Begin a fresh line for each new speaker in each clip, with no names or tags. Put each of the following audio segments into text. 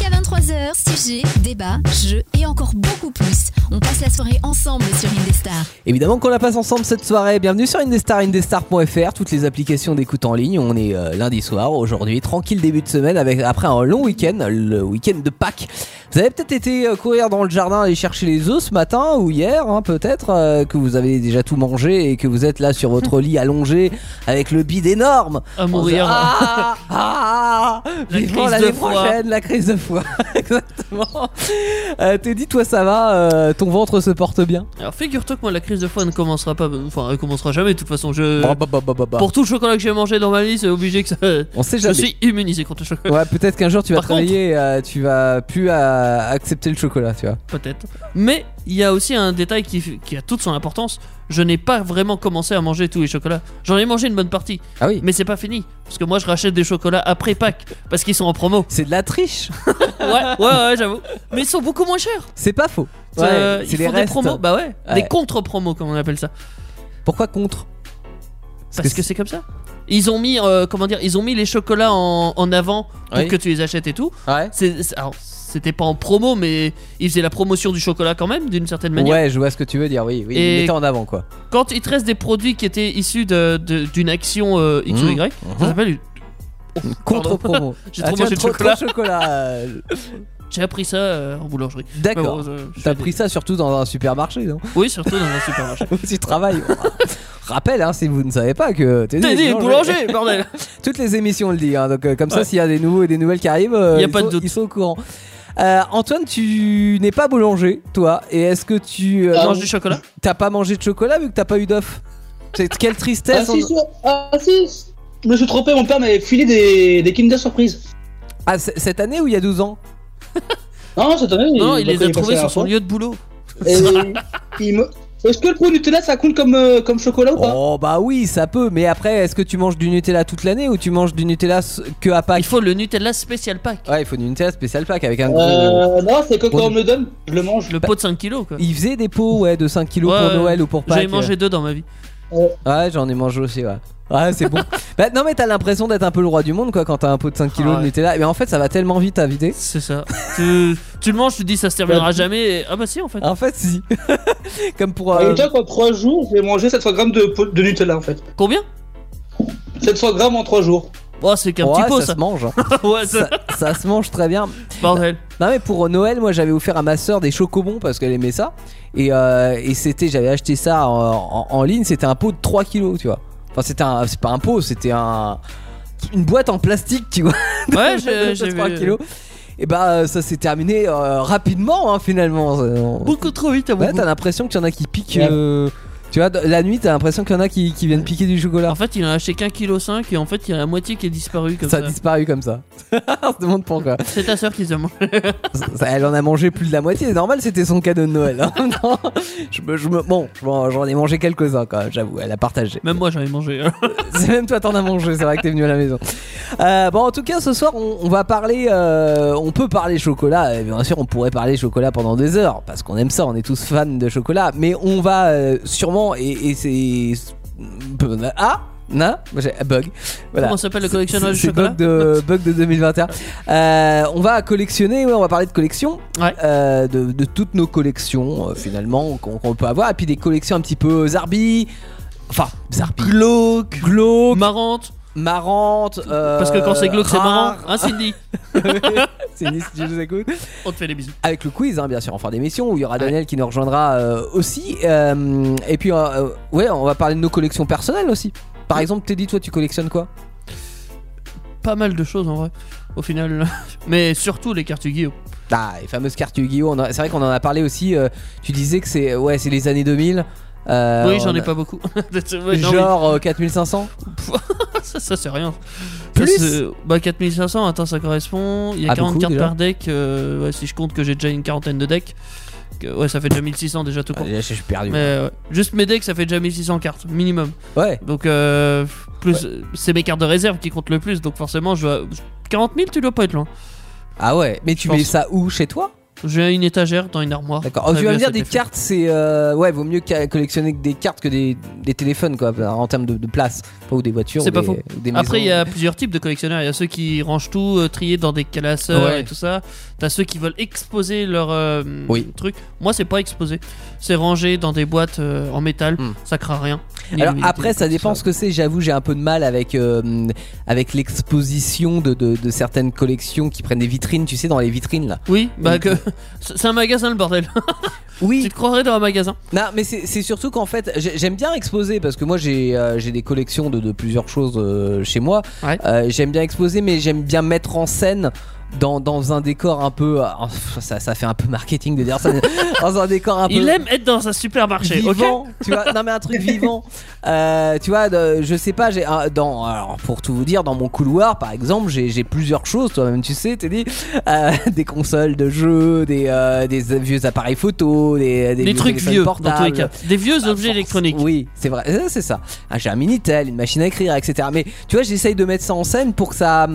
Chroniqueurs, sujets, débats, jeux et encore beaucoup plus. On passe la soirée ensemble sur Indestar.
Évidemment qu'on la passe ensemble cette soirée. Bienvenue sur Indestar, indestar.fr, toutes les applications d'écoute en ligne. On est euh, lundi soir aujourd'hui, tranquille début de semaine avec après un long week-end, le week-end de Pâques. Vous avez peut-être été euh, courir dans le jardin aller chercher les œufs ce matin ou hier, hein, peut-être euh, que vous avez déjà tout mangé et que vous êtes là sur votre lit allongé avec le bide énorme. On
à
se dit,
mourir.
Ah, ah,
La
vivement
crise
l'année
de foie.
prochaine, la crise de foie. Exactement. Euh, Teddy, toi ça va, euh, ton ventre se porte bien.
Alors figure-toi que moi la crise de foie ne commencera pas, enfin elle commencera jamais de toute façon. Je
Bah, bah, bah, bah, bah, bah.
pour tout le chocolat que j'ai mangé dans ma vie, c'est obligé que ça.
On sait
Je
jamais.
suis immunisé contre le chocolat,
Ouais, peut-être qu'un jour tu vas
Par contre-
travailler, et, euh, tu vas plus à accepter le chocolat, tu vois.
peut-être. Mais il y a aussi un détail qui, qui a toute son importance. Je n'ai pas vraiment commencé à manger tous les chocolats. J'en ai mangé une bonne partie,
Ah oui.
mais c'est pas fini parce que moi je rachète des chocolats après Pâques parce qu'ils sont en promo.
C'est de la triche.
Ouais, ouais, ouais, j'avoue. Mais ils sont beaucoup moins chers.
C'est pas faux. Ouais,
Euh,
c'est
ils
les
font
restes.
des promos, bah ouais,
Ouais.
des contre-promos comme on appelle ça.
Pourquoi contre
Parce que c'est comme ça. Ils ont mis, euh, comment dire, ils ont mis les chocolats en, en avant pour
Oui.
que tu les achètes et tout.
Ouais.
C'est- c'est- alors, c'était pas en promo, mais ils faisaient la promotion du chocolat quand même, d'une certaine manière.
Ouais, je vois ce que tu veux dire. Oui, oui.
Et-
mettez en avant quoi.
Quand ils te restent des produits qui étaient issus de- de- d'une action euh, X ou
Mmh.
Y, ça s'appelle-
Contre promo. Ah,
J'ai Ah, trop mangé de
chocolat.
chocolat.
chocolat. euh, J'ai
j'ai appris ça euh, en boulangerie. Mais
D'accord.
bon, je- je
T'as
fais
pris ça surtout dans un supermarché, non
des- Oui, surtout dans un supermarché.
Où tu travailles. Rappel, hein, si vous ne savez pas que Teddy
T'as
est
dit boulanger, bordel
Toutes les émissions on le dit, hein, donc euh, comme ça,
Ouais.
s'il y a des nouveaux et des nouvelles qui arrivent, euh,
Y a
ils,
pas de
sont,
doute.
ils sont au courant. Euh, Antoine, tu n'es pas boulanger, toi, et est-ce que tu euh,
Tu
Ah.
manges du chocolat
t'as pas mangé de chocolat vu que t'as pas eu d'œuf C'est- Quelle
Ah
tristesse
si,
on-
si, ah si Je me suis trompé, mon père m'avait filé des, des Kinder Surprise.
Ah, c- Cette année ou il y a 12 ans
Non, cette année,
Non, bah, il
m'a
les
fait
a
passer
trouvés
la
sur son
fois.
lieu de boulot.
Et il me- Est-ce que le pot Nutella ça compte comme, euh, comme chocolat ou pas
Oh bah oui, ça peut, mais après, est-ce que tu manges du Nutella toute l'année ou tu manges du Nutella s- que à
Il
Pâques
faut le Nutella spécial Pâques.
Ouais, il faut du Nutella spécial Pâques avec un gros-
euh, Non, c'est que quand
Bon.
on me le donne, je le mange.
Le pot de 5 kilos, quoi.
Il faisait des pots ouais, de 5 kilos
Ouais,
pour Noël ou pour Pâques.
J'avais mangé deux dans ma vie.
Ouais, j'en ai mangé aussi, ouais. Ouais, c'est bon. bah, non, mais t'as l'impression d'être un peu le roi du monde, quoi, quand t'as un pot de 5 kilos
Ah ouais.
de Nutella. Mais en fait, ça va tellement vite à vider.
C'est ça. tu, tu le manges, tu te dis ça se terminera jamais. et- Ah bah si en fait.
En fait, si. Comme pour. euh,
Et toi, quoi, 3 jours, j'ai mangé 700 grammes de, pot- de Nutella en fait.
Combien
700 grammes en 3 jours.
Oh c'est qu'un
ouais,
petit pot
ça
ça.
se mange. hein.
ouais, ça...
ça, ça se mange très bien.
Bordel.
Non, mais pour euh, Noël, moi, j'avais offert à ma soeur des chocobons parce qu'elle aimait ça. Et, euh, et c'était, j'avais acheté ça en, en- en ligne. C'était un pot de 3 kilos, tu vois. Enfin, c'était un. C'est pas un pot, c'était un. Une boîte en plastique, tu vois.
Ouais,
de
j'ai j'ai
3
vu.
kilos. Et bah, euh, ça s'est terminé euh, rapidement, hein, finalement. Euh, on-
Beaucoup trop vite à mon
Ouais,
goût.
t'as l'impression qu'il y en a qui piquent.
Ouais.
euh, tu vois, la nuit, t'as l'impression qu'il y en a qui, qui viennent piquer du chocolat.
En fait, il en a acheté qu'un kilo cinq et en fait, il y a la moitié qui est disparue comme
ça
ça.
a disparu comme ça. On se demande pourquoi.
C'est ta soeur qui se demande.
Ça- Elle en a mangé plus de la moitié. C'est normal, c'était son cadeau de Noël. hein. Non, je me, je me- bon, je m'en- j'en ai mangé quelques-uns quand même, j'avoue. Elle a partagé.
Même moi, j'en ai mangé.
C'est même toi, t'en as mangé. C'est vrai que t'es venu à la maison. Euh, bon, en tout cas, ce soir, on, on va parler. euh, on peut parler chocolat. Et bien sûr, on pourrait parler chocolat pendant des heures parce qu'on aime ça. On est tous fans de chocolat. Mais on va euh, sûrement. Et, et c'est. Ah Non J'ai bug. Voilà.
Comment s'appelle le collectionneur
C'est-
du
c'est
chocolat
bug de, bug de 2021. Euh, on va collectionner, ouais, on va parler de collection,
Ouais.
Euh, de, de toutes nos collections euh, finalement qu'on qu'on peut avoir, et puis des collections un petit peu zarbi, enfin zarbi, glauque, glauque,
Marrante.
marrante. euh,
Parce que quand c'est glauque, c'est marrant.
rare.
Hein, Cindy
c'est Nice, tu nous écoutes
On te fait des bisous.
avec le quiz, hein, bien sûr, en fin d'émission, où il y aura Daniel qui nous rejoindra euh, aussi. Euh, et puis, euh, euh, ouais, on va parler de nos collections personnelles aussi. Par exemple, Teddy, toi, tu collectionnes quoi
Pas mal de choses en vrai. Au final. Mais surtout les cartes Yu-Gi-Oh!
Ah, les fameuses cartes Yu-Gi-Oh! On a- C'est vrai qu'on en a parlé aussi. euh, tu disais que c'est ouais, c'est les années 2000. euh,
oui, j'en ai
on a-
pas beaucoup. Ouais, non, mais
Genre euh, 4500
ça, ça, c'est rien.
Plus
Ça, c'est- Bah 4500, attends, ça correspond. Il y a
Ah,
40
beaucoup,
cartes
déjà.
par deck. euh, ouais, si je compte que j'ai déjà une quarantaine de decks. que- ouais, ça fait déjà 1600 déjà tout
Ah,
court.
déjà, Je suis perdu.
Mais ouais, juste mes decks, ça fait déjà 1600 cartes minimum.
Ouais,
Donc, euh, plus euh, c'est mes cartes de réserve qui comptent le plus. Donc, forcément, je dois- 40 000, tu dois pas être loin.
ah ouais. Mais tu
Je pense-
mets ça où Chez toi
J'ai une étagère dans une armoire.
D'accord.
Très
Oh, tu vas
bien,
me dire
ça
des
fait.
cartes, c'est euh, ouais, vaut mieux ca- collectionner que des cartes que des, des téléphones quoi, en termes de, de place, ou des voitures,
C'est
ou
pas
des,
faux.
ou des
Après, il y
maisons.
a plusieurs types de collectionneurs. Il y a ceux qui rangent tout, euh, triés dans des calasseurs
Ouais.
et tout ça. T'as ceux qui veulent exposer leur euh,
Oui.
truc. Moi, c'est pas exposé. C'est rangé dans des boîtes euh, en métal.
Hmm.
Ça craint rien. Ni
Alors
l'humidité,
après, ça
tout
dépend ce que c'est. J'avoue, j'ai un peu de mal avec euh, avec l'exposition de, de, de certaines collections qui prennent des vitrines, tu sais, dans les vitrines là.
Oui, bah
Oui.
que c'est c'est un magasin le bordel. tu
Oui.
te croirais dans un magasin.
Non, mais c'est c'est surtout qu'en fait, j'ai- j'aime bien exposer parce que moi j'ai euh, j'ai des collections de, de plusieurs choses euh, chez moi.
Ouais.
Euh, j'aime bien exposer, mais j'aime bien mettre en scène. Dans, dans un décor un peu ah, ça, ça fait un peu marketing de dire ça mais dans un décor un peu
Il aime être dans un supermarché, ok
vivant, tu vois. Non mais un truc vivant. Euh, tu vois, de- je sais pas. J'ai un- dans alors pour tout vous dire, dans mon couloir par exemple, j'ai j'ai plusieurs choses. Toi-même, tu sais, t'es dit euh, des consoles de jeux, des euh, des vieux appareils photo, des des,
Des trucs
téléphones
vieux, dans tous les
portables.
cas. Des vieux
Ah,
objets
force-
électroniques.
Oui, c'est vrai, Euh, c'est ça. Ah, J'ai un Minitel, une machine à écrire, etc. Mais tu vois, j'essaye de mettre ça en scène pour que ça,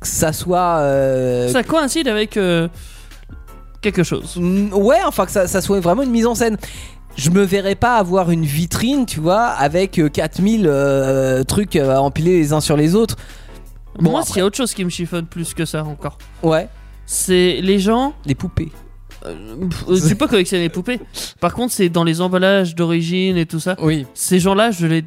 que ça soit. euh,
Ça coïncide avec euh, quelque chose.
Mm, Ouais, enfin que ça, ça soit vraiment une mise en scène. Je me verrais pas avoir une vitrine, tu vois, avec euh, 4000 euh, trucs euh, empilés les uns sur les autres. Bon,
Moi,
après-
s'il y a autre chose qui me chiffonne plus que ça encore,
Ouais,
c'est les gens.
les poupées.
euh, pff, euh, Je sais pas collectionner les poupées. Par contre, c'est dans les emballages d'origine et tout ça.
Oui.
Ces gens-là, je les.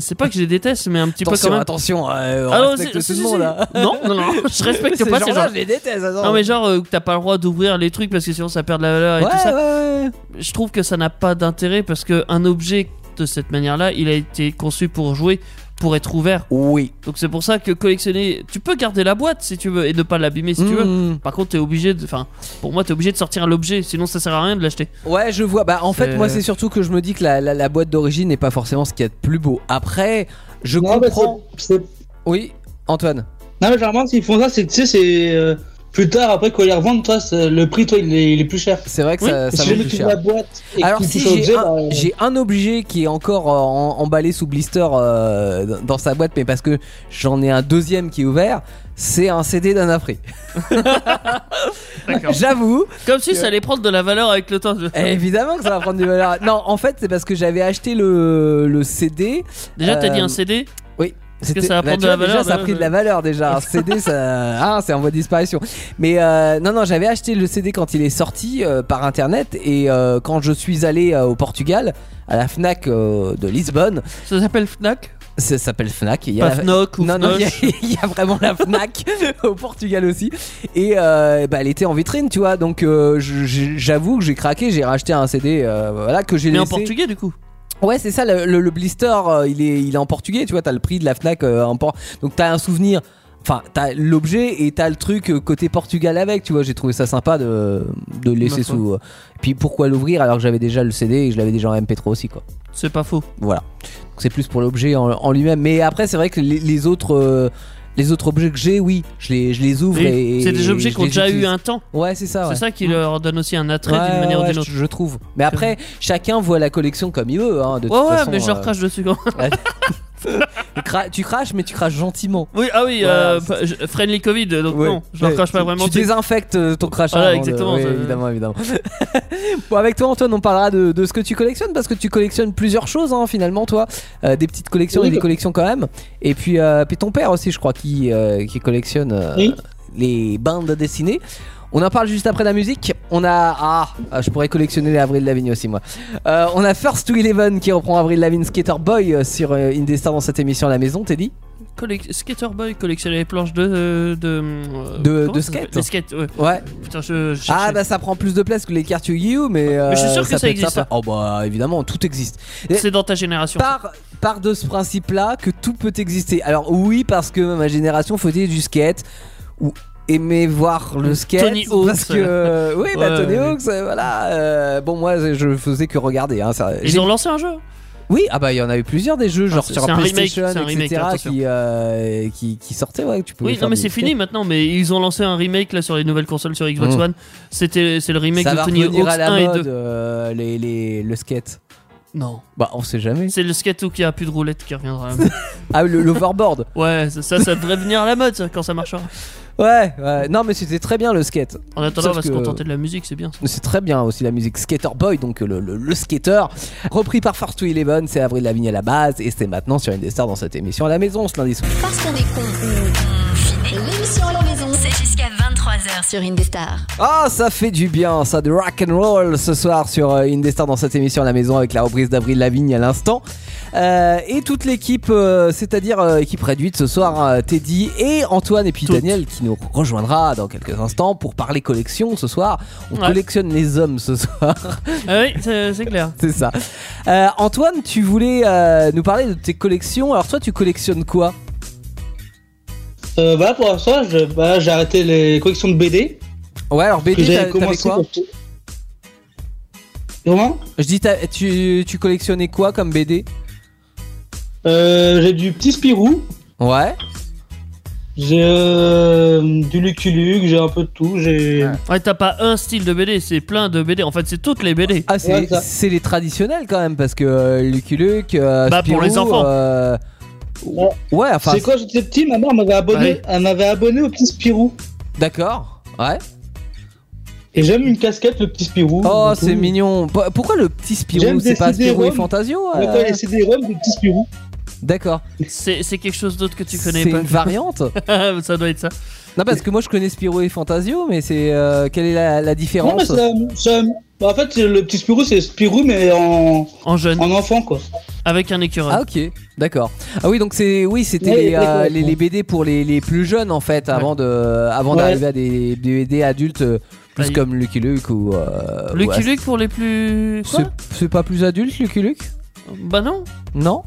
C'est pas que je les déteste, mais un petit
Attention,
peu quand même.
attention, euh, on
Ah non,
respecte
si-
tout
si-
le
si-
monde. là.
Non, non, non, je respecte
Ces
pas ces
gens-là,
gens.
je les déteste. attends.
Non mais genre euh, t'as pas le droit d'ouvrir les trucs parce que sinon ça perd de la valeur
ouais,
et tout ça.
ouais, ouais.
je trouve que ça n'a pas d'intérêt parce que un objet de cette manière-là, il a été conçu pour jouer, pour être ouvert.
Oui.
Donc c'est pour ça que collectionner, tu peux garder la boîte si tu veux et ne pas l'abîmer si tu veux.
Mm.
Par contre, t'es obligé de, enfin, pour moi, t'es obligé de sortir l'objet, sinon ça sert à rien de l'acheter.
Ouais, je vois. Bah, en fait,
C'est-
moi, c'est surtout que je me dis que la, la- la boîte d'origine n'est pas forcément ce qu'il y a de plus beau. Après, je
Non, mais
comprends.
c'est- c'est-
Oui, Antoine.
non, mais généralement, s'ils font ça, c'est, tu sais, c'est. euh, plus tard, après, quand ils les revendent, toi, c'est- le prix, toi, il est, il est plus cher.
C'est vrai que
Oui,
ça, ça
si
vaut
jamais
plus
tu
cher.
ouvres la boîte et
Alors
que tu
si
touches à l'objet,
j'ai
bah,
un,
euh,
j'ai un objet qui est encore euh, en- emballé sous blister euh, dans- dans sa boîte, mais parce que j'en ai un deuxième qui est ouvert, c'est un CD d'Anafri.
D'accord.
J'avoue,
Comme si ça allait prendre de la valeur avec le temps. de-
évidemment que ça va prendre du valeur. Non, en fait, c'est parce que j'avais acheté le, le CD.
Déjà, t'as dit
Euh,
un CD.
C'était-
ça va prendre
tu
de la
vois, déjà,
valeur,
ça a
bah,
pris de
je-
la valeur déjà. Un CD, ça, ah, c'est en voie de disparition. Mais euh, non, non, j'avais acheté le CD quand il est sorti euh, par internet et euh, quand je suis allé euh, au Portugal à la Fnac euh, de Lisbonne,
Ça s'appelle Fnac.
ça s'appelle Fnac. et il y a
Pas
la-
Fnoc ou
Non, non, il y,
Fnoche.
a- il y a vraiment la Fnac au Portugal aussi. Et euh, bah, elle était en vitrine, tu vois. Donc euh, je- je- j'avoue que j'ai craqué, j'ai racheté un CD euh, voilà, que j'ai
Mais
laissé.
en portugais du coup.
Ouais, c'est ça, le, le- le blister, euh, il, est, il est en portugais, tu vois. T'as le prix de la Fnac euh, en port. Donc t'as un souvenir. Enfin, t'as l'objet et t'as le truc euh, côté Portugal avec, tu vois. J'ai trouvé ça sympa de, de le laisser
Ma foi.
sous. euh. Puis pourquoi l'ouvrir alors que j'avais déjà le CD et je l'avais déjà en MP3 aussi, quoi.
C'est pas faux.
Voilà. Donc, C'est plus pour l'objet en, en lui-même. Mais après, c'est vrai que les, les autres. euh, les autres objets que j'ai, oui, je les, je les ouvre
Oui,
et.
C'est des
et
objets
je
qui ont
les
déjà eu
utilise.
un temps.
Ouais, c'est ça.
C'est
ouais.
ça qui leur donne aussi un attrait d'une
Ouais,
manière ou
ouais,
d'une
je-
autre.
Je, trouve. Mais après, chacun voit la collection comme il veut. Hein, de
Ouais,
toute
ouais,
façon,
mais je leur
euh,
crache dessus quand
tu cra- tu craches, mais tu craches gentiment.
Oui, ah oui,
Voilà,
euh, pa- je- friendly Covid, donc
Ouais.
non, je ne
Ouais,
crache pas
tu-
vraiment.
Tu
dessus.
désinfectes euh, ton crachat.
Voilà,
avant de-
exactement,
oui,
ça-
évidemment, évidemment. bon, avec toi, Antoine, on parlera de, de ce que tu collectionnes parce que tu collectionnes plusieurs choses, hein, finalement, toi. Euh, des petites collections
Oui.
et des collections quand même. Et puis, euh, puis ton père aussi, je crois, qui, euh, qui collectionne euh,
Oui.
les bandes dessinées. On en parle juste après la musique. On a. Ah, ah, je pourrais collectionner les Avril Lavigne aussi, moi. Euh, on a First to Eleven qui reprend Avril Lavigne Skater Boy euh, sur euh, Indestar dans cette émission à la maison, Teddy.
Collec- Skater Boy collectionnait les planches de. euh, De, euh,
De-
comment
de
ça s'appelle
skate.
De skate, ouais.
Ouais.
Putain, je. je
Ah
cherchais.
bah ça prend plus de place que les cartes Yu-Gi-Oh mais, euh,
Mais je suis sûr que ça
peut être
existe,
sympa. Oh bah évidemment tout existe.
C'est dans ta génération.
Par, par de ce principe là que tout peut exister. Alors oui parce que ma génération faisait du skate ou aimer voir le skate
Tony Hawk's.
parce que euh, oui bah
Ouais,
Tony
ouais.
Hawk's euh, voilà euh, bon moi je faisais que regarder hein, ça,
ça.
j'ai-
Ils ont lancé un jeu.
oui ah bah il y en a eu plusieurs des jeux genre
c'est-
sur
c'est un remake,
PlayStation
c'est un remake, hein,
etc
attention.
qui, euh, qui qui sortaient ouais tu pouvais
Oui,
faire
non, mais
du
c'est
skate.
fini maintenant. Mais ils ont lancé un remake là sur les nouvelles consoles sur Xbox
Mm.
One. C'était, c'est le remake
ça
de
va
Tony
revenir
Hawk
à la
1 et
mode
2.
euh, les, les- le skate
Non.
Bah, on sait jamais.
C'est le skate où il n'y a plus de roulette qui reviendra.
Ah, le- l'overboard.
ouais, ça, ça, ça devrait venir à la mode ça, quand ça marchera.
ouais, ouais. Non, mais c'était très bien le skate.
En attendant, on
Sauf
va se
que-
contenter de la musique, c'est bien. ça.
C'est très bien aussi la musique Skater Boy, donc le, le, le skater, repris par First to Eleven, c'est Avril Lavigne à la base, et c'est maintenant sur Indestar dans cette émission à la maison ce lundi soir.
Parce qu'on est con ou l'émission à la maison, c'est jusqu'à 23h sur Indestar.
Ah, ça fait du bien, ça, de rock and roll ce soir sur euh, Indestar dans cette émission à la maison avec la reprise d'Avril Lavigne à l'instant. Euh, et toute l'équipe, euh, c'est-à-dire euh, équipe réduite ce soir, euh, Teddy et Antoine et puis
Toute.
Daniel qui nous rejoindra dans quelques instants pour parler collection ce soir. On
Ouais.
collectionne les hommes ce soir,
Ah oui, c'est c'est clair.
c'est ça. Euh, Antoine, tu voulais euh, nous parler de tes collections. Alors toi, tu collectionnes quoi
Euh, bah, pour l'instant, je- bah, j'ai arrêté les collections de BD
Ouais, alors
que
BD, t'as-
j'avais
t'avais
commencé.
quoi
quand- Comment
Je dis, t'as- tu, tu collectionnais quoi comme BD
euh, J'ai du petit Spirou,
Ouais.
j'ai euh, du Lucky Luke, j'ai un peu de tout. J'ai
Ouais, t'as pas un style de BD, c'est plein de BD. En fait, c'est toutes les BD.
Ah, c'est,
Ouais, ça.
c'est les traditionnels quand même, parce que euh, Lucky Luke, euh,
Bah, pour
Spirou,
les enfants.
euh,
Ouais.
Ouais, enfin,
c'est quand j'étais petit, ma mère m'avait abonné,
Ouais.
elle m'avait abonné au petit Spirou.
d'accord. Ouais.
Et j'aime une casquette, le petit Spirou.
Oh,
du coup.
c'est mignon. Po- Pourquoi le petit Spirou
J'aime
C'est pas
décider,
Spirou et
Rome.
Fantasio euh,
D'accord, les CD-ROM du petit Spirou.
D'accord.
C'est c'est quelque chose d'autre que tu connais
c'est une variante
pas. ça doit être ça.
Non, parce que moi je connais Spirou et Fantasio, mais c'est. euh, quelle est la, la
Non, mais
différence
ça, ça- bah, en fait, le petit Spirou, c'est Spirou, mais en,
En jeune,
en enfant, quoi.
avec un écureuil.
Ah ok, d'accord. Ah oui donc c'est oui c'était
Ouais,
les,
ouais,
euh,
ouais,
les,
ouais.
les BD pour les, les plus jeunes en fait avant de avant
Ouais.
d'arriver à des, des BD adultes euh, plus
Bah, il-
comme Lucky Luke ou euh, ou
Lucky
Ast-
Luke pour les plus. Quoi
C'est- C'est pas plus adulte Lucky Luke
Bah non.
Non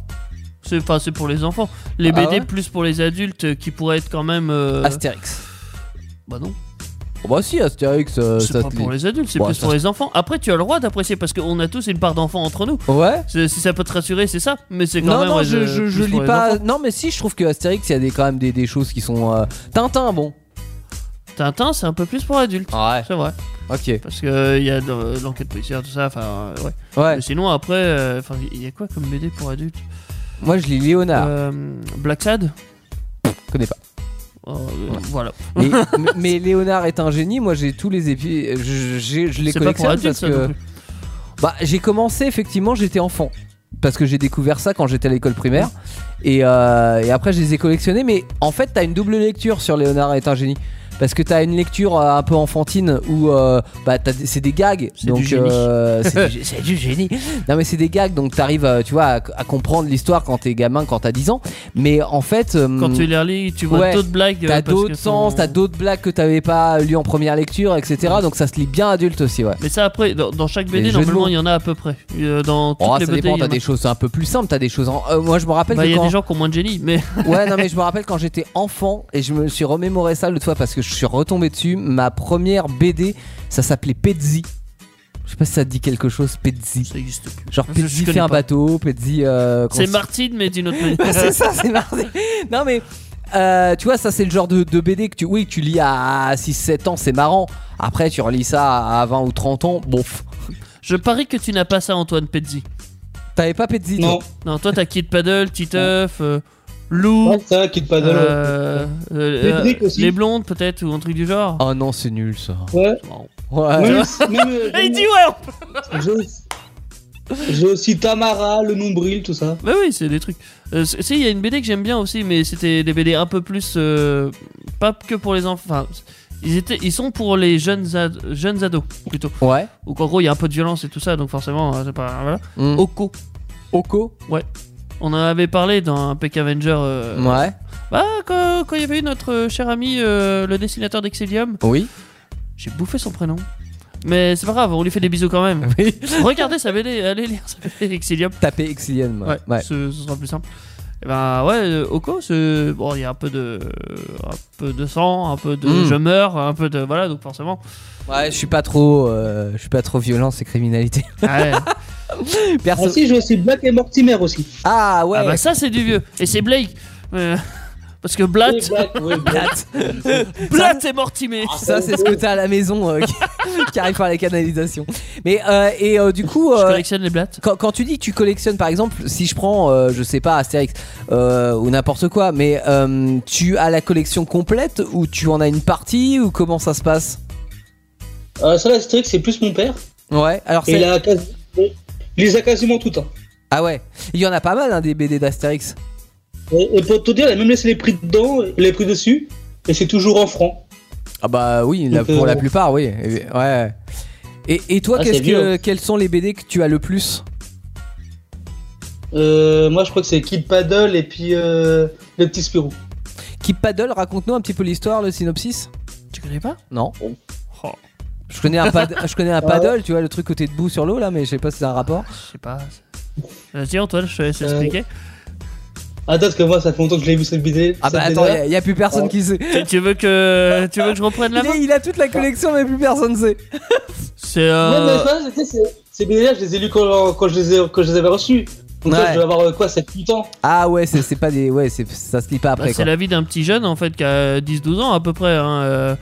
C'est enfin, c'est pour les enfants. Les
Ah
BD
ouais Ah,
plus pour les adultes euh, qui pourraient être quand même. euh,
Astérix.
Bah non.
Oh, bah si Astérix euh,
C'est
ça
pas
te
pour
lit.
les adultes, c'est
Ouais,
plus
ça-
pour les enfants. Après, tu as le droit d'apprécier parce qu'on a tous une part d'enfant entre nous.
Ouais.
C'est- Si ça peut te rassurer, c'est ça. Mais c'est quand
Non
même.
non
ouais,
je, je,
plus
je lis
pour les
pas
enfants.
non mais si je trouve que Astérix il y a des quand même des, des choses qui sont euh, Tintin bon.
Tintin, c'est un peu plus pour adultes.
Ouais.
C'est vrai.
OK.
Parce que euh, il y a de- l'enquête policière, tout ça. Enfin, euh, ouais.
Ouais.
Mais sinon, après, euh, enfin, il y a quoi comme BD pour adultes
Moi je lis Léonard,
Euh, Black Sad
je connais pas.
Euh, Voilà.
Mais, mais- mais Léonard est un génie, moi j'ai tous les épisodes je, j'ai- je les
C'est pas pour
collectionne parce
adultes, ça non
que
plus.
Bah, j'ai commencé effectivement, j'étais enfant. Parce que j'ai découvert ça quand j'étais à l'école primaire. Et, euh, et après, je les ai collectionnés. Mais en fait, t'as une double lecture sur Léonard est un génie. Parce que t'as une lecture euh, un peu enfantine où euh, bah, t'as des- c'est des gags.
C'est du
Donc,
génie.
euh, c'est du, gé- c'est du génie. Non, mais c'est des gags. Donc, t'arrives, euh, tu vois, à, à comprendre l'histoire quand t'es gamin, quand t'as 10 ans. Mais en fait. euh,
Quand tu les relis, tu vois
Ouais.
d'autres blagues.
T'as
euh, parce
d'autres
que
sens,
sont-
t'as d'autres blagues que t'avais pas lu en première lecture, etc. Donc ça se lit bien adulte aussi, ouais.
Mais ça, après, dans, dans chaque
Les
BD,
jeux de
normalement,
mots.
il y en a à peu près. Euh, Dans toutes
Oh,
les
ça
BD,
dépend,
il y en
t'as
a.
des choses un peu plus simples, t'as des choses en... euh, moi je me rappelle
Bah, il
que
y a
quand...
des gens qui ont moins de génie, mais
Ouais, non, mais je me rappelle quand j'étais enfant et je me suis remémoré ça l'autre fois parce que je suis retombé dessus. Ma première BD, ça s'appelait Pezzi. Je sais pas si ça te dit quelque chose, Pezzi.
Ah, ça existe plus.
Genre
Je- je
Pezzi
connais
fait un
pas.
bateau, Pezzi. euh,
C'est
construit-
Martine, mais d'une autre manière.
Bah, c'est ça, c'est mardi. Non, mais euh, tu vois, ça, c'est le genre de, de BD que tu, oui, que tu lis à 6-7 ans, c'est marrant. Après, tu relis ça à 20 ou 30 ans, bon. pff.
Je parie que tu n'as pas ça, Antoine Pezzi.
T'avais pas Pezzi toi
Non,
Non, toi, t'as Kid Paddle, Titeuf, euh, Lou.
Mm.
ouais, ça, Kid Paddle.
euh, euh,
Cédric
euh,
aussi.
les blondes peut-être ou un truc du genre.
Oh non, c'est nul ça.
Ouais.
Bon.
Ouais.
Même, même, euh,
Ah.
Eh, il dit ouais. on-
j'ai aussi- j'ai aussi Tamara, le nombril, tout ça.
Bah oui, c'est des trucs. Euh, c'est- si il y a une BD que j'aime bien aussi, mais c'était des BD un peu plus euh, pas que pour les enfants. Enfin, ils étaient, ils sont pour les jeunes ad- jeunes ados plutôt.
Ouais.
Ou qu'en gros il y a un peu de violence et tout ça, donc forcément euh, c'est pas voilà.
Mm.
Oko,
Oko
on en avait parlé dans un Peck Avenger. euh,
Ouais.
Bah quand quand il y avait eu notre euh, cher ami euh, le dessinateur d'Exilium,
Oui.
j'ai bouffé son prénom. Mais c'est pas grave, on lui fait des bisous quand même.
Oui.
Regardez sa BD, allez lire sa BD Exilium.
Taper Exilium.
Ouais, Ce, ce sera plus simple. Et ben ouais, euh, Oko, c'est- bon, il y a un peu de, un peu de sang, un peu de
Mm.
je meurs, un peu de voilà, donc forcément.
Ouais, je suis pas trop, euh, je suis pas trop violence et criminalité.
Ah Ouais.
Perso.
Ah si, j'ai aussi Black et Mortimer aussi.
bah,
Ah ouais.
Ah bah ça c'est du vieux. Et c'est Blake. Euh, Parce que Blatt,
Black, ouais, Black.
Blatt est mortimé.
Ah, Ça, c'est ce que t'as à la maison euh, qui, qui arrive par les canalisations. Mais euh, et euh, du coup,
Je
euh,
collectionne les Blatt.
quand, quand tu dis que tu collectionnes, par exemple, si je prends, euh, je sais pas, Astérix euh, ou n'importe quoi, mais euh, tu as la collection complète ou tu en as une partie ou comment ça se passe
Euh, ça, l'Astérix, c'est plus mon père.
Ouais. Alors
Et
c'est
il, a quasi- il les a quasiment tout Hein.
ah ouais, il y en a pas mal hein, des BD d'Astérix.
Et, et pour te dire, il a même laissé les prix dedans, les prix dessus, et c'est toujours en francs.
Ah bah oui,
la-
pour
pour
la
la
plupart, oui. Ouais. Et, et toi,
euh, Ah,
qu'est-ce
c'est vieux,
que, quels sont les BD que tu as le plus
Euh, moi, je crois que c'est Kid Paddle et puis euh, le petit Spirou.
Qui paddle, raconte-nous un petit peu l'histoire, le synopsis.
Tu connais pas
Non.
Oh,
Je connais un, pad- je connais un paddle, tu vois, le truc côté debout sur l'eau là, mais je sais pas si c'est un rapport.
Je sais pas. Vas-y Antoine, je te laisse
Euh,
expliquer.
Attends, parce que moi, ça fait longtemps que je l'ai vu cette BD.
Ah bah
cette
attends,
BD.
y a, y a plus personne
Ouais.
qui sait.
Tu- Tu veux que tu veux que je reprenne
Il,
la main
est- il a toute la collection, mais plus personne sait.
C'est
Ouais, mais
euh...
ça, tu sais, c'est- ces BD-là, je les ai lus quand, quand, je les ai, quand je les avais reçus. Donc
Ouais.
là, je dois avoir euh, quoi, 7-8 ans
Ah ouais, c'est c'est pas des. Ouais, c'est- ça se lit pas
bah,
après
c'est
quoi.
la vie d'un petit jeune en fait qui a 10-12 ans à peu près, hein, euh,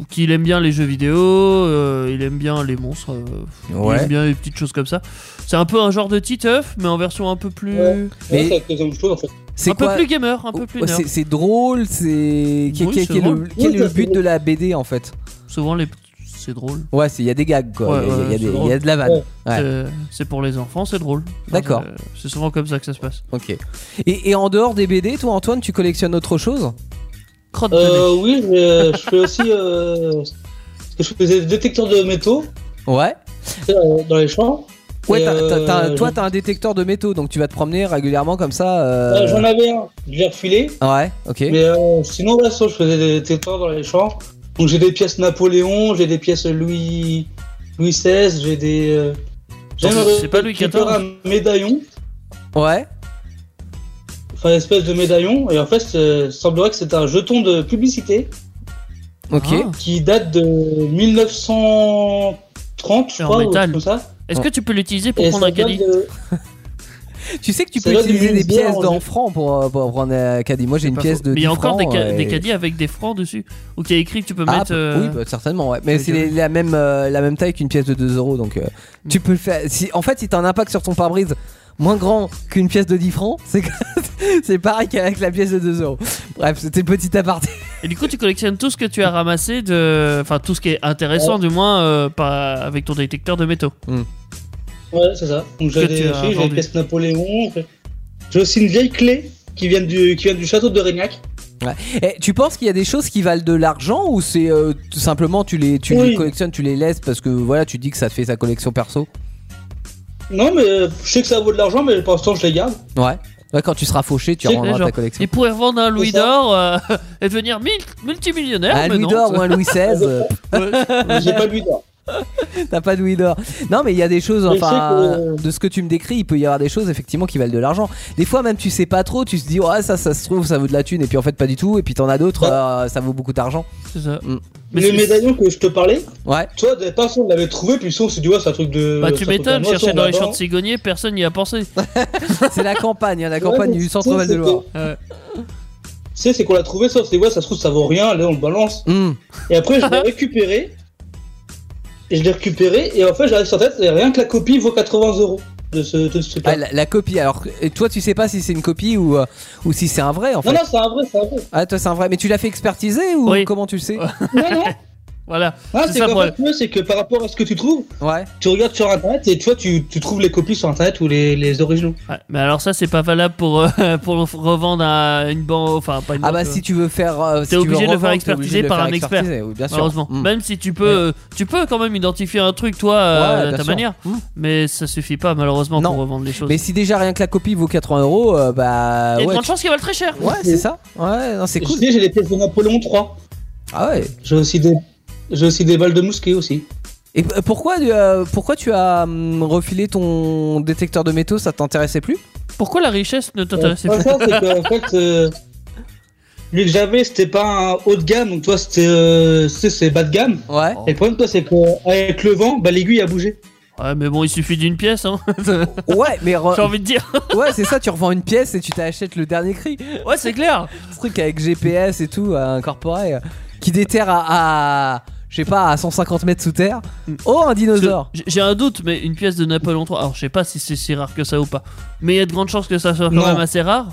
ou qu'il aime bien les jeux vidéo, euh, il aime bien les monstres, euh, il aime
Ouais.
bien les petites choses comme ça. C'est un peu un genre de Titeuf, mais en version un peu plus,
Ouais.
Mais-
Ouais, c'est la deuxième chose, en fait.
C'est
un peu
quoi
plus gamer, un peu plus
Oh,
nerd.
c'est- C'est drôle, c'est. Quel,
Oui,
quel-
c'est
quel est le-
drôle.
quel est le
Oui, c'est
but de la BD en fait
Souvent les, c'est drôle.
Ouais, il y a des gags quoi.
Ouais,
Il y a-
ouais,
il y a
c'est
des- il y,
drôle.
a de la vanne.
Ouais.
Ouais.
C'est- C'est pour les enfants, c'est drôle. Enfin,
D'accord.
euh, C'est souvent comme ça que ça se passe.
Ok. Et, et en dehors des BD, toi Antoine, tu collectionnes autre chose
Crotte de nez.
Euh, oui, mais, euh, je fais aussi. Euh, parce que je faisais des détecteurs de métaux
Ouais.
euh, dans les champs.
Ouais,
Et,
t'as- t'as- t'as-
euh,
toi
je-
t'as un détecteur de métaux, donc tu vas te promener régulièrement comme ça. euh,
Euh, J'en avais un, je l'ai refilé.
Ouais, ok.
Mais euh, sinon, ouais, ça, je faisais des détecteurs dans les champs. Donc j'ai des pièces Napoléon, j'ai des pièces Louis, Louis XVI, j'ai des. euh, j'ai
C'est-
même
c'est pas Louis
récupéré Un médaillon,
Ouais.
enfin une espèce de médaillon, et en fait, euh, il semblerait que c'est un jeton de publicité
Ok.
Ah.
qui date de 1930,
C'est
je
en
crois, ou
métal.
comme ça.
Est-ce que tu peux l'utiliser pour
Et
prendre
ça
un
date
caddie
de-
Ah.
Tu sais que tu
Ça
peux
doit être
utiliser
une
des
bière
pièces
en
d'en
jeu.
francs pour, pour prendre un caddie. Moi j'ai une
Pas
pièce
faux.
de
Mais il y a
10
encore des,
francs,
ca-
euh,
des
et-
caddies avec des francs dessus. Ou qui a écrit que tu peux
Ah,
mettre.
p-
euh,
Oui, bah, certainement, ouais. Mais
c'est
c'est les- la même, euh, la même taille qu'une pièce de 2 euros. Donc euh,
Mm.
tu peux le faire. Si, en fait, si t'as un impact sur ton pare-brise moins grand qu'une pièce de 10 francs, c'est que- c'est pareil qu'avec la pièce de 2 euros. Bref, c'était le petit aparté.
Et du coup, tu collectionnes tout ce que tu as ramassé, de... enfin tout ce qui est
Oh.
intéressant, du moins, euh, par- avec ton détecteur de métaux.
Ouais, c'est ça. Donc j'ai
Que tu
des,
as
j'ai des
vendu.
pièces Napoléon. j'ai- J'ai aussi une vieille clé qui vient du, qui vient du château de Régnac.
Eh, tu penses qu'il y a des choses qui valent de l'argent ou c'est euh, tout simplement tu les, tu
Oui.
les collectionnes, tu les laisses parce que voilà, tu dis que ça te fait ta collection perso
Non, mais euh, je sais que ça vaut de l'argent, mais pour l'instant, je les garde.
Ouais. Ouais, quand tu seras fauché, tu
C'est
rendras
genre-
ta collection.
Il pourrait vendre un Louis
ça.
d'or euh, et devenir mil- multimillionnaire.
Un
mais
Louis
non,
d'or
ça-
ou un Louis XVI, euh,
J'ai pas lui d'or.
T'as pas de Louis d'or. Non, mais il y a des choses,
Mais je sais
enfin,
que-
de ce que tu me décris, il peut y avoir des choses effectivement qui valent de l'argent. Des fois, même tu sais pas trop, tu te dis, ouais, ça, ça se trouve, ça vaut de la thune, et puis en fait, pas du tout, et puis t'en as d'autres,
Ouais.
euh, ça vaut beaucoup d'argent.
C'est ça.
Mm.
Mais
le
c'est-
médaillon que je te parlais,
Ouais,
toi, de personne on l'avait trouvé, puis on s'est dit, ouais, c'est un truc de.
Bah,
c'est
tu
un truc
m'étonnes,
de moisson,
chercher dans
on
les champs
l'avance.
de cigogniers, personne n'y a pensé.
c'est la campagne, hein, la campagne
Ouais, mais
du
tu
centre
sais,
Val de Loire.
c'est que-
Ouais.
Tu sais, c'est qu'on l'a trouvé, ça, on s'est dit, ouais, ça se trouve, ça vaut rien, là, on le balance.
Hum.
Et après, je l'ai récupéré. Et je l'ai récupéré, et en fait, j'arrive sur tête, et rien que la copie vaut 80 euros de ce, de ce truc-là.
Ah, la, la copie, alors et toi, tu sais pas si c'est une copie ou, euh, ou si c'est un vrai en fait.
Non, non, c'est un vrai, c'est un vrai.
Ah, toi, c'est un vrai, mais tu l'as fait expertiser ou
Oui.
comment tu le sais
Non, non,
Voilà.
Ah,
C'est
c'est
ça
qu'en
pour
fait, mieux, c'est que par rapport à ce que tu trouves,
Ouais.
tu regardes sur internet et toi tu, tu trouves les copies sur internet ou les, les originaux.
Ouais, mais alors, ça, c'est pas valable pour, euh, pour revendre à une banque. Enfin, pas une
Ah,
banque,
bah
euh,
si tu veux faire. euh, si
T'es
tu veux
obligé de le faire
revendre, t'es
expertiser
obligé de le
par
faire
un expert.
expertiser, oui, bien sûr.
Malheureusement.
Hum.
Même si tu peux, euh, tu peux quand même identifier un truc, toi, euh,
Ouais,
à
bien
ta
sûr.
manière.
Hum.
Mais ça suffit pas, malheureusement,
Non.
pour revendre les choses.
Mais si déjà rien que la copie vaut 80 euros, euh, bah.
Il y a de
ouais,
grandes chances qu'elles valent très cher.
Ouais, c'est ça. Ouais, non, c'est
Je
cool.
sais, j'ai les pièces de Napoléon 3.
Ah ouais.
J'ai aussi des j'ai aussi des balles de mousquet aussi.
Et p- pourquoi, euh, pourquoi tu as hum, refilé ton détecteur de métaux Ça t'intéressait plus
Pourquoi la richesse ne
Euh,
t'intéressait
pas ça, c'est que en fait euh, lui que j'avais c'était pas un haut de gamme donc toi c'était euh, c'est c'est bas de gamme.
Ouais.
Et le problème toi c'est qu'avec le vent bah l'aiguille a bougé.
Ouais, mais bon, il suffit d'une pièce, hein.
Ouais, mais re-
J'ai envie de dire.
ouais, c'est ça, tu revends une pièce et tu t'achètes le dernier cri.
Ouais, c'est clair.
Ce truc avec GPS et tout euh, incorporé euh, qui déterre à, à- je sais pas, à 150 mètres sous terre. Oh, un
Parce que
dinosaure.
j- J'ai un doute, mais une pièce de Napoléon III. Alors, je sais pas si c'est si rare que ça ou pas. Mais il y a de grandes chances que ça soit quand
Non.
même assez rare.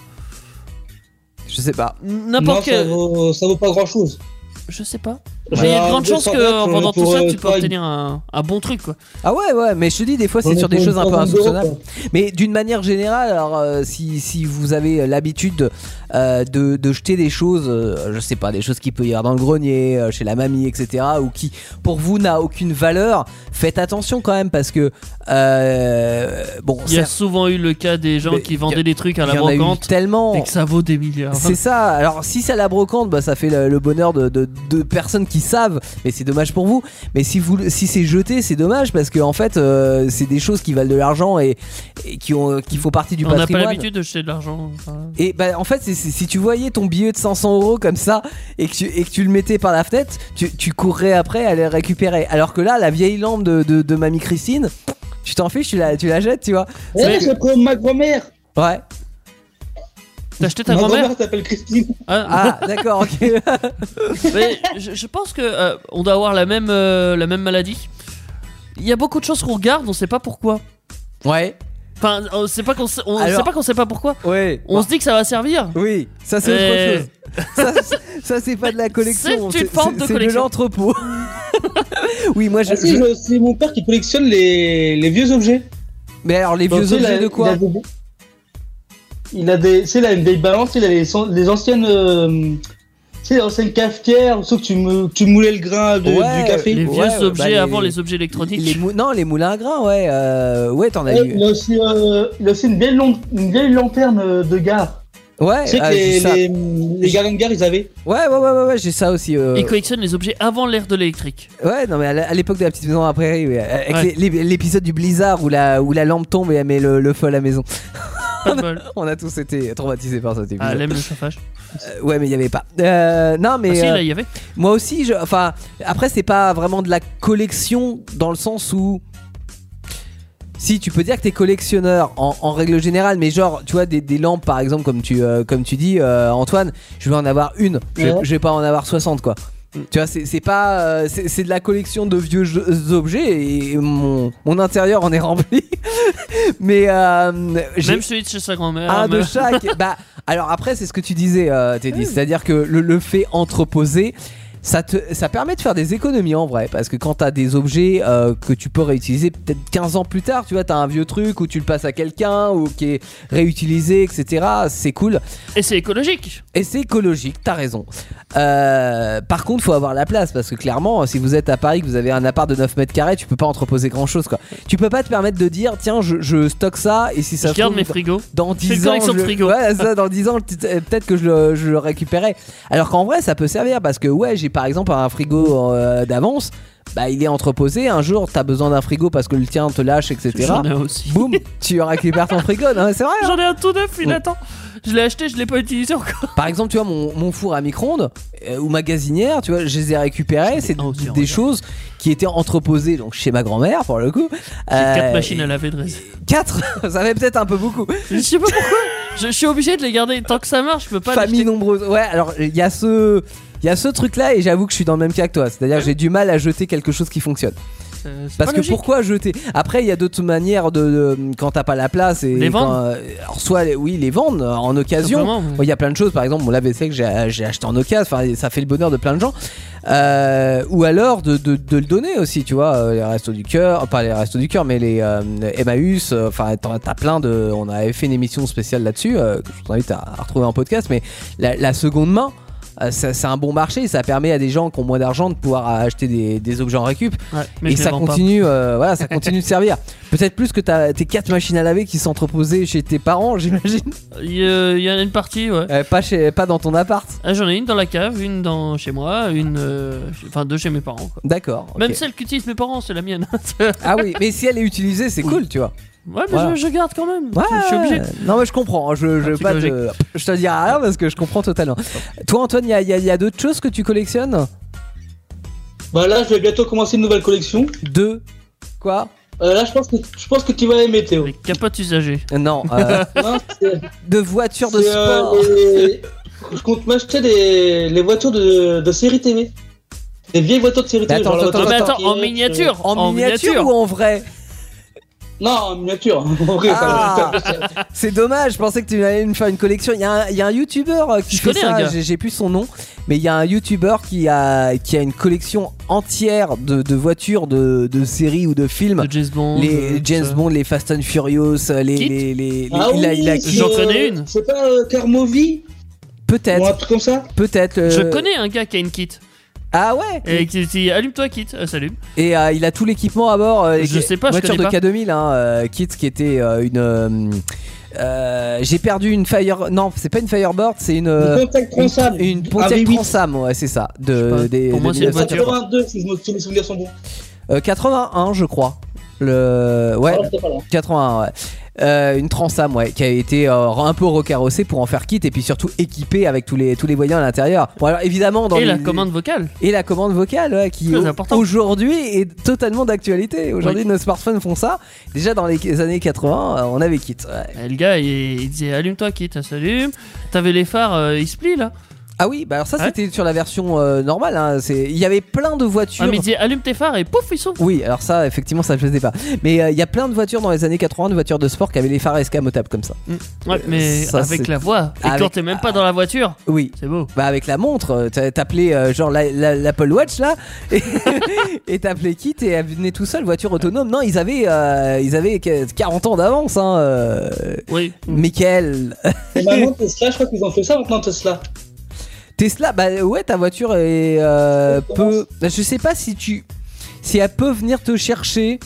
Je sais pas.
Non,
N'importe
ça
quel.
vaut, ça vaut pas grand chose.
Je sais pas.
Bah,
Mais il y a de
Alors,
grandes chances
200
qu'en
mètres,
vendant
pour,
tout ça,
euh,
tu peux
pas une-
obtenir un, un bon truc, quoi.
Ah ouais, ouais, mais je te dis, des fois, c'est sur des choses un peu insoupçonnables. Mais d'une manière générale, alors euh, si, si vous avez l'habitude euh, de, de jeter des choses, euh, je sais pas, des choses qui peut y avoir dans le grenier, euh, chez la mamie, etc., ou qui pour vous n'a aucune valeur, faites attention quand même parce que euh, bon,
Il y a
certes,
souvent eu le cas des gens
Mais
qui
y a-
vendaient des trucs à
il
la
y en a eu
brocante
tellement.
et que ça vaut des milliards.
C'est ça. Alors si c'est à la brocante, bah, ça fait le, le bonheur de, de- de personnes qui savent, mais c'est dommage pour vous. Mais si vous si c'est jeté, c'est dommage parce que en fait, euh, c'est des choses qui valent de l'argent et, et qui ont euh, qui font partie du
On n'a pas
patrimoine.
l'habitude de jeter de l'argent. enfin.
Et bah en fait, c'est- c'est- si tu voyais ton billet de 500 euros comme ça et que tu, et que tu le mettais par la fenêtre, tu, tu courrais après à le récupérer. Alors que là, la vieille lampe de, de, de mamie Christine, tu t'en fiches, tu la, tu la jettes, tu vois.
Ouais,
C'est-
c'est comme ma grand-mère.
Ouais.
T'as acheté ta
Ma
grand-mère
grand-mère s'appelle Christine.
Ah,
Ah, d'accord, ok.
Mais je, je pense que euh, on doit avoir la même, euh, la même maladie. Il y a beaucoup de choses qu'on regarde, on sait pas pourquoi.
ouais.
Enfin, on sait pas qu'on sait, on
Alors- Bah.
sait pas qu'on sait pas pourquoi.
Ouais.
On se dit que ça va servir.
Oui, ça c'est
Euh,
autre chose. Ça, c'est- ça, c'est pas de la collection,
c'est une forme de
c'est de
collection.
l'entrepôt. oui, moi je,
Ah si,
je-
je- c'est mon père qui collectionne les, les vieux objets.
Mais alors les
Donc,
vieux
tu sais, il
objets
a-
de
il
quoi
a des- Il a des, tu sais, il a une vieille balance, il a les, an- les anciennes, euh, tu sais, les anciennes cafetières, sauf que tu, mou- tu moulais le grain de-
Ouais,
du café.
Les
Ouais,
vieux
ouais, bah,
objets
les-
avant les objets électroniques.
les mou- Non, les moulins à grains, ouais. euh, Ouais, t'en as
Ouais,
eu.
il, a aussi, euh, il a aussi une vieille, lampe- une vieille lanterne euh, de gare.
Ouais,
Tu sais
ah,
que
j'ai
les,
ça.
les, les gardiens de gare, ils avaient.
ouais, ouais, ouais, ouais, ouais, j'ai ça aussi. euh,
Ils collectionnent les objets avant l'ère de l'électrique.
Ouais, non, mais à la- à l'époque de la petite maison après, avec
Ouais.
les- les- l'épisode du blizzard où la, où la lampe tombe et elle met le, le feu à la maison.
Pas de bol.
On a tous été traumatisés par cet
Ah,
épisode.
elle aime le chauffage.
Euh, ouais, mais il y avait pas. Euh, non, mais.
Ah, si,
euh,
là, il y avait.
Moi aussi, je, enfin, après, c'est pas vraiment de la collection dans le sens où. Si tu peux dire que t'es collectionneur en, en règle générale, mais genre, tu vois, des, des lampes par exemple, comme tu, euh, comme tu dis, euh, Antoine, je vais en avoir une, je, vais-
Ouais.
je vais pas en avoir 60 quoi. Tu vois, c'est c'est pas. euh, c'est c'est de la collection de vieux jeux- objets et mon, mon intérieur en est rempli. mais euh, j'ai-
Même celui de chez sa grand-mère.
un de
même-
chaque. bah, alors après, c'est ce que tu disais, euh,
Mm.
Teddy. C'est-à-dire que le, le fait entreposé, ça, te, ça permet de faire des économies en vrai. Parce que quand t'as des objets euh, que tu peux réutiliser peut-être 15 ans plus tard, tu vois, t'as un vieux truc où tu le passes à quelqu'un ou qui est réutilisé, etc. C'est cool.
Et c'est écologique.
Et c'est écologique, t'as raison. Euh, par contre, faut avoir la place parce que clairement, si vous êtes à Paris, que vous avez un appart de 9 mètres carrés, tu peux pas entreposer grand chose quoi. Tu peux pas te permettre de dire, tiens, je, je stocke ça et si ça
Je
se
garde
trouve,
mes frigos.
dans
Fais
10
le
ans,
correction
je-
de frigo.
ouais, ça, dans 10 ans, le petit- euh, peut-être que je le, je le récupérais. Alors qu'en vrai, ça peut servir parce que ouais, j'ai par exemple un frigo euh, d'avance, bah il est entreposé. Un jour, t'as besoin d'un frigo parce que le tien te lâche, etc.
J'en ai aussi.
Boum, tu récupères ton frigo. Non, mais c'est vrai. hein.
J'en ai un tout neuf, il
Ouais.
attend. Je l'ai acheté, je l'ai pas utilisé encore.
Par exemple, tu vois mon, mon four à micro-ondes euh, ou ma gazinière, tu vois, je les ai récupérés. C'est
un aussi,
des
regarde.
choses qui étaient entreposées donc chez ma grand-mère pour le coup. Euh,
Quatre machines à laver, dresser.
Quatre, ça fait peut-être un peu beaucoup.
Je sais pas pourquoi. Je, je suis obligé de les garder. Tant que ça marche, je peux pas
famille
les jeter.
nombreuse. Ouais, alors il y a ce il y a ce truc là et j'avoue que je suis dans le même cas que toi, c'est-à-dire que j'ai du mal à jeter quelque chose qui fonctionne.
C'est-
Parce
c'est pas
que
Ah logique.
pourquoi jeter Après il y a d'autres manières de, de- quand t'as pas la place et
Les
quand,
vendre
euh, alors, soit les- oui les vendre euh, en occasion.
Simplement,
Bon, Il y a plein de choses, par exemple, mon lave-vaisselle que E j'ai j'ai acheté en occasion, enfin, ça fait le bonheur de plein de gens. Euh, ou alors de, de- de le donner aussi, tu vois, euh, les restos du cœur, pas les restos du cœur, mais les euh, Emmaüs, euh, enfin, t'en- t'as plein de. On avait fait une émission spéciale là-dessus, euh, que je vous invite à, à retrouver en podcast, mais la, la seconde main. euh, ça- C'est un bon marché, ça permet à des gens qui ont moins d'argent de pouvoir acheter des, des objets en récup
Ouais, mais
et
je les
ça
vends pas.
continue, euh, voilà, ça continue de servir. Peut-être plus que t'as- tes quatre machines à laver qui s'entreposaient chez tes parents, j'imagine,
Il y, a- il y en a une partie, ouais.
Euh, pas chez, pas dans ton appart.
Ah, J'en ai une dans la cave, une dans chez moi, une. euh, chez- Enfin, deux chez mes parents, quoi.
D'accord. ok.
Même celle qu'utilisent mes parents, c'est la mienne. ouais,
Ah oui, mais si elle est utilisée, c'est
Oui.
cool, tu vois.
mais
Voilà.
je, je garde quand même.
Ouais,
Je- je suis obligé.
Non, mais je comprends. hein, Je, je,
Un
vais
petit
pas
logique.
te, je te dirai rien parce que je comprends totalement. Toi, Antoine, il y a, y a- y a d'autres choses que tu collectionnes
Bah là, je vais bientôt commencer une nouvelle collection.
Deux Quoi
Euh, là, je pense, que, je pense que tu vas aimer, Théo.
Les capotes usagées.
Non, euh,
Non, c'est-
de voitures de
c'est, euh,
sport.
les- Je compte m'acheter des les voitures de, de série TV. Des vieilles voitures de série
Mais
TV.
attends,
genre la
attends,
Non, mais
voiture de
attends, en
Parker,
miniature.
En, miniature, ou en vrai
euh, Non, en miniature. En vrai,
Ah.
ça va faire-
C'est dommage, je pensais que tu allais me faire une collection. Il y a un, il y a un youtubeur euh, qui
Je
fait
connais un
ça,
gars.
j'ai- j'ai plus son nom, mais il y a un youtubeur qui a, qui a une collection entière de, de voitures, de, de séries ou de films.
de James Bond.
Les
de-
James
ça.
Bond, les Fast and Furious, euh, les.
Kit
les, les, les-
euh, Ah
il a- il a-
oui, c'est,
J'en
euh,
connais une.
C'est pas euh, Carmovie ou un
Peut-être,
truc comme ça
peut-être. euh,
Je connais un gars qui a une kit.
Ah ouais
Et qui dit Allume-toi, kit. Euh, Salut.
Et euh, il a tout l'équipement à bord. euh,
Je
et-
sais pas, je
voiture
connais
de K2000, hein, euh, Kit, qui était euh, une. euh, euh, J'ai perdu une Fire. Non, c'est pas une Firebird, c'est une. euh,
Une Pontiac
une,
Transam.
une
Ah,
Pontiac
oui, oui.
Transam, ouais, c'est ça.
Je sais
De,
pas.
des,
Pour moi,
de
c'est une
1900.
voiture.
82, si, je me- si mes souvenirs sont bons.
Euh, 81, je crois. Le ouais,
Ah, j'étais pas là.
81. Ouais. Euh, une Transam, ouais, qui a été euh, un peu recarrossée pour en faire kit et puis surtout équipée avec tous les tous les voyants à l'intérieur. Bon, alors évidemment dans
Et la
les-
commande vocale.
et la commande vocale ouais, qui
Très
au-
important.
aujourd'hui est totalement d'actualité. Aujourd'hui, nos smartphones font ça. Déjà dans les années 80, euh, on avait kit. ouais.
Et le gars, il, il disait Allume-toi, kit. euh, Salut. T'avais les phares, euh, ils se plient là.
Ah oui, bah alors ça
Ouais.
c'était sur la version euh, normale. hein. C'est il y avait plein de voitures.
Ah, mais il disait Allume tes phares et pouf, ils sont.
Oui, alors ça, effectivement, ça ne faisait pas. Mais euh, il y a plein de voitures dans les années 80, de voitures de sport qui avaient les phares escamotables comme ça.
Ouais, mais
Ça,
avec
c'est-
la voix. Et
Avec-
quand t'es même pas dans la voiture,
Oui.
c'est beau.
Bah avec la montre, euh, t'a- t'appelais euh, genre la- la- l'Apple Watch là, et et t'appelais Kit et elle venait tout seul, voiture autonome. Non, ils avaient, euh, ils avaient que- 40 ans d'avance. Hein, euh,
Oui.
Michael.
Et maintenant, Tesla, je crois qu'ils ont fait ça maintenant, Tesla.
Tesla, bah ouais, ta voiture est euh, peut. Je sais pas si tu, si elle peut venir te chercher.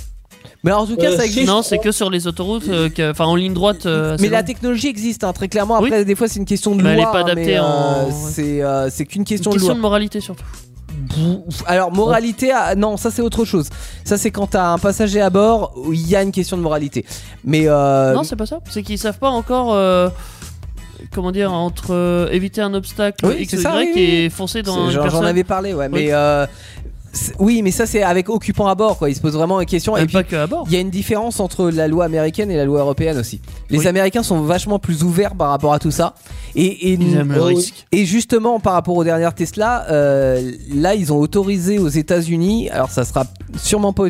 Mais en tout cas,
Euh,
ça
si,
existe.
Non, c'est que sur les autoroutes, euh, que- enfin en ligne droite. euh,
Mais
c'est
la
long.
technologie existe, hein, très clairement. Après, des fois, c'est une question de loi.
Mais elle est pas
hein,
adaptée
mais,
en-
C'est euh, c'est qu'une
Une
question,
question
de
de moralité surtout.
loi. Pff, Alors, moralité, ah, non, ça c'est autre chose. Ça, c'est quand t'as un passager à bord, où il y a une question de moralité. Mais euh,
Non, c'est pas ça. C'est qu'ils savent pas encore. euh, Comment dire, entre euh, éviter un obstacle
Oui,
X
c'est
ou Y
ça, oui, oui,
et foncer dans
C'est-
une
j'en- J'en
personne.
avais parlé, ouais.
Oui.
Mais euh, c'est- oui, mais ça, c'est avec occupant à bord, quoi. Il se pose vraiment une question.
Même
et puis,
pas que à bord.
Il y a une différence entre la loi américaine et la loi européenne aussi. Les
Oui.
Américains sont vachement plus ouverts par rapport à tout ça. Et, et,
Ils aiment le
Oh, oui.
risque.
et justement, par rapport aux dernières Tesla, euh, là, ils ont autorisé aux États-Unis, alors ça sera sûrement pas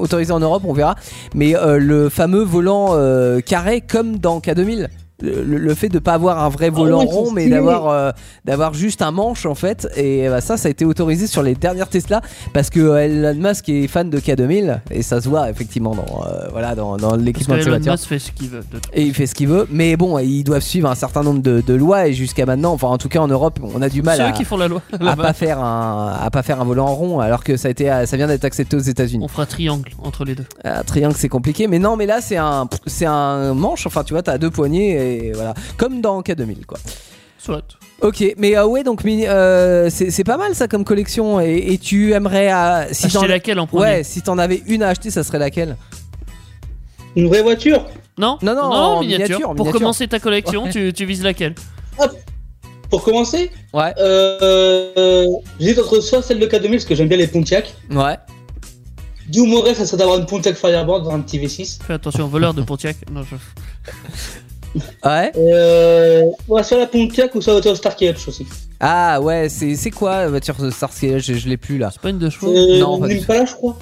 autorisé en Europe, on verra, mais euh, le fameux volant euh, carré comme dans K2000. Le, le- le fait de pas avoir un vrai volant
ouais, c'est
rond, mais
stylé.
d'avoir euh, d'avoir juste un manche en fait, et bah, ça, ça a été autorisé sur les dernières Tesla parce que euh, Elon Musk est fan de K2000 et ça se voit effectivement dans euh, voilà dans, dans
Parce
l'équipement
que
de sa
Elon
voiture.
Musk fait ce qu'il veut. de-
Et il fait ce qu'il veut, mais bon, ils doivent suivre un certain nombre de, de lois et jusqu'à maintenant, enfin en tout cas en Europe, on a du mal
C'est
à,
eux qui font la loi.
Bah, à
là-bas.
pas faire un à pas faire un volant rond alors que ça a été ça vient d'être accepté aux États-Unis.
On fera triangle entre les deux.
Un triangle c'est compliqué, mais non, mais là c'est un c'est un manche, enfin tu vois, t'as deux poignées et voilà, comme dans K2000 quoi.
Soit.
Ok, mais ah ouais, donc mini- euh, c'est c'est pas mal ça comme collection et, et tu aimerais euh, si t'en-
Acheter laquelle en premier
Ouais, si t'en avais une à acheter, ça serait laquelle
Une vraie voiture
Non
Non, non, en
en miniature.
miniature, en
Pour
miniature.
commencer ta collection, tu, tu vises laquelle
Pour commencer,
Ouais.
euh, euh, j'hésite entre soit celle de K2000, parce que j'aime bien les Pontiac.
Ouais.
D'où mon rêve, ça serait d'avoir une Pontiac Firebird dans un petit V6.
Fais attention, voleur de Pontiac. Non, je-
Ouais.
Euh, ouais, soit la Pontiac ou soit la voiture Starkey Hutch aussi.
Ah ouais, c'est c'est quoi la voiture de Starsky Hutch Je, je l'ai plus là.
C'est pas une de chevaux.
C'est
Non, pas
une
du tout.
Impala, je crois.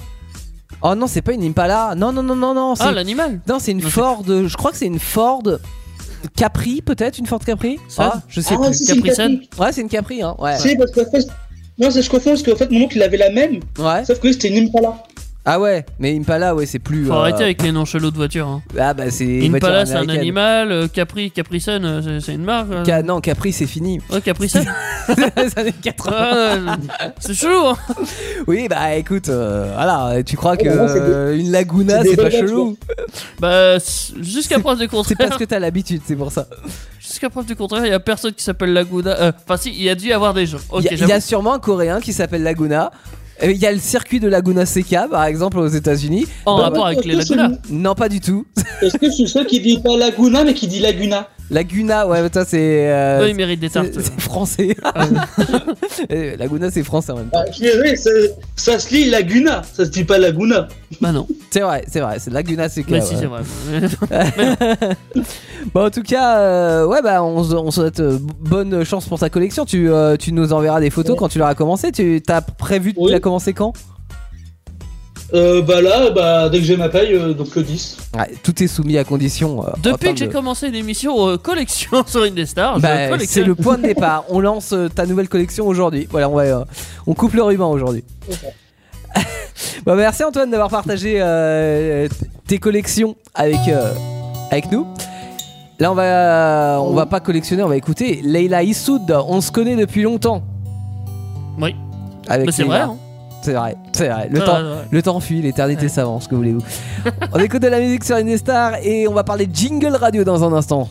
Oh non, c'est pas une Impala. Non, non, non, non, non. c'est-
Ah, l'animal
Non, c'est une
Non, c'est-
Ford. euh, Je crois que c'est une Ford Capri, peut-être une Ford Capri.
Sad.
Ah, je sais
ah,
plus.
si, c'est une
Capri Sun.
Capri.
Ouais, c'est une Capri, hein. Ouais.
Si, parce qu'en fait, non, c'est- je confonds, parce qu'en fait, mon oncle, il avait la même,
Ouais.
sauf que c'était une Impala.
Ah ouais, mais Impala, ouais, c'est plus.
Faut
euh,
arrêter avec les noms chelous de voitures. hein.
Ah bah c'est. une voiture
Impala, c'est un
américaine.
animal. euh, Capri, Capri Sun, euh, c'est- c'est une marque. euh.
Ca- Non, Capri, c'est fini.
Ouais, Capri Sun.
Les années 80.
Ah, c'est chelou. hein.
Oui, bah écoute, euh, voilà, tu crois que
Ouais, Oh, non, c'est des-
euh, une Laguna,
c'est
c'est
des
pas
belles
chelou
Bah, c- jusqu'à preuve du
C'est parce
contraire.
que t'as l'habitude, c'est pour ça.
Jusqu'à preuve du contraire, il y a personne qui s'appelle Laguna. euh, Enfin, si, il y a dû y avoir des gens.
Il
Ok,
y, a- il y
j'avoue.
a sûrement un Coréen qui s'appelle Laguna. Euh, Il y a le circuit de Laguna Seca, par exemple, aux États-Unis.
En
Bah,
rapport
ouais,
avec les
est-ce que
Laguna.
c'est
Non, pas du tout.
le- Est-ce que je suis celui qui dit pas Laguna, mais qui dit Laguna
Laguna, ouais, mais ça c'est. euh,
Eux, ils méritent des tartes.
c'est- c'est français.
Ah
Euh, Laguna, c'est français en même temps.
Ah, je suis désolé, ça, ça se lit Laguna, ça se dit pas Laguna.
Bah non.
C'est vrai, c'est vrai. C'est Laguna, c'est
Mais
clair.
si,
ouais.
c'est vrai.
Bon, en tout cas, euh, ouais, bah, on, se- on souhaite euh, bonne chance pour ta collection. Tu, euh, tu nous enverras des photos
Ouais.
quand tu l'auras commencé. Tu t'as prévu de
Oui.
la commencer quand
Euh, bah là, bah, dès que j'ai ma paye, euh, donc le 10.
Ouais, Tout est soumis à condition. euh, en
Depuis
termes
que j'ai
de-
commencé une émission euh, collection sur Indestar,
Bah,
je
c'est
collectionne.
le point de départ. On lance euh, ta nouvelle collection aujourd'hui. Voilà, on, va, euh, on coupe le ruban aujourd'hui. Bon, bah, merci Antoine d'avoir partagé euh, tes collections avec, euh, avec nous. Là, on va, euh, on va pas collectionner, on va écouter Leila Issoud. On se connaît depuis longtemps.
Oui.
Avec
Mais c'est vrai,
Leila.
hein. Ah,
C'est vrai, c'est vrai. Le
Ouais,
temps.
ouais, ouais.
Le temps fuit, l'éternité
Ouais.
s'avance, que voulez-vous On écoute de la musique sur Indestar et on va parler jingle radio dans un instant.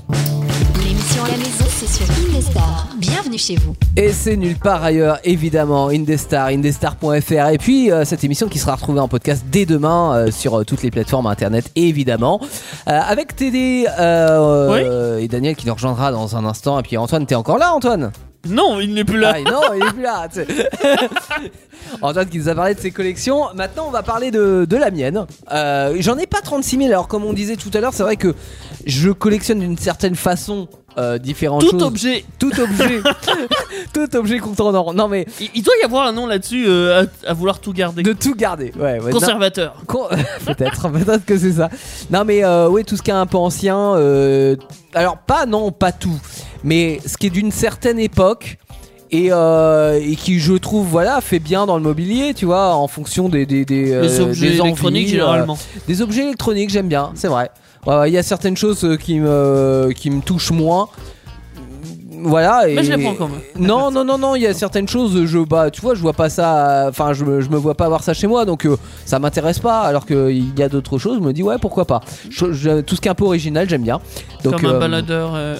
L'émission à la maison, c'est sur Indestar. Bienvenue chez vous.
Et c'est nulle part ailleurs, évidemment, Indestar, indestar.fr. Et puis, euh, cette émission qui sera retrouvée en podcast dès demain euh, sur euh, toutes les plateformes internet, évidemment. Euh, avec Teddy euh, et Daniel qui nous rejoindra dans un instant. Et puis, Antoine, t'es encore là, Antoine
Non, il n'est plus là.
Ah, Non, il est plus là. tu sais. Antoine qui nous a parlé de ses collections. Maintenant, on va parler de, de la mienne. Euh, J'en ai pas 36 000. Alors, comme on disait tout à l'heure, c'est vrai que je collectionne d'une certaine façon euh, différentes
Tout
choses.
objet.
tout objet. tout objet comptant en or. Non, mais
Il, il doit y avoir un nom là-dessus euh, à, à vouloir tout garder.
de tout garder. Ouais, ouais, non.
Conservateur.
Con- peut-être, peut-être que c'est ça. Non mais euh, oui, tout ce qui est un peu ancien. euh, alors pas, non, pas tout, mais ce qui est d'une certaine époque. Et, euh, et qui je trouve voilà fait bien dans le mobilier tu vois en fonction des des des, euh,
Les objets
des envies,
électroniques
euh,
généralement.
des objets électroniques j'aime bien c'est vrai Ouais, ouais, il y a certaines choses euh, qui me qui me touchent moins voilà et
Mais je les prends quand même.
non, non, non, non, il y a certaines choses, je, bah, tu vois, je vois pas ça, euh, enfin, je, me- je me vois pas avoir ça chez moi, donc euh, ça m'intéresse pas, alors qu'il y a d'autres choses, je me dis, ouais, pourquoi pas. Je- je- tout ce qui est un peu original, j'aime bien. Donc,
Comme un
euh,
baladeur. euh,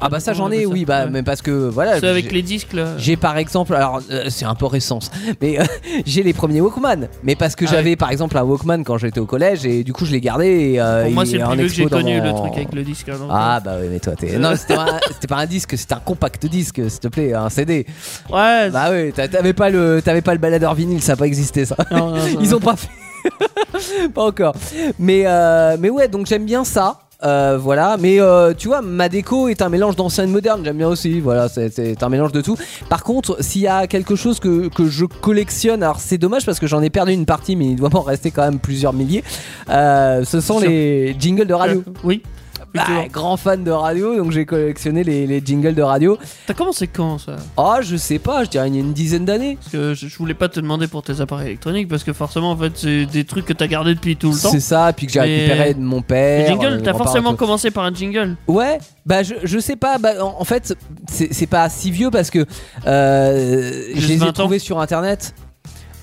ah bah ça, j'en
comment on
ai,
appelle
oui,
ça
bah,
Ouais.
mais parce que, voilà.
ceux avec
j'ai-
les disques là.
j'ai par exemple, alors euh, c'est un peu récent, mais euh, j'ai les premiers Walkman. Mais parce que
Ah
j'avais par exemple un Walkman quand j'étais au collège et du coup je l'ai gardé. Et, euh,
Pour moi,
il
c'est
est
le
en
plus vieux que j'ai
expo dans
connu, le
mon-
truc avec le disque. hein, donc,
Ah bah oui, mais toi t'es. Non, c'était pas, un- c'était pas un disque, c'était un compact disque, s'il te plaît, un CD.
euh, Ouais,
Bah oui, t'a- t'avais pas le, t'avais pas le baladeur vinyle, ça a pas existé ça.
non, non, non.
Ils ont pas fait, pas encore. Mais euh, mais ouais, donc j'aime bien ça. Euh, voilà, mais euh, tu vois, ma déco est un mélange d'ancien et de moderne, j'aime bien aussi, voilà, c'est- c'est un mélange de tout. Par contre, s'il y a quelque chose que, que je collectionne, alors c'est dommage parce que j'en ai perdu une partie, mais il doit m'en rester quand même plusieurs milliers, euh, ce sont
Sûr.
les jingles de radio.
Oui.
Bah,
Effectivement.
grand fan de radio, donc j'ai collectionné les, les jingles de radio.
T'as commencé quand ça
Ah, je sais pas, je dirais il y a une dizaine d'années.
Parce que je, je voulais pas te demander pour tes appareils électroniques parce que forcément en fait c'est des trucs que t'as gardé depuis tout le temps.
C'est ça, puis que j'ai
Mais-
récupéré de mon
Les
père. euh,
jingles, t'as
mon parent,
forcément
tout.
commencé par un jingle.
Ouais, bah je, je sais pas, bah, en, en fait c'est c'est pas si vieux parce que euh,
Juste
je les
20
ai
ans.
trouvés sur internet.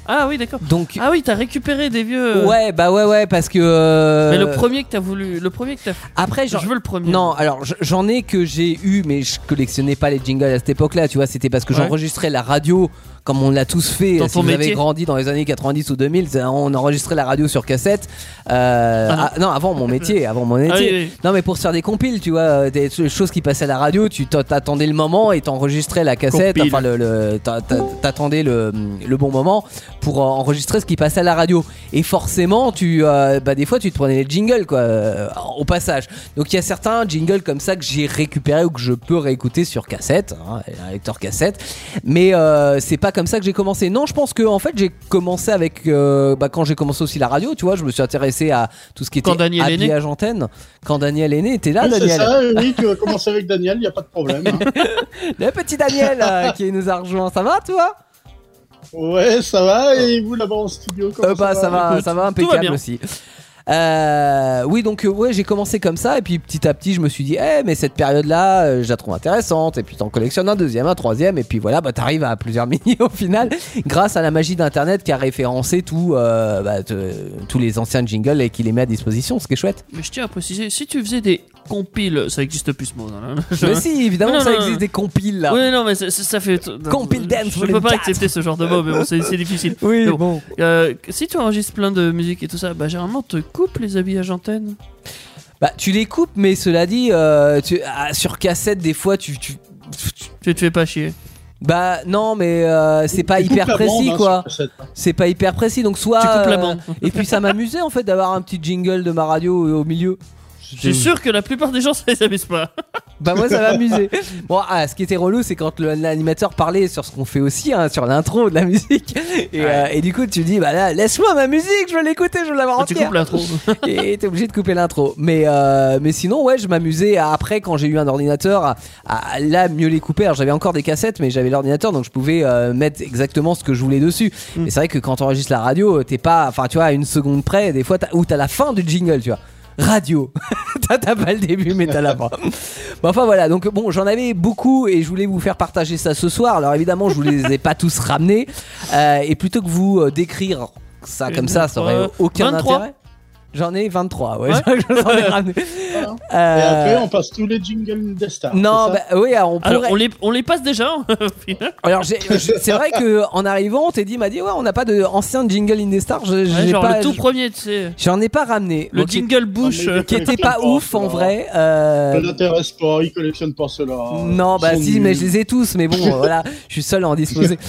Ah oui, d'accord.
Donc
Ah oui, t'as récupéré des vieux. euh,
ouais, bah ouais ouais parce que... euh,
Mais le premier que t'as voulu, le premier que t'as.
Après j'en-
Je veux le premier. Ah
Non, alors je- j'en ai que j'ai eu, mais je collectionnais pas les jingles à cette époque-là, tu vois. C'était parce que
Ouais.
j'enregistrais la radio, comme on l'a tous fait.
Dans
si
ton
vous avez
métier.
grandi dans les années 90 ou 2000, c'est- on enregistrait la radio sur cassette. Euh,
Ah non.
ah, non. avant mon métier, avant mon
Ah oui,
métier.
oui.
Non, mais pour se faire des compiles, tu vois, euh, des ch- choses qui passaient à la radio, tu t'en- t'attendais le moment et t'enregistrais la cassette,
Compile.
enfin, le, le- t'a- t'a- t'attendais le, le bon moment pour euh, enregistrer ce qui passait à la radio. Et forcément, tu, euh, bah, des fois, tu te prenais les jingles, quoi, euh, au passage. Donc, il y a certains jingles comme ça que j'ai récupéré ou que je peux réécouter sur cassette, hein, un lecteur cassette. Mais euh, c'est pas comme ça que j'ai commencé. Non, je pense que, en fait, j'ai commencé avec, euh, bah, quand j'ai commencé aussi la radio, tu vois, je me suis intéressé à tout ce qui était
Quand Daniel est né.
habillage antenne quand Daniel est né, t'es là,
Oui, c'est
Ah, Daniel.
ça, euh, oui, tu vas commencer avec Daniel, il n'y a pas de problème. hein.
Le petit Daniel euh, qui nous a rejoint, ça va, toi
Ouais, ça va, et vous là-bas en studio comment
Ah. euh, bah, ça, va,
Écoute,
ça va,
tout va
impeccable
bien.
aussi. Euh, oui, donc euh, ouais, j'ai commencé comme ça, et puis petit à petit, je me suis dit, eh, mais cette période-là, euh, je la trouve intéressante, et puis t'en collectionnes un deuxième, un troisième, et puis voilà, bah t'arrives à plusieurs milliers au final, grâce à la magie d'Internet qui a référencé tout, euh, bah, te- tous les anciens jingles et qui les met à disposition, ce qui est chouette.
Mais je tiens à préciser, si tu faisais des compiles, ça existe plus ce mot. non, non,
Mais si, évidemment,
Non,
ça
non,
existe
non.
des compiles là.
Oui, non, mais c'est- c'est- ça fait.
Compile dance
Je
volume
peux pas
4.
accepter ce genre de mot, mais bon, c'est c'est difficile.
Oui,
Non.
bon.
Euh, si tu enregistres plein de musique et tout ça, bah généralement, te coupe les habillages antennes.
Bah, tu les coupes, mais cela dit, euh, tu- ah, sur cassette, des fois, tu. tu- tu-
Tu te fais pas chier.
bah, non, mais euh, c'est pas
Tu coupes
hyper
la
précis,
bande, hein,
quoi.
sur cassette.
C'est pas hyper précis, donc soit.
tu coupes la
euh,
bande.
Et puis ça m'amusait en fait d'avoir un petit jingle de ma radio euh, au milieu.
Je suis sûr que la plupart des gens, ça les amuse pas.
Bah moi ça m'amusait. Bon, ah, ce qui était relou, c'est quand le- l'animateur parlait sur ce qu'on fait aussi, hein, sur l'intro de la musique. Et, euh, et du coup, tu dis, bah là, laisse-moi ma musique, je veux l'écouter, je veux l'avoir
Bah,
tu
entière.
coupes l'intro.
et t'es obligé de couper l'intro. Mais, euh, mais sinon, ouais, je m'amusais à- après quand j'ai eu un ordinateur à, à- là mieux les couper. Alors j'avais encore des cassettes, mais j'avais l'ordinateur donc je pouvais euh, mettre exactement ce que je voulais dessus.
Mm.
Mais c'est vrai que quand t'enregistres la radio, t'es pas, enfin tu vois, à une seconde près, des fois, t'as- ou t'as la fin du jingle, tu vois. Radio. t'as t'as pas le début, mais t'as la fin. Bon, enfin voilà, donc bon, j'en avais beaucoup et je voulais vous faire partager ça ce soir. Alors évidemment, je vous les ai pas tous ramenés. Euh, et plutôt que vous euh, décrire ça
Une,
comme ça, ça
trois,
aurait aucun
23.
intérêt. J'en ai 23, ouais,
Ouais.
j'en ai ramené.
Et après,
Euh,
on passe tous les jingles des stars.
non,
c'est ça
bah oui, alors on pourrait.
Alors, on les, on les passe déjà. hein, au final.
Alors, j'ai- j'ai- c'est vrai que en arrivant, Teddy m'a dit ouais, on n'a pas de ancien jingle Indestar. Je-
Ouais,
j'ai
genre
pas,
le tout premier, tu sais.
j'en ai pas ramené.
Le
Bon, qui-
jingle euh, bouche.
Non, mais-
qui était pas
Je
ouf en
pense,
vrai.
Ça
euh,
l'intéresse pas, il collectionne pas cela. hein.
Oh,
Non, bah
Ils sont
si, mais
nuls.
je les ai tous, mais bon, voilà, je suis seul à en disposer.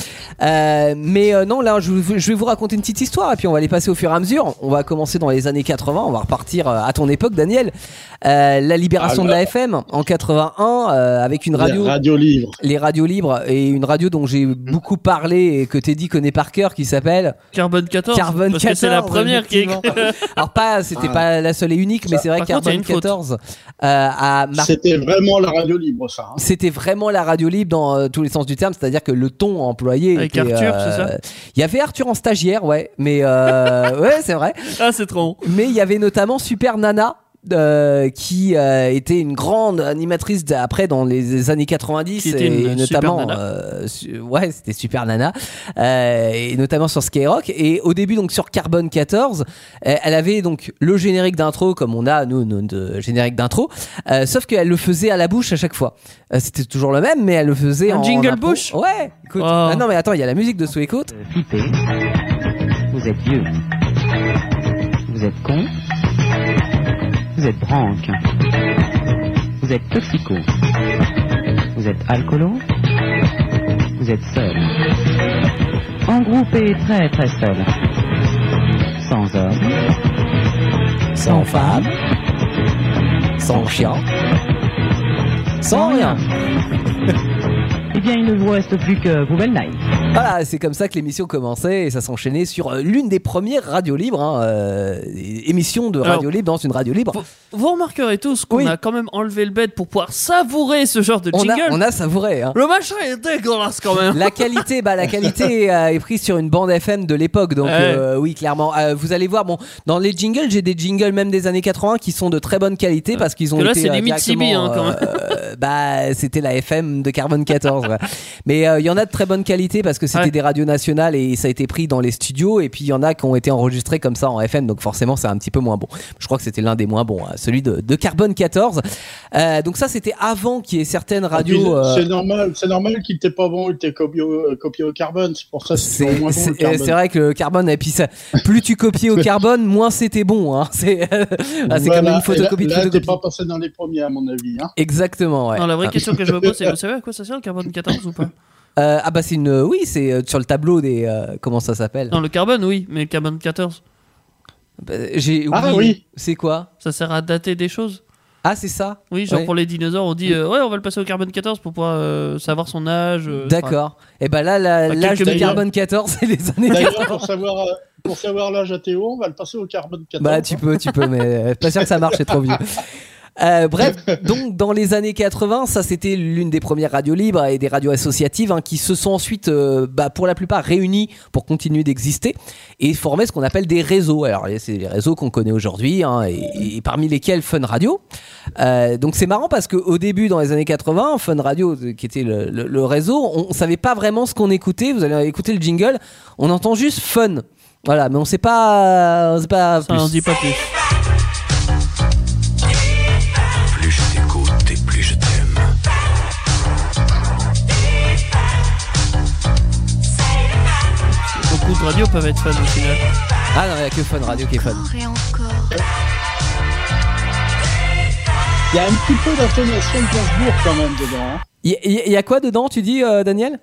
Euh, mais euh, non, là, je, vous- je vais vous raconter une petite histoire, et puis on va les passer au fur et à mesure. On va commencer dans les années 80, on va repartir euh, à ton époque, Daniel. Euh, la libération de la FM en 81, euh, avec une radio,
radio libre.
les radios libres, et une radio dont j'ai beaucoup parlé et que Teddy connaît par cœur, qui s'appelle
Carbone 14.
Carbone
parce
14.
que c'est la première qui est.
effectivement. Alors pas, c'était
Ah.
pas la seule et unique, mais c'est vrai que
Par contre, il y a
Carbone
une faute.
14 euh, a marqué
C'était vraiment la radio libre, ça. hein.
c'était vraiment la radio libre dans euh, tous les sens du terme, c'est-à-dire que le ton employé.
Avec
était,
Arthur,
euh,
c'est ça
Il y avait Arthur en stagiaire, ouais, mais euh, ouais, c'est vrai.
Ah, c'est trop.
Mais il y avait notamment Super Nana. euh, qui euh, était une grande animatrice d- après dans les années 90
Qui était une
et
super
notamment
nana.
euh, su- ouais c'était super nana euh, et notamment sur Skyrock et au début donc sur Carbone 14 euh, elle avait donc le générique d'intro comme on a nous notre générique d'intro euh, sauf qu'elle le faisait à la bouche à chaque fois Euh, c'était toujours le même mais elle le faisait
Un
en
jingle
impro.
bouche
ouais écoute.
Oh.
Ah non mais attends il y a la musique de sous écoute
Flippez. Vous êtes vieux. Vous êtes con. Vous êtes branque. Vous êtes toxico. Vous êtes alcoolo. Vous êtes seul. En groupe et très très seul. Sans homme.
sans femme, sans chien, sans rien.
Eh bien, il ne vous reste plus que Poubelle Night.
Voilà, c'est comme ça que l'émission commençait et ça s'enchaînait sur euh, l'une des premières radios libres, hein, euh, é- émission de radio
Alors,
libre dans une radio libre.
faut- Vous remarquerez tous qu'on
Oui.
a quand même enlevé le bed pour pouvoir savourer ce genre de
On a,
jingle.
on a savouré. hein.
Le machin est dégueulasse quand même.
La qualité, bah la qualité euh, est prise sur une bande FM de l'époque, donc
Ouais.
euh, oui clairement. Euh, vous allez voir, bon, dans les jingles, j'ai des jingles même des années 80 qui sont de très bonne qualité parce qu'ils ont
Parce que là,
été
c'est
euh,
limite CB,
directement,
hein, quand même.
euh, bah c'était la FM de Carbone 14. ouais. Mais euh, il y en a de très bonne qualité parce que c'était
Ouais.
des radios nationales et ça a été pris dans les studios et puis il y en a qui ont été enregistrés comme ça en FM, donc forcément c'est un petit peu moins bon. Je crois que c'était l'un des moins bons, hein, celui de, de Carbone 14. Euh, donc ça c'était avant qu'il y ait certaines
Et Ah, puis,
radios. euh,
C'est normal, c'est normal qu'il n'était pas bon, il était copié, au- copié euh, au carbone. C'est pour ça que
C'est
c'est moins bon le
c'est- euh, c'est
carbone.
vrai que le carbone, et puis ça, plus tu copiais au carbone, moins c'était bon. hein. C'est euh, ah, c'est comme
Voilà.
une photocopie
Et
de
Là, là t'es
photocopie.
pas passé dans les premiers, à mon avis. Hein.
Exactement, ouais.
Non, la vraie
Ah.
question que je me pose, c'est vous savez à quoi ça sert le carbone 14 ou pas
Euh, ah bah c'est une, oui, c'est euh, sur le tableau des, euh, comment ça s'appelle
Non, le carbone, oui, mais le carbone 14,
Bah, J'ai
Ah
oublié.
oui.
C'est quoi
ça sert à dater des choses.
Ah c'est ça.
Oui, genre
Ouais. Mm.
pour les dinosaures, on dit euh, ouais, on va le passer au carbone 14 pour pouvoir euh, savoir son âge. euh,
D'accord. Et bah là, la-
Enfin,
l'âge
quelques
de
millions.
carbone 14, c'est les années.
D'ailleurs, pour savoir, euh, pour savoir l'âge à Théo, on va le passer au carbone 14.
Bah tu peux, tu peux, mais euh, pas sûr que ça marche, c'est trop vieux. Euh, bref, donc dans les années 80, ça c'était l'une des premières radios libres et des radios associatives hein, qui se sont ensuite, euh, bah, pour la plupart, réunies pour continuer d'exister et former ce qu'on appelle des réseaux. Alors c'est les réseaux qu'on connaît aujourd'hui hein, et, et parmi lesquels Fun Radio. Euh, donc c'est marrant parce que au début, dans les années 80, Fun Radio, euh, qui était le, le- le réseau, on, on savait pas vraiment ce qu'on écoutait. Vous allez écouter le jingle, on entend juste Fun. Voilà, mais on sait pas, on sait pas
Ça,
plus.
on dit pas plus.
Plus je t'écoute et plus je t'aime.
Beaucoup de radios peuvent être fans au final.
Ah non, il y a que Fun Radio qui est fun.
Encore et encore.
Il y a un petit peu d'intonation de Gainsbourg quand même dedans. hein.
Il y, y- y a quoi dedans, tu dis, euh, Daniel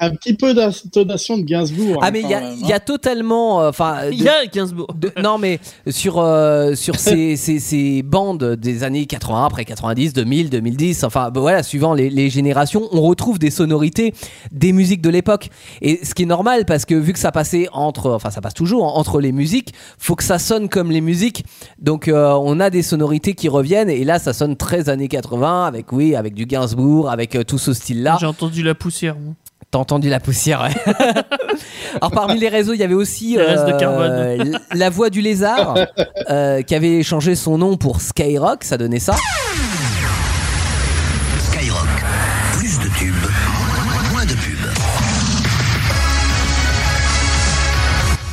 Un petit peu d'intonation de Gainsbourg. hein,
Ah, mais il
quand
y a,
même,
il y a totalement. euh, Enfin,
Il
de-
y a Gainsbourg.
de- non, mais sur, euh, sur ces, ces, ces bandes des années 80, après 90, 2000, 2010, enfin bah, voilà, suivant les, les générations, on retrouve des sonorités des musiques de l'époque. Et ce qui est normal, parce que vu que ça passait entre, enfin ça passe toujours, hein, entre les musiques, faut que ça sonne comme les musiques. Donc euh, on a des sonorités qui reviennent, et là ça sonne très années 80, avec oui, avec du Gainsbourg, avec euh, tout ce style-là.
J'ai entendu la poussière. moi.
T'as entendu la poussière. ouais. Alors parmi les réseaux, il y avait aussi
Les restes de carbone.
l- la voix du lézard euh, qui avait changé son nom pour Skyrock, ça donnait ça.
Skyrock, plus de tubes, moins de pubs.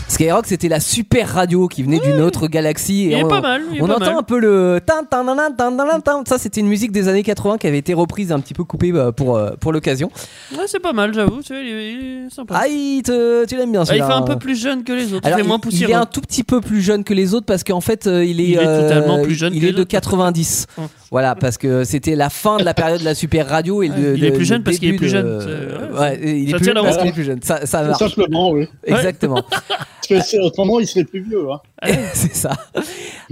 Skyrock, c'était la super radio qui venait d'une autre galaxie.
Il est
on,
pas mal. Il est
on
pas
entend
mal.
un peu le tin, tin, nan, nan, tin, nan, nan, tin. ça c'était une musique des années 80 qui avait été reprise un petit peu coupée euh, pour euh, pour l'occasion.
Ouais, c'est pas mal, j'avoue. Tu vois, il est, il est sympa.
Ah, il te- tu l'aimes bien
Ah, il
celui-là.
fait un
hein.
peu plus jeune que les autres.
Alors,
il est moins hein.
il- il, est
poussiéreux.
un tout petit peu plus jeune que les autres parce qu'en fait, euh, il est,
Il est
euh,
totalement plus jeune
il
que
est
les
de
autres.
90.
Hum.
voilà, parce que c'était la fin de la période de la super radio. Et
Ouais,
de-
il est
de-
plus jeune
le
parce qu'il est
début
plus
de-
jeune, c'est- ouais,
Ouais, il est
ça
plus
tient
jeune
la
parce
route.
qu'il est plus jeune. Ça, ça
hein. Tout
marche.
Simplement, oui.
Exactement,
Parce que c'est- autrement, il serait plus vieux. Hein.
c'est ça.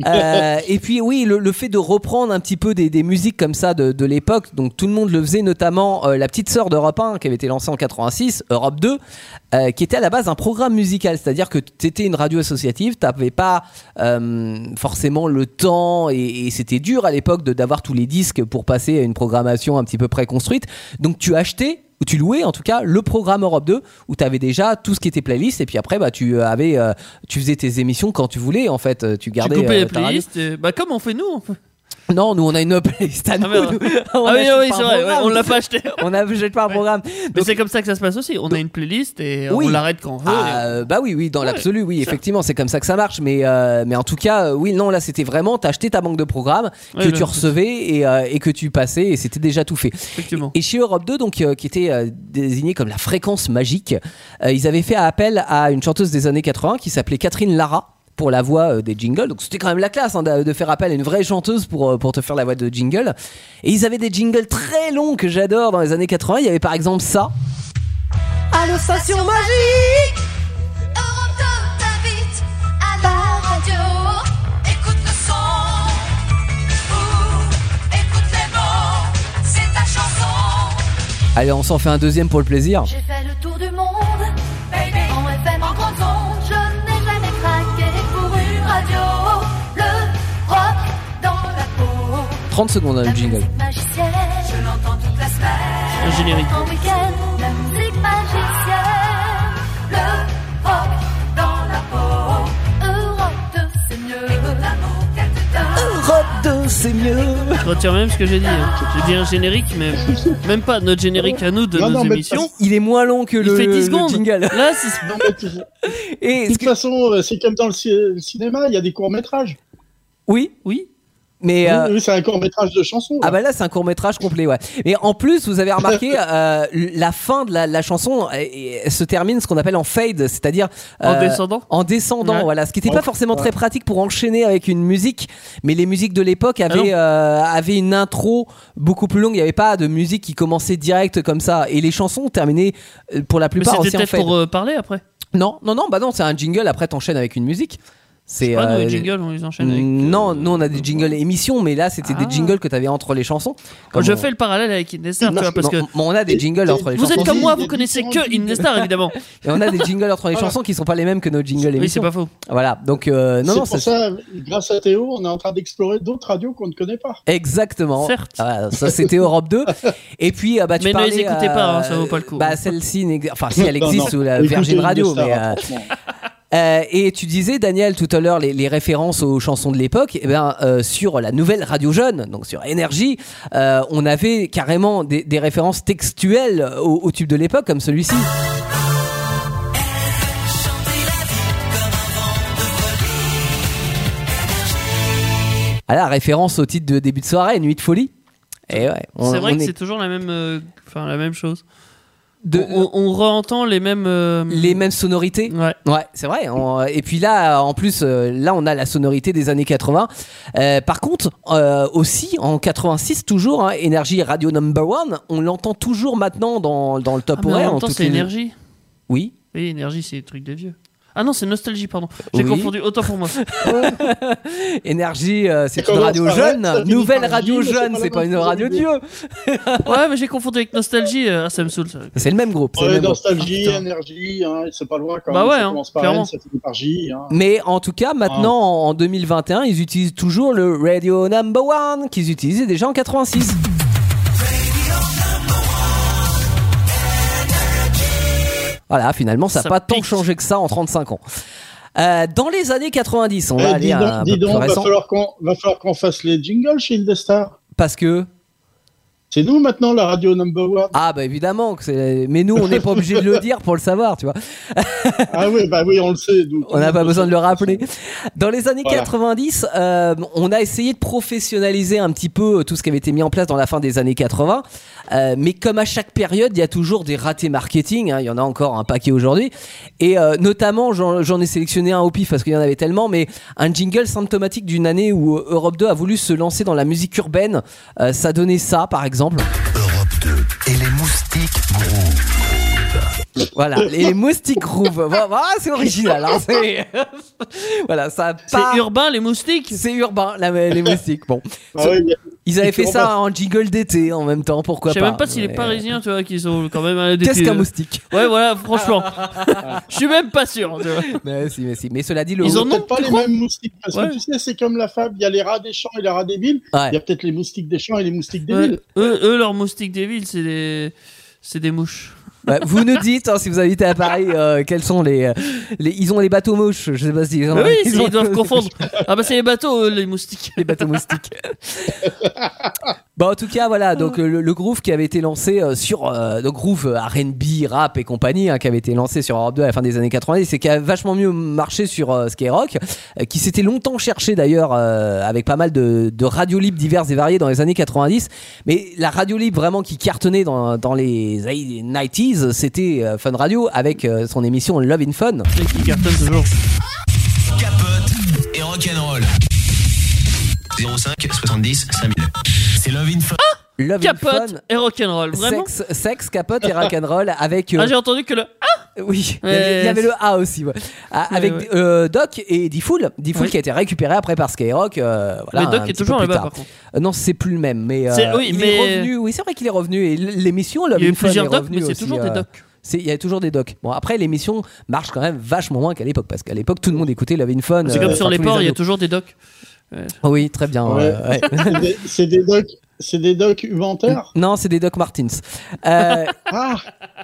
Euh, et puis oui, le, le fait de reprendre un petit peu des, des musiques comme ça de, de l'époque, donc tout le monde le faisait, notamment euh, la petite sœur d'Europe 1 qui avait été lancée en 86, Europe 2, euh, qui était à la base un programme musical, c'est-à-dire que tu étais une radio associative, tu n'avais pas euh, forcément le temps, et, et c'était dur à l'époque de- d'avoir tous les disques pour passer à une programmation un petit peu préconstruite, donc tu achetais ou tu louais en tout cas le programme Europe 2 où tu avais déjà tout ce qui était playlist et puis après bah tu avais euh, tu faisais tes émissions quand tu voulais en fait euh, tu
Tu
gardais
coupais
euh,
les
ta radio.
playlists. et- Bah, comme on fait nous. on fait-
Non, nous on a une playlist à nous.
merde.
Nous, on
Ah oui,
achète
oui,
pas
c'est
un
vrai. ouais,
programme.
on l'a pas acheté.
On n'achète pas un
Ouais.
programme.
Mais c'est comme ça que ça se passe aussi. On a une playlist et
Oui.
on l'arrête quand on veut.
Ah, euh, bah oui, oui, dans
Ouais,
l'absolu, oui,
ça.
effectivement, c'est comme ça que ça marche. Mais, euh, mais en tout cas, euh, oui, non, là c'était vraiment, t'as acheté ta banque de programmes
Ouais,
que
là,
tu recevais et, euh, et que tu passais et c'était déjà tout fait.
Effectivement.
Et chez Europe 2, donc, euh, qui était euh, désignée comme la fréquence magique, euh, ils avaient fait appel à une chanteuse des années 80 qui s'appelait Catherine Lara pour la voix euh, des jingles. Donc c'était quand même la classe hein, d'a- de faire appel à une vraie chanteuse pour, euh, pour te faire la voix de jingle. Et ils avaient des jingles très longs que j'adore dans les années 80. Il y avait par exemple ça. Allô, station magique
Europe 2 t'invite à la radio. Écoute le son, ou écoute les mots, c'est ta chanson.
Allez, on s'en fait un deuxième pour le plaisir.
J'ai fait le tour du monde, baby, en FM, en grande onde. Je n'ai jamais craqué pour une radio. Le rock dans la peau.
30 secondes dans
Ah,
La
le jingle.
musique magicienne, je l'entends toute la semaine.
Un générique.
En week-end, la musique magicienne, le rock dans la peau. Europe 2, c'est mieux. Écoute l'amour qu'elle te donne.
Europe 2, c'est mieux.
Je retire même ce que j'ai dit. hein. J'ai dit un générique, mais même pas notre générique à nous de
Non,
nos
non, mais
émissions.
Il est moins long que
Il
le,
fait 10
le
secondes.
jingle.
Là, c'est-
Non, mais de toute- de
Et ce
toute
que-
façon, euh, c'est comme dans le, ci- le cinéma, il y a des courts-métrages.
Oui,
oui.
mais. euh,
Oui, oui, c'est un court-métrage de chansons.
Ah
là.
bah là c'est un court métrage complet ouais. Mais en plus vous avez remarqué euh, la fin de la, la chanson euh, et- se termine ce qu'on appelle en fade, c'est-à-dire
En
euh,
descendant.
en descendant
Ouais.
voilà, ce qui n'était
Ouais.
pas forcément très pratique pour enchaîner avec une musique, mais les musiques de
Ah
l'époque avaient, euh, avaient une intro beaucoup plus longue, il n'y avait pas de musique qui commençait direct comme ça et les chansons terminaient euh, pour la
Mais
plupart
c'était
aussi en
peut-être
fade.
pour euh, parler après.
Non, non non, bah non, c'est un jingle après t'enchaînes avec une musique. C'est
Pas nos
euh,
jingles, on les enchaîne avec.
non,
euh,
nous on a des jingles émissions, mais là c'était
Ah.
des jingles que t'avais entre les chansons.
Quand
Comme
je
on-
fais le parallèle avec Indestar, tu vois, parce que
Bon, bon, on a des jingles entre les
vous
chansons.
êtes comme moi, vous
Il y a
connaissez
différents
que
jingles.
Indestar évidemment.
Et on a des jingles entre les chansons qui sont pas les mêmes que nos jingles
Oui, c'est
émissions.
pas faux.
Voilà. Donc euh, non
c'est
non, ça-
pour ça, grâce à Théo, on est en train d'explorer d'autres radios qu'on ne connaît pas.
Exactement.
Certes.
Ah, ça c'était Europe 2. Et puis ah, bah tu
Mais ne
parlais,
les écoutez
euh,
pas, hein, ça vaut pas le coup.
Bah celle-ci n'ex- enfin si elle
Non,
existe
non.
sous la
Écoutez
Virgin
une
Radio
Star,
mais euh,
hein, franchement.
Euh, et tu disais, Daniel, tout à l'heure, les, les références aux chansons de l'époque, eh ben, euh, sur la nouvelle Radio Jeune, donc sur Énergie, euh, on avait carrément des, des références textuelles au, au tube de l'époque, comme celui-ci. Ah la référence au titre de début de soirée, Nuit de folie. Et ouais, on-
C'est vrai
on
que
est-
c'est toujours la même, euh, enfin la même chose.
de,
on, on re-entend les mêmes. euh,
les mêmes sonorités.
Ouais.
Ouais, c'est vrai. On- euh, Et puis là, en plus, euh, là, on a la sonorité des années 80. Euh, par contre, euh, aussi, en 86, toujours, hein, Énergie Radio Number One, on l'entend toujours maintenant dans, dans le top
Ah, mais en
horaire,
même temps,
toutes
c'est
les-
énergie.
Oui.
Oui, énergie, c'est le truc des vieux. Ah non, c'est nostalgie, pardon. J'ai
Oui.
confondu autant pour moi.
Énergie, euh, c'est
Ça
une
commence
radio
par
jeune,
Red, ça finit
nouvelle
par
radio
Gilles, c'est
jeune,
pas la
c'est pas
même
une
chose.
radio de vieux.
ouais, mais j'ai confondu avec nostalgie. euh, Ah, ça me saoule. ça.
C'est le même groupe. c'est le
Ouais,
même groupe.
nostalgie,
Ah, putain.
énergie, hein, c'est pas loin quand
Bah
même.
ouais,
ça
hein,
commence par
clairement.
N, ça finit par J. hein.
Mais en tout cas, maintenant, en 2021, ils utilisent toujours le Radio Number One qu'ils utilisaient déjà en 86. Voilà, finalement, ça n'a
Ça
pas tant
pique.
changé que ça en 35 ans. Euh, dans les années 90, on va
Eh,
aller
dis
à un
donc,
peu
dis
plus
donc, va
bah, récent,
falloir qu'on va falloir qu'on fasse les jingles chez Indestar.
parce que
C'est nous maintenant la radio number one.
ah bah évidemment que c'est mais nous on n'est pas obligé de le dire pour le savoir, tu vois.
Ah oui, bah oui, on le sait. nous.
On n'a pas besoin de le rappeler. Dans les années
Voilà.
90, euh, on a essayé de professionnaliser un petit peu euh, tout ce qui avait été mis en place dans la fin des années 80. Euh, mais comme à chaque période, il y a toujours des ratés marketing. hein. il y en a encore un paquet aujourd'hui. Et euh, notamment, j'en j'en ai sélectionné un au pif parce qu'il y en avait tellement, mais un jingle symptomatique d'une année où euh, Europe 2 a voulu se lancer dans la musique urbaine. Euh, ça donnait ça, par exemple.
Europe 2 et les moustiques groupes.
Voilà, les moustiques groove. Voilà, c'est original. hein. C'est- voilà, ça a pas-
C'est urbain, les moustiques.
C'est urbain, la- les moustiques. Bon.
Ah oui, il y a-
Ils avaient
Et puis
fait
on
ça en jingle d'été en même temps,
Je
pourquoi
sais
pas.
même pas si les
Mais-
Parisiens, tu vois, qui sont quand même à des- euh,
Qu'est-ce qu'un moustique Ah.
Ouais, voilà, franchement. Je suis même pas sûr. tu vois.
mais, si, mais, si. mais cela dit, le.
Ils
Ils
en
ont
ont,
peut-être pas
tu
les
crois
mêmes moustiques. Parce
Ouais.
que tu sais, c'est comme la fable, il y a les rats des champs et les rats des villes.
Ouais.
Il y a peut-être les moustiques des champs et les moustiques des
Ouais.
villes.
Eux, eux, leurs moustiques des villes, c'est des, c'est des mouches.
Ouais, vous nous dites hein, si vous habitez à Paris, euh, quels sont les, euh, les. Ils ont les bateaux mouches, je sais pas si. Ils ont,
Mais oui, c'est-
ont-
ils doivent confondre. Ah bah c'est les bateaux, eux, les moustiques.
Les bateaux moustiques. bon, Bah, en tout cas, voilà. Donc, euh, le, le groove qui avait été lancé euh, sur. euh, le groove euh, RB, rap et compagnie, hein, qui avait été lancé sur Europe 2 à la fin des années 90, c'est qui a vachement mieux marché sur euh, Skyrock, euh, qui s'était longtemps cherché d'ailleurs, euh, avec pas mal de, de radios libres diverses et variées dans les années 90. Mais la radio libre vraiment qui cartonnait dans, dans les 90s, c'était euh, Fun Radio avec euh, son émission Love in Fun.
Et qui cartonnent toujours.
Capote et rock'n'roll. 05 70 5000. C'est Love in Fun.
Love in Fun.
Capote et rock'n'roll, vraiment.
Sexe, sexe, capote et rock'n'roll avec euh,
Ah, j'ai entendu que le.
Oui, il y
Ouais,
avait- il y avait
c'est-
le A aussi, ouais. Ah,
Ouais,
avec
ouais.
euh, Doc et Diffoul, Diffoul
Oui.
qui a été récupéré après par Skyrock. euh, voilà,
mais
un
Doc est
petit peu
toujours
plus
là-bas,
tard.
par contre.
Euh, non, c'est plus le même, mais, euh,
C'est- oui,
il est
mais-
revenu. Oui, c'est vrai qu'il est revenu et l- l'émission, Love
Il y a eu
in Fun, est
plusieurs Docs,
revenue
mais c'est
aussi,
toujours des
euh,
Docs.
c'est- Il y a toujours des Docs. Bon, après l'émission marche quand même vachement moins qu'à l'époque parce qu'à l'époque tout le monde écoutait Love in Fun.
C'est
euh,
comme
par
sur les
tous les
ports, il y a
ados.
toujours des Docs.
Oh oui, très bien.
Ouais.
euh, ouais.
C'est des- C'est des docs, c'est des docs inventaires.
non, c'est des Doc Martins. Euh,
Ah,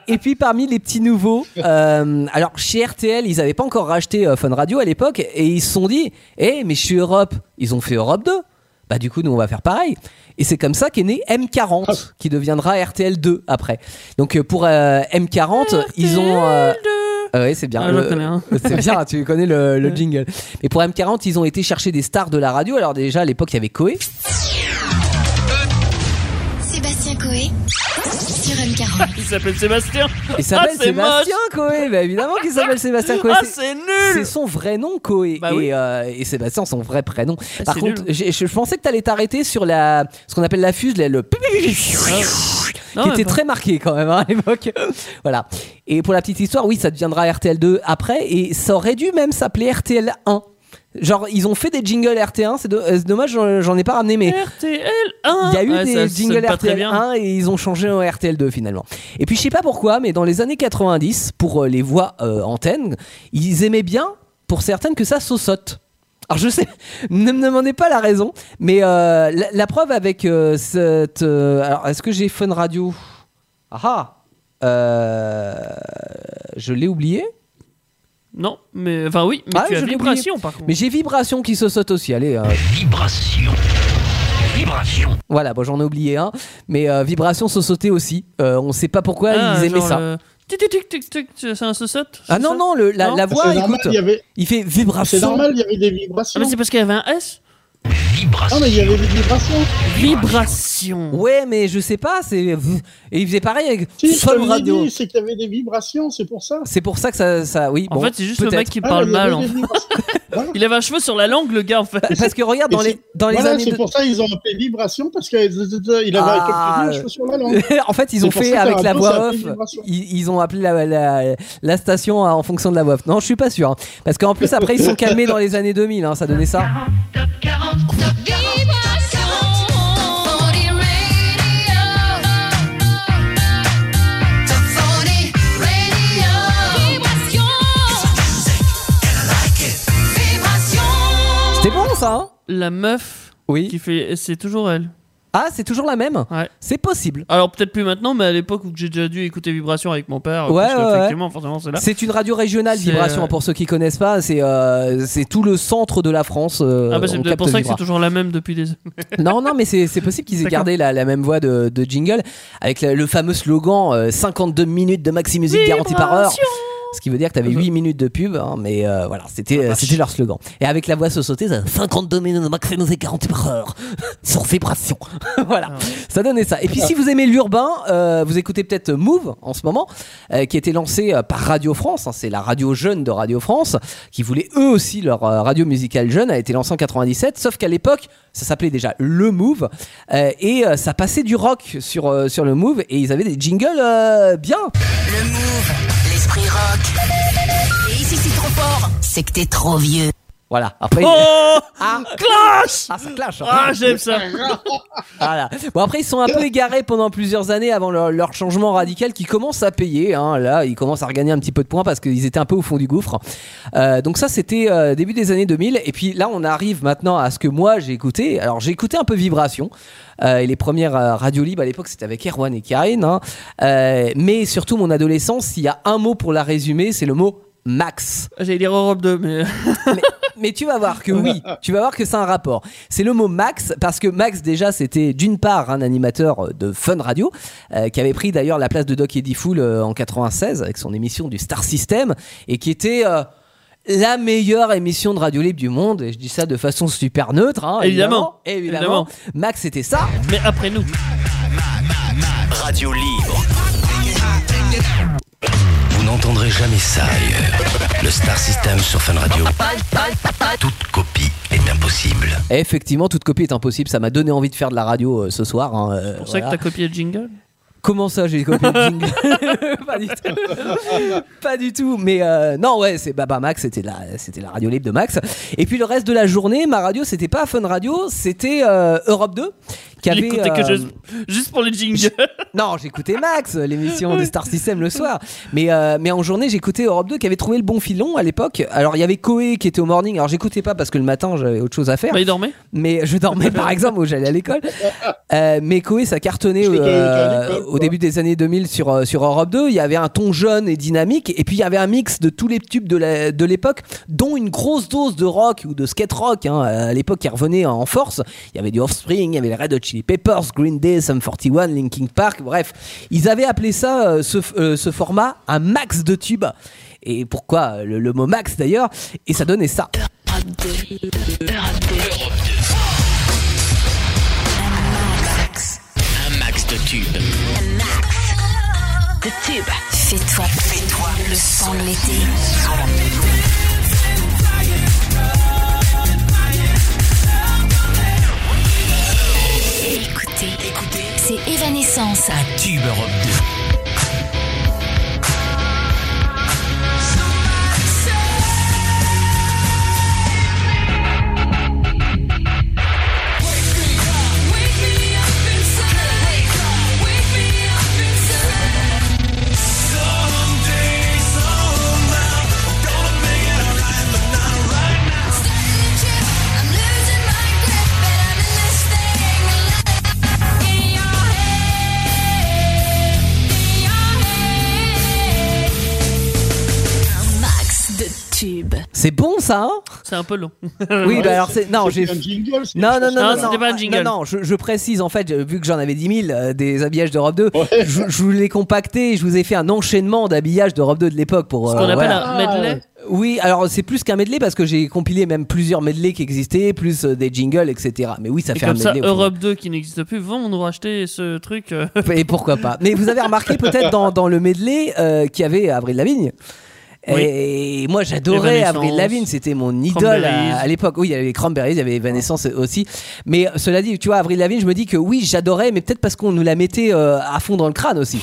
Et puis parmi les petits nouveaux, euh, alors chez RTL, ils n'avaient pas encore racheté euh, Fun Radio à l'époque et ils se sont dit, Eh, mais chez Europe, ils ont fait Europe 2. Bah du coup, nous on va faire pareil. Et c'est comme ça qu'est né M40, qui deviendra RTL 2 après. Donc euh, pour euh, M40, ils ont... euh, euh, oui, c'est bien.
Ah,
le-
j'en connais un.
c'est bien, tu connais le, le jingle. Et pour M40, ils ont été chercher des stars de la radio. Alors déjà, à l'époque, il y avait Coé.
Sébastien Coé sur M40.
Il s'appelle Sébastien.
Il s'appelle
Ah, c'est
Sébastien Coé. Bah, évidemment qu'il s'appelle Sébastien Coé.
Ah,
C'est-
c'est
C'est
nul
son vrai nom, Koé.
Bah
et,
oui.
euh, et Sébastien, son vrai prénom.
Ah,
Par
c'est
contre,
nul.
j'ai- je, je pensais que t'allais t'arrêter sur la, ce qu'on appelle la fuse, là, le.
Ah. Non,
qui
mais
était
pas-
très marqué quand même hein, à l'époque. voilà. Et pour la petite histoire, oui, ça deviendra RTL2 après. Et ça aurait dû même s'appeler RTL1. Genre, ils ont fait des jingles RT1. C'est do- euh, c'est dommage, j'en j'en ai pas ramené, mais.
RTL 1
Il y a eu
Hein, Ouais, Ah, ça
des
sonne
jingles
pas très bien.
RTL1 et ils ont changé en RTL2 finalement. Et puis je sais pas pourquoi, mais dans les années 90, pour euh, les voix euh, antennes, ils aimaient bien, pour certaines, que ça saussote. Alors je sais, ne me demandez pas la raison, mais euh, la, la preuve avec euh, cette... euh, alors est-ce que j'ai Fun Radio Ah ah Euh, Je l'ai oublié
Non, mais enfin oui, mais
Ah,
tu as
je l'ai
vibration par contre.
Mais j'ai Vibration qui saussote aussi, allez. euh,
Vibration. Vibration.
voilà, bon j'en ai oublié un, mais euh, Vibration saussotait aussi. Euh, on sait pas pourquoi
Ah,
ils aimaient
genre
ça.
le tic, tic, tic, tic, tic, c'est un saucette
Ah
c'est
non,
ça
non, le- la,
Non
la
c'est
voix,
normal,
écoute, ah,
il y avait,
il fait
c'est
vibration.
normal, il y avait des
Ah, mais
vibrations.
c'est parce qu'il y avait un S
Ah,
Vibration.
mais il y avait des vibrations.
Vibration.
Ouais, mais je sais pas, c'est. Et il faisait pareil avec
Si, je te
Sol
l'ai
Radio.
dit, c'est qu'il y avait des vibrations, c'est pour ça.
C'est pour ça que ça. ça oui,
En
bon,
fait, c'est juste le
peut-être.
mec qui
Ah,
parle
il y avait
mal. en
des
hein.
fait.
vibrations. Voilà.
Il avait un cheveu sur la langue, le gars, en fait.
Pa- Parce que regarde, dans
Et
les, dans les
Voilà,
années.
c'est
de-
pour ça ils ont appelé vibration parce qu'il avait
Ah,
quelques cheveux sur la langue.
en fait, ils ont
C'est pour
fait
ça que
avec
la
la
radio, ça
voix
a
off.
fait une vibration.
Ils, ils ont appelé la, la, la station hein, en fonction de la voix off. Non, je suis pas sûr. hein. Parce qu'en plus, après, ils sont calmés dans les années 2000. hein, ça donnait ça. C'est bon, ça hein
La meuf
Oui.
qui fait. C'est toujours elle.
Ah, c'est toujours la même
Ouais.
C'est possible.
Alors peut-être plus maintenant, mais à l'époque où j'ai déjà dû écouter Vibration avec mon père,
Ouais,
parce que,
ouais, Euh, ouais.
effectivement, forcément, c'est là.
C'est une radio régionale,
C'est,
Vibration,
euh,
pour ceux qui connaissent pas. C'est euh, c'est tout le centre de la France. euh,
ah bah c'est
on
peut-être pour
capte
ça que c'est
Vibra.
toujours la même depuis des.
Non, non, mais c'est c'est possible qu'ils aient
D'accord.
gardé la, la même voix de, de jingle avec la- le fameux slogan euh, 52 minutes de maxi musique garantie par heure. Ce qui veut dire que t'avais 8 minutes de pub, hein, mais euh, voilà,
Ah,
c'était euh, c'était leur slogan. Et avec la voix sauter, 52 minutes de maxi musique garantie par heure sur vibration. voilà,
Ah
ça donnait ça. Et puis si vous aimez l'urbain, euh, vous écoutez peut-être Move en ce moment, euh, qui a été lancé euh, par Radio France. hein, c'est la radio jeune de Radio France qui voulaient eux aussi leur euh, radio musicale jeune a été lancée en 97 sauf qu'à l'époque ça s'appelait déjà le Move euh, et euh, ça passait du rock sur, euh, sur le Move et ils avaient des jingles euh, bien
Le move, l'esprit rock. Et ici, c'est trop fort. C'est que t'es trop vieux.
voilà après
Oh
ah,
Clash
ah, ça clash hein.
Ah j'aime ça.
Voilà. Bon après ils sont un peu égarés pendant plusieurs années avant leur, leur changement radical qui commence à payer. hein. Là ils commencent à regagner un petit peu de points parce qu'ils étaient un peu au fond du gouffre. Euh, donc ça c'était euh, début des années 2000 et puis là on arrive maintenant à ce que moi j'ai écouté. Alors j'ai écouté un peu Vibration euh, et les premières euh, radios libres à l'époque c'était avec Erwan et Karine. hein. Euh, mais surtout mon adolescence, il y a un mot pour la résumer, c'est le mot max.
J'allais dire Europe 2, mais
Mais tu vas voir que oui, tu vas voir que c'est un rapport. C'est le mot Max, parce que Max, déjà, c'était d'une part un animateur de Fun Radio, euh, qui avait pris d'ailleurs la place de Doc Eddie Fool euh, en 96 avec son émission du Star System, et qui était. euh, la meilleure émission de radio libre du monde, et je dis ça de façon super neutre, hein,
Évidemment.
évidemment.
Évidemment.
Max, c'était ça.
mais après nous.
Radio libre.
Vous n'entendrez jamais ça ailleurs. Le Star System sur Fun Radio. Toute copie est impossible.
Et effectivement, toute copie est impossible. Ça m'a donné envie de faire de la radio euh, ce soir. hein, euh,
Pour ça
voilà.
que t'as copié le jingle.
Comment ça, j'ai copié le jingle Pas du tout. Pas du tout. Mais euh, non, ouais, c'est Baba Max, c'était la, c'était la radio libre de Max. Et puis le reste de la journée, ma radio, c'était pas Fun Radio, c'était euh, Europe 2. Qui
Il
avait,
écoutait que
euh,
juste, juste pour le jingle.
Non, j'écoutais Max, l'émission des Star System le soir. Mais, euh, mais en journée, j'écoutais Europe 2 qui avait trouvé le bon filon à l'époque. Alors il y avait Coé qui était au morning. Alors j'écoutais pas parce que le matin, j'avais autre chose à faire.
Bah il dormait.
mais je dormais par exemple où j'allais à l'école. Euh, mais Koé, ça cartonnait
Parce que t'es- t'es à
euh,
l'école,
au
quoi.
début des années 2000 sur, euh, sur Europe 2. Il y avait un ton jeune et dynamique, et puis il y avait un mix de tous les tubes de la- de l'époque, dont une grosse dose de rock ou de skate rock. hein, à l'époque, qui revenait en force. Il y avait du Offspring, il y avait les Red Hot Chili Peppers, Green Day, Sum 41, Linkin Park. Bref, ils avaient appelé ça, euh, ce, euh, ce format, un max de tubes. Et pourquoi euh, le, le mot max d'ailleurs Et ça donnait ça.
Un max de tube.
De tube. Fais-toi, fais-toi le son de l'été.
Écoutez, écoutez, c'est Evanescence.
Un tube Europe 2.
Max de tube.
C'est bon ça hein
C'est un peu long.
Oui, bah
Ouais,
alors c'est. Non, j'ai.
un jingle. c'est-
Non, non, non, non,
Non, c'était pas un jingle.
non, non, je, je précise en fait, vu que j'en avais 10 000 euh, des habillages d'Europe 2, je, je vous l'ai compacté, je vous ai fait un enchaînement d'habillages d'Europe 2 de l'époque pour.
Ce
euh,
qu'on appelle
voilà. Euh,
un medley.
Ah,
Oui, alors c'est plus qu'un medley parce que j'ai compilé même plusieurs medleys qui existaient, plus euh, des jingles, etc. Mais oui, ça
Et
fait
comme
un
ça,
medley. au fond.
Europe 2 qui n'existe plus, vont nous racheter ce truc. euh.
Et pourquoi pas Mais vous avez remarqué peut-être dans, dans le medley euh, qu'il y avait Avril Lavigne. Et moi j'adorais
Evanescence,
Avril Lavigne, c'était mon idole à,
Cranberries.
à l'époque. Oui, il y avait les Cranberries, il y avait Evanescence aussi. Mais euh, cela dit, tu vois, Avril Lavigne, je me dis que oui, j'adorais, mais peut-être parce qu'on nous la mettait euh, à fond dans le crâne aussi.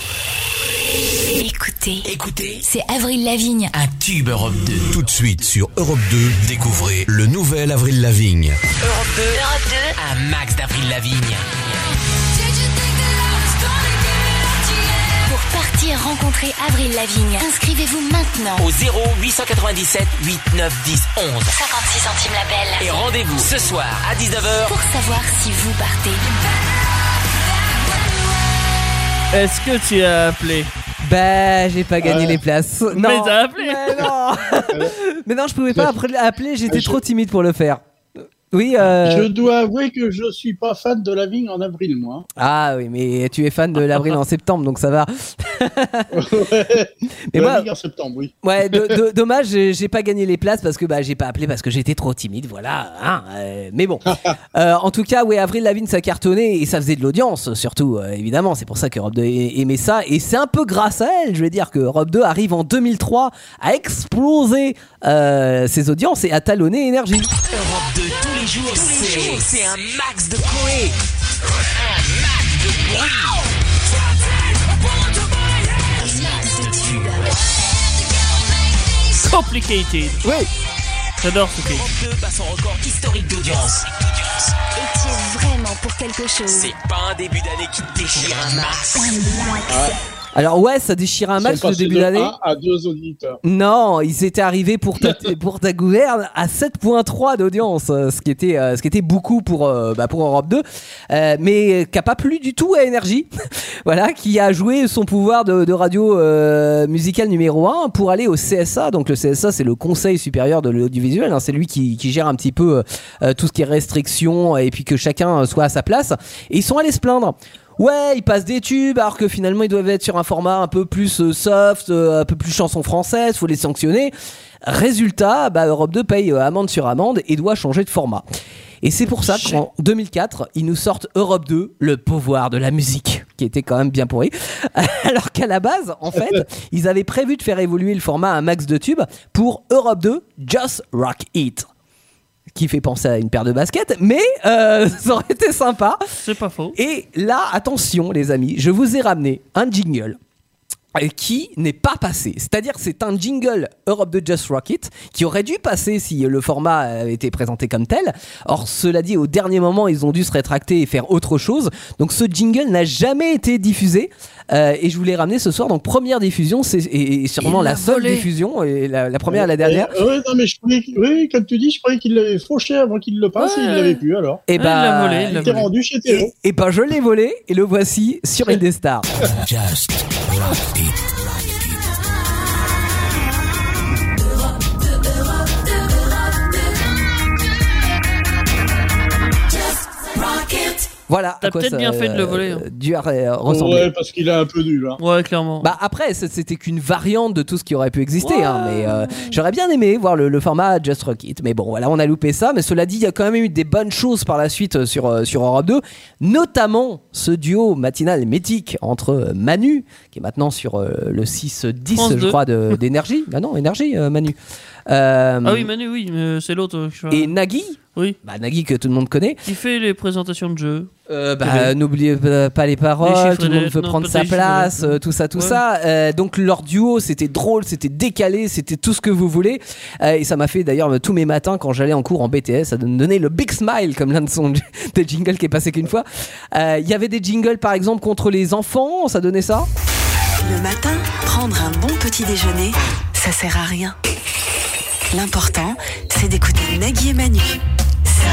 Écoutez, écoutez, c'est Avril Lavigne.
Un tube Europe 2. Tout de suite sur Europe 2, découvrez le nouvel Avril Lavigne.
Europe 2, Europe 2,
Un max d'Avril Lavigne.
Pour partir rencontrer Avril Lavigne, inscrivez-vous maintenant.
Au 0 897 89 10 11.
56 centimes la belle.
Et rendez-vous ce soir à 19h.
Pour savoir si vous partez.
Est-ce que tu as appelé
Bah, j'ai pas gagné les places. Non.
Mais t'as appelé
Mais non. Mais non, je pouvais pas après- appeler, j'étais
Je-
trop timide pour le faire. Oui. euh,
Je dois avouer que je suis pas fan de la vigne en avril, moi.
Ah oui, mais tu es fan de l'avril en septembre, donc ça va.
Mais
Mais
la
Bah,
moi-
vigne en septembre, oui.
Ouais, do- do- dommage, j'ai j'ai pas gagné les places parce que bah, j'ai pas appelé parce que j'étais trop timide, voilà. hein, euh, mais bon, Euh, en tout cas, ouais, Avril Lavigne ça cartonnait et ça faisait de l'audience, surtout euh, évidemment. C'est pour ça que Europe 2 a- aimait ça et c'est un peu grâce à elle, je vais dire, que Europe 2 arrive en 2003 à exploser euh, ses audiences et à talonner énergie.
Europe 2 tous les jours, c'est- c'est un max de Coé.
Complicated
Oui.
J'adore ce clip.
Europe 2 bat son record historique d'audience.
Étiez vraiment pour quelque chose.
C'est pas un début d'année qui déchire un max.
Alors ouais, ça déchire un match de
passé
début
de
d'année.
un à deux auditeurs.
Non, ils étaient arrivés pour ta, pour ta gouverne à 7.3 d'audience, euh, ce qui était euh, ce qui était beaucoup pour euh, bah, pour Europe 2, euh, mais qui a pas plu du tout à Énergie, voilà, qui a joué son pouvoir de, de radio euh, musicale numéro 1 pour aller au CSA. Donc le CSA, c'est le Conseil supérieur de l'audiovisuel, hein, c'est lui qui, qui gère un petit peu euh, tout ce qui est restrictions et puis que chacun euh, soit à sa place. Et ils sont allés se plaindre. Ouais, ils passent des tubes alors que finalement ils doivent être sur un format un peu plus euh, soft, euh, un peu plus chanson française, faut les sanctionner. Résultat, bah, Europe 2 paye euh, amende sur amende et doit changer de format. Et c'est pour ça qu'en 2004, ils nous sortent Europe 2, le pouvoir de la musique, qui était quand même bien pourri. Alors qu'à la base, en fait, ils avaient prévu de faire évoluer le format à un max de tubes pour Europe 2, Just Rock It, qui fait penser à une paire de baskets, mais euh, ça aurait été sympa.
C'est pas faux.
Et là, attention les amis, je vous ai ramené un jingle euh, qui n'est pas passé. C'est-à-dire c'est un jingle Europe de Just Rocket qui aurait dû passer si le format avait été présenté comme tel. Or cela dit, au dernier moment, ils ont dû se rétracter et faire autre chose. Donc ce jingle n'a jamais été diffusé euh, et je vous l'ai ramené ce soir. Donc première diffusion, c'est et, et sûrement
Il
la
l'a
seule
volé.
diffusion et la, la première à la dernière.
Et- ouais, non, mais je croyais, que- oui, comme tu dis, je croyais qu'il l'avait fauché avant qu'il le passe et il
Ouais.
l'avait plus alors.
Et
Ah, il l'a
bah,
volé, il
Il
l'a
était
volé.
rendu chez Théo.
et, et ben je l'ai volé et le voici sur Indestar.
Just rock it.
Voilà.
T'as
à quoi
peut-être
ça,
bien fait de le
euh,
voler, hein.
dû à- euh, ressembler.
Ouais, parce qu'il est un peu nul. Hein.
Ouais, clairement.
Bah après, c- c'était qu'une variante de tout ce qui aurait pu exister. hein,
Ouais.
mais euh, j'aurais bien aimé voir le, le format Just Rock It. Mais bon, voilà, on a loupé ça. Mais cela dit, il y a quand même eu des bonnes choses par la suite euh, sur, euh, sur Europe 2. Notamment ce duo matinal mythique entre euh, Manu, qui est maintenant sur euh, le 6-10,
France
je
2.
crois, de- d'énergie. ah non, énergie, euh, Manu. Euh,
Ah oui, Manu, oui, mais c'est l'autre. euh, que je vois.
et Nagui,
Oui,
bah, Nagui que tout le monde connaît.
qui fait les présentations de jeux.
Euh, bah,
Oui.
N'oubliez euh, pas les paroles,
Les chiffres
tout le
et les-
monde veut
non,
prendre
pas
sa
les chiffres,
place,
les-
euh, tout ça, tout
Ouais.
ça. Euh, donc leur duo, c'était drôle, c'était décalé, c'était tout ce que vous voulez. Euh, et ça m'a fait d'ailleurs euh, tous mes matins quand j'allais en cours en BTS, ça me donnait le big smile comme l'un de son des jingles qui est passé qu'une fois. Euh, Il y avait des jingles par exemple contre les enfants, ça donnait ça.
Le matin, prendre un bon petit déjeuner, ça sert à rien. L'important, c'est d'écouter Nagui et Manu. Ça,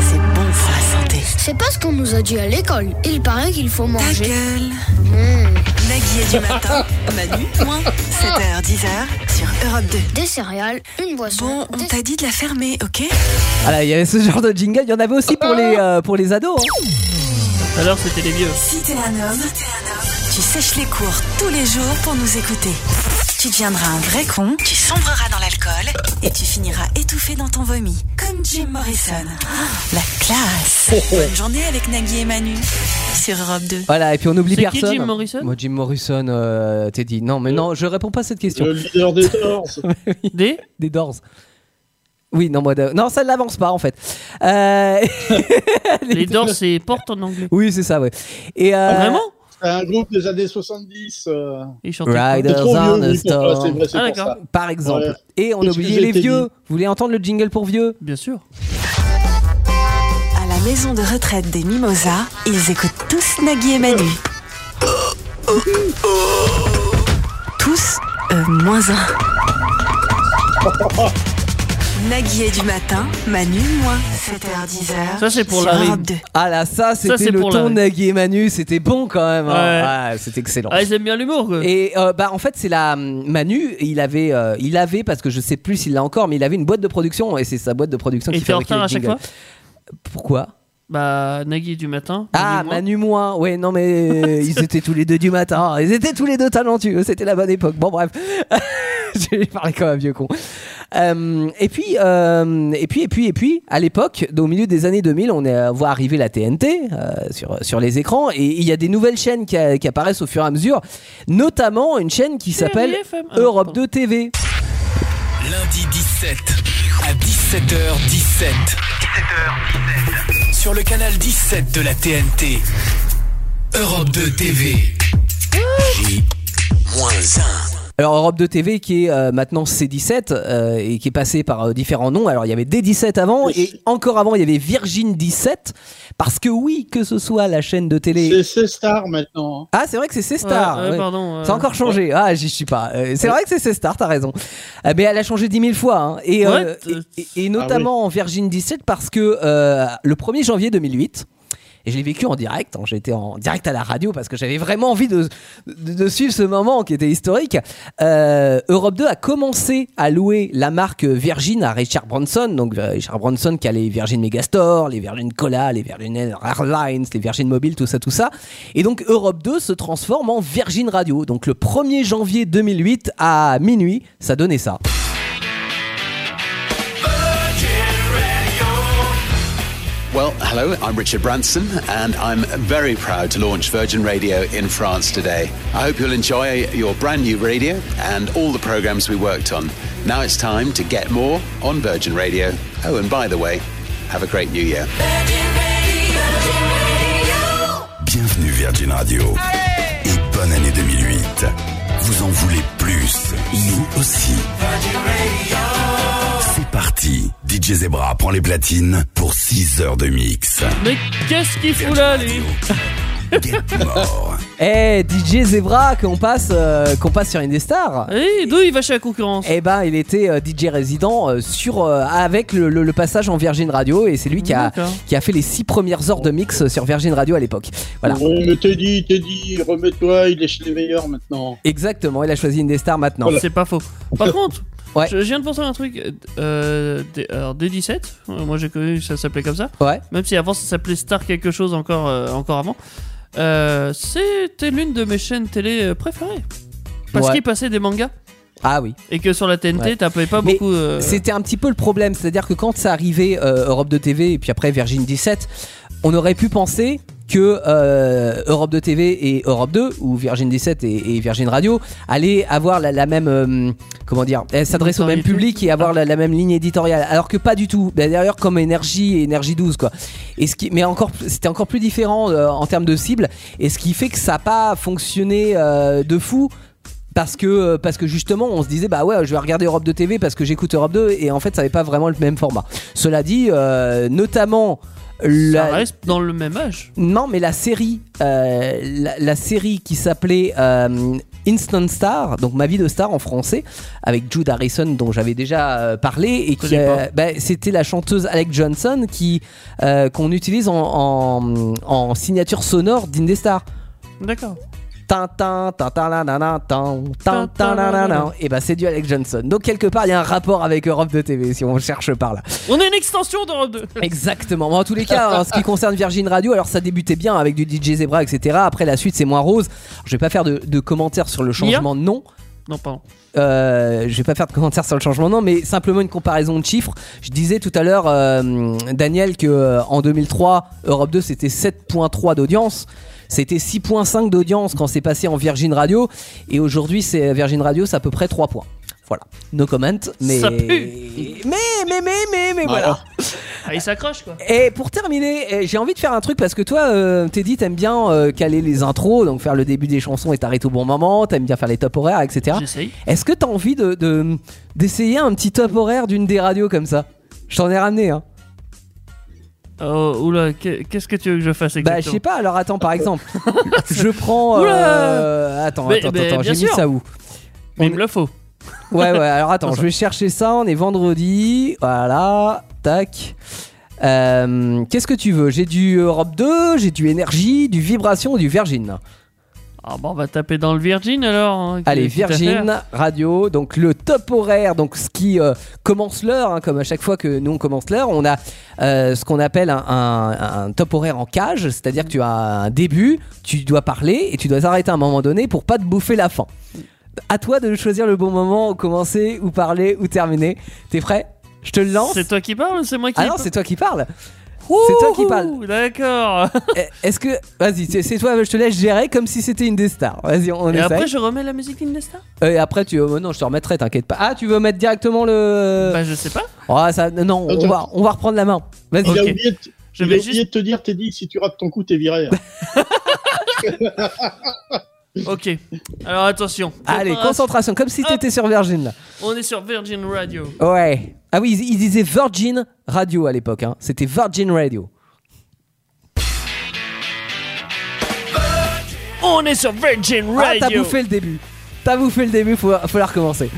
c'est bon pour la santé.
C'est pas ce qu'on nous a dit à l'école. Il paraît qu'il faut
Ta
manger.
gueule
Mmh.
Nagui est du matin, Manu, moins 7h, 10h sur Europe 2.
Des céréales, une boisson.
Bon, on
des-
t'a dit de la fermer, ok
Voilà, il y avait ce genre de jingle. Il y en avait aussi pour les euh, pour les ados. hein.
Alors, c'était les vieux.
Si t'es un homme, tu sèches les cours tous les jours pour nous écouter. Tu tu deviendras un vrai con, tu sombreras dans l'alcool et tu finiras étouffé dans ton vomi. Comme Jim Morrison. Ah, La classe. Bonne journée avec Nagui et Manu sur Europe 2.
Voilà, et puis on n'oublie
C'est qui,
personne.
Jim Morrison
Moi, Jim Morrison, euh, Teddy. Non, mais non, je réponds pas à cette question.
Le leader des Doors.
des Des Doors. Oui, non, moi, de- non, ça ne l'avance pas en fait. Euh,
Les Doors, c'est porte en anglais.
Oui, c'est ça, ouais. Et euh,
Ah,
C'est un groupe des années 70. Euh...
Ils
Riders on a Storm. Par exemple.
Ouais.
Et on a oublié
Excusez,
les
Teddy.
vieux. Vous voulez entendre le jingle pour vieux
Bien sûr.
À la maison de retraite des Mimosas, ils écoutent tous Nagui et Manu. Tous, euh, moins un. Nagui est du matin, Manu, moins 7h10h.
Ça, c'est pour
sur
la
Europe
rime.
2.
Ah là, ça, c'était
c'est
le
pour la
ton de
rime.
Nagui et Manu. C'était bon quand même. hein.
Ouais.
Ah, c'était excellent.
Ah, ils aiment bien l'humour. quoi.
Et euh, bah en fait c'est la hum, Manu, il avait, euh, il avait parce que je sais plus s'il l'a encore, mais il avait une boîte de production et c'est sa boîte de production
Et
qui
t'es en
fabriquait
retard
les
à chaque
jingles.
fois
Pourquoi
Bah, Nagui du matin.
Ah Manu moins, ouais non mais euh, ils étaient tous les deux du matin, Ah, ils étaient tous les deux talentueux, c'était la bonne époque. Bon bref, je vais parler comme un vieux con. Euh, et puis euh, et puis et puis et puis à l'époque, au milieu des années 2000, on est- voit arriver la TNT euh, sur sur les écrans et il y a des nouvelles chaînes qui, a- qui apparaissent au fur et à mesure, notamment une chaîne qui s'appelle
FM. Ah,
Europe 2 TV.
Lundi 17 à 17h17. 17h17. Sur le canal 17 de la TNT. Europe 2 TV. J-1.
Alors Europe 2 TV qui est euh, maintenant C17 euh, et qui est passé par euh, différents noms. Alors il y avait D17 avant et encore avant il y avait Virgin 17 parce que oui que ce soit la chaîne de télé.
C'est c'est Star maintenant. hein.
Ah c'est vrai que c'est C-Star.
Ouais, ouais,
euh.
pardon, ouais.
C'est encore changé. Ah j'y suis pas. Euh, c'est vrai que c'est C-Star, t'as raison. Euh, mais elle a changé 10 000 fois. hein. Et, euh,
Ouais, t-
et- et- et notamment en Virgin 17 parce que euh, le 1er janvier 2008. Et je l'ai vécu en direct, hein, j'étais en direct à la radio parce que j'avais vraiment envie de, de, de suivre ce moment qui était historique. Euh, Europe 2 a commencé à louer la marque Virgin à Richard Branson, donc euh, Richard Branson qui a les Virgin Megastore, les Virgin Cola, les Virgin Airlines, les Virgin Mobile, tout ça, tout ça. Et donc Europe 2 se transforme en Virgin Radio. Donc le 1er janvier 2008 à minuit, ça donnait ça.
Well, hello, I'm Richard Branson, and I'm very proud to launch Virgin Radio in France today. I hope you'll enjoy your brand new radio and all the programs we worked on. Now it's time to get more on Virgin Radio. Oh, and by the way, have a great new year.
Bienvenue Virgin Radio. Et bonne année 2008. Vous en voulez plus Nous aussi. C'est parti. DJ Zebra prend les platines pour 6 heures de mix.
Mais qu'est-ce qu'il fout là, lui
Eh DJ Zebra qu'on passe euh, qu'on passe sur Indestar.
Et Eh, d'où il va chez la concurrence
Eh ben il était euh, DJ résident euh, sur euh, avec le, le- le passage en Virgin Radio et c'est lui qui a
D'accord.
qui a fait les six premières heures de mix sur Virgin Radio à l'époque. Voilà.
Ouais, mais Teddy, Teddy, remets-toi, il est chez les meilleurs maintenant.
Exactement, il a choisi Indestar maintenant.
C'est
pas faux. Par contre,
Ouais.
je, je viens de penser à un truc. euh, des- alors, D17, euh, moi j'ai connu que ça s'appelait comme ça.
Ouais.
Même si avant ça s'appelait Star quelque chose encore, euh, encore avant. Euh, C'était l'une de mes chaînes télé euh, préférées. Parce
Ouais.
qu'il passait des mangas.
Ah oui.
Et que sur la TNT,
Ouais.
t'appelais pas
Mais
beaucoup. euh,
C'était un petit peu le problème, c'est-à-dire que quand ça arrivait euh, Europe de TV et puis après Virgin 17, on aurait pu penser que euh, Europe de TV et Europe 2 ou Virgin 17 et, et Virgin Radio allaient avoir la, la même euh, comment dire, elles s'adressent au même public et avoir la, la même ligne éditoriale, alors que pas du tout. Bah, D'ailleurs comme énergie et énergie 12 quoi. Et ce qui, mais encore, c'était encore plus différent euh, en termes de cible et ce qui fait que ça n'a pas fonctionné euh, de fou. Parce que, euh, parce que justement, on se disait, bah ouais, je vais regarder Europe 2 TV parce que j'écoute Europe 2, et en fait, ça n'avait pas vraiment le même format. Cela dit, euh, notamment.
Ça
La...
reste dans le même âge.
Non, mais la série, euh, la, la série qui s'appelait euh, Instant Star, donc Ma vie de star en français, avec Jude Harrison dont j'avais déjà euh, parlé et qui,
connais
euh,
pas.
bah, c'était la chanteuse Alec Johnson qui euh, qu'on utilise en, en, en signature sonore d'Indestar.
D'accord.
Tintin, tintin, nanana, tin, tintin, nanana. Et bah c'est du Alec Johnson. Donc quelque part il y a un rapport avec Europe de TV si on cherche par là.
On est une extension d'Europe 2.
Exactement. Bon, en tous les cas, en ce qui concerne Virgin Radio, alors ça débutait bien avec du DJ Zebra, etc. Après, la suite, c'est moins rose. Alors, je vais pas faire de, de commentaires sur le changement de nom.
Non, pardon.
Euh, je vais pas faire de commentaires sur le changement, non, mais simplement une comparaison de chiffres. Je disais tout à l'heure, euh, Daniel, que euh, en 2003, Europe 2 c'était 7.3 d'audience. C'était 6.5 d'audience quand c'est passé en Virgin Radio. Et aujourd'hui, c'est euh, Virgin Radio, c'est à peu près 3 points. Voilà. No comment, mais.
Ça pue.
Mais, mais, mais, mais, mais voilà.
Ah, il s'accroche quoi.
Et pour terminer, eh, j'ai envie de faire un truc parce que toi, euh, Teddy, t'aimes bien euh, caler les intros, donc faire le début des chansons et t'arrêter au bon moment, t'aimes bien faire les top horaires, etc.
J'essaye.
Est-ce que t'as envie de, de- d'essayer un petit top horaire d'une des radios comme ça Je t'en ai ramené, hein.
Oh, oula, que- qu'est-ce que tu veux que je fasse exactement
Bah, je sais pas, alors attends, par exemple, je prends. euh,
Oula
attends,
Mais-
attends,
mais
attends,
bien
j'ai mis
sûr.
ça où
Mais il me le faut.
Ouais, ouais, alors attends, je vais chercher ça, on est vendredi, voilà, tac. Euh, Qu'est-ce que tu veux J'ai du Europe 2, j'ai du énergie, du vibration, du Virgin.
Ah bon, on va taper dans le Virgin alors. hein, qui-
Allez,
qui t'a
Virgin Radio, donc le top horaire, donc ce qui euh, commence l'heure, hein, comme à chaque fois que nous on commence l'heure, on a euh, ce qu'on appelle un, un- un top horaire en cage, c'est-à-dire que tu as un début, tu dois parler et tu dois arrêter à un moment donné pour pas te bouffer la fin. À toi de choisir le bon moment où commencer, ou parler, ou terminer. T'es prêt Je te le lance.
C'est toi qui parles ou c'est moi qui
Ah non, c'est toi qui parles. C'est toi qui parles. Eh,
D'accord.
Est-ce que. Vas-y, c'est c'est toi, je te laisse gérer comme si c'était une des stars. Vas-y, on
Et
essaye.
après, je remets la musique d'Indestar
Euh, Et après, tu. euh, non, je te remettrai, t'inquiète pas. Ah, tu veux mettre directement le.
Bah, je sais pas.
Oh, ça... Non, on
Attends.
va, on va reprendre la main. Vas-y.
Il a oublié de,
Je
il
vais
a oublié de te dire, t'es dit, si tu rates ton coup, t'es viré.
Ok. Alors attention.
Allez,
Préparation.
concentration, comme si t'étais sur Virgin là.
On est sur Virgin Radio.
Ouais. Ah oui, ils, ils disaient Virgin Radio à l'époque. hein. C'était Virgin Radio.
On est sur Virgin
Ah,
Radio.
t'as bouffé le début. T'as bouffé le début, faut, faut la recommencer.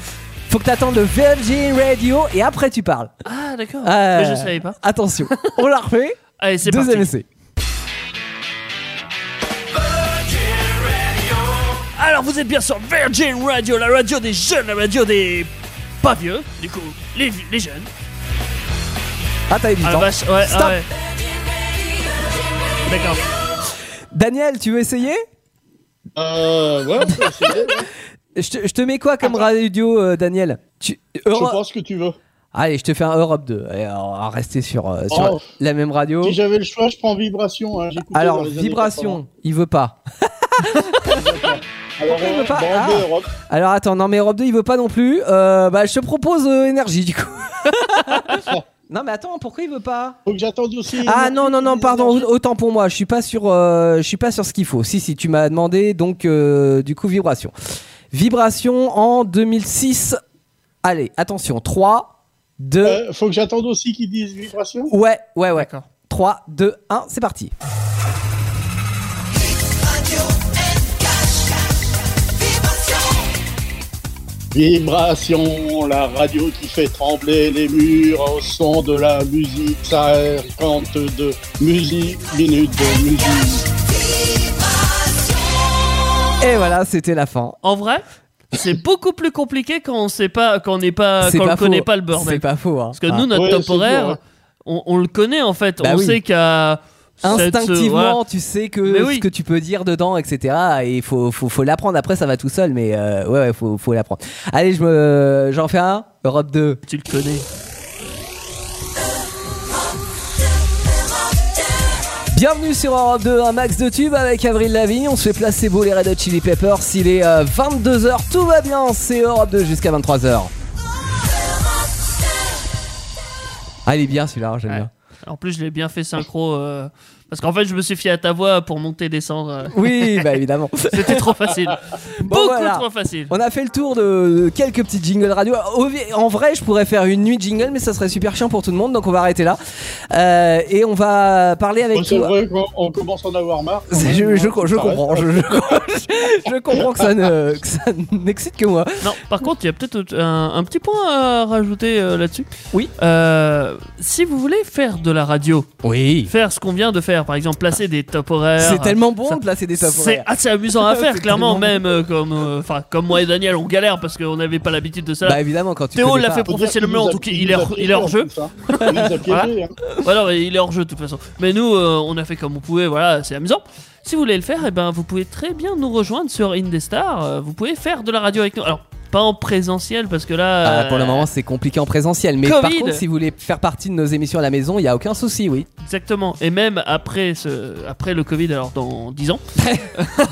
Faut que t'attendes le Virgin Radio et après tu parles.
Ah d'accord.
Euh,
Mais je savais pas.
Attention, on la refait.
Allez, c'est
Deuxième
parti.
essai.
Alors vous êtes bien sur Virgin Radio, la radio des jeunes, la radio des pas vieux, du coup, les, les jeunes.
Ah, t'avais du
Ah
temps.
vache, ouais,
Stop.
ah ouais. D'accord.
Daniel, tu veux essayer
Euh, ouais, on peut essayer, ouais.
je, te, je te mets quoi comme radio, euh, Daniel tu,
Je
Euro-
pense que tu veux.
Allez, je te fais un Europe 2. Allez, on va rester sur, euh, sur
Oh.
la même radio.
Si j'avais le choix, je prends vibration. hein, j'écoutais
Alors,
dans les années
vibration, il veut pas.
80. Alors,
il veut pas
Brand
Ah.
Europe.
Alors attends, non mais Europe 2, il veut pas non plus. Euh, bah, je te propose euh, énergie du coup.
Ah.
non mais attends, pourquoi il veut pas
Faut que j'attende aussi.
Ah non non non, pardon, au- autant pour moi. Je suis pas sur, euh, je suis pas sur ce qu'il faut. Si si, tu m'as demandé donc euh, du coup vibration. Vibration en 2006. Allez, attention, 3, 2,
Euh, faut que j'attende aussi qu'ils disent vibration.
ouais ouais ouais. 3, 2, 1, c'est parti.
Vibration, la radio qui fait trembler les murs au son de la musique. 52 musique, minutes de musique.
Et voilà, c'était la fin.
En vrai, c'est beaucoup plus compliqué quand on sait pas, quand on n'est pas,
C'est
Ah, quand on
pas
connaît
faux.
pas le bordel.
C'est pas faux. hein.
Parce que
Ah.
nous, notre
Ouais,
top
c'est dur, hein.
horaire,
ouais.
on, on le connaît en fait.
Bah
on
oui.
sait qu'à cette-
Ah.
euh,
Instinctivement,
voilà.
tu sais
Mais
que
oui.
ce que tu peux dire dedans, etc. Et il faut, faut, faut l'apprendre. Après, ça va tout seul, mais euh, ouais, ouais, faut, faut l'apprendre. Allez, je me, j'en fais un. Europe 2.
Tu le connais.
Bienvenue sur Europe 2, un max de tubes avec Avril Lavigne. On se fait placebo les Red Hot Chili Peppers. Il est 22h, tout va bien. C'est Europe 2 jusqu'à 23h. Ah, il est bien celui-là, j'aime bien.
En plus, je l'ai bien fait synchro. euh, parce qu'en fait, je me suis fié à ta voix pour monter et descendre. euh.
Oui, bah évidemment.
C'était trop facile.
Bon,
Beaucoup
voilà.
trop facile.
On a fait le tour de de quelques petits jingles radio. Au- En vrai, je pourrais faire une nuit jingle, mais ça serait super chiant pour tout le monde, donc on va arrêter là. Euh, et on va parler avec
Bon, C'est
toi.
vrai qu'on on commence à en avoir marre. quand
Je,
même,
je,
hein,
je
ça paraît.
comprends, je, je- je- je comprends que ça ne- que ça n'excite que moi.
Non, par contre, il y a peut-être autre- un, un petit point à rajouter euh, là-dessus.
Oui.
Euh, si vous voulez faire de la radio,
Oui.
faire ce qu'on vient de faire, par exemple, placer des top horaires.
C'est tellement bon
ça-
de placer des top
C'est
horaires.
assez amusant à faire,
C'est
clairement,
tellement
même euh, comme, euh, enfin, comme moi et Daniel, on galère parce qu'on n'avait pas l'habitude de ça.
Bah évidemment, quand tu
Théo
connais
l'a
pas-
fait
Faut dire qu'il
professionnellement,
nous
en
a-
tout cas,
il
il
nous
est
a
hors- il
piégés,
est hors jeu.
comme ça. Il hein. nous a piégés, hein.
Voilà, mais il est hors jeu de toute façon. Mais nous, euh, on a fait comme on pouvait, voilà, c'est amusant. Si vous voulez le faire, eh ben, vous pouvez très bien nous rejoindre sur Indestar. euh, vous pouvez faire de la radio avec nous. Alors, pas en présentiel parce que là.
Ah, pour le
euh,
moment, c'est compliqué en présentiel. Mais par
Covid.
contre, si vous voulez faire partie de nos émissions à la maison, il n'y a aucun souci, oui.
Exactement. Et même après, ce, après le Covid, alors dans 10 ans,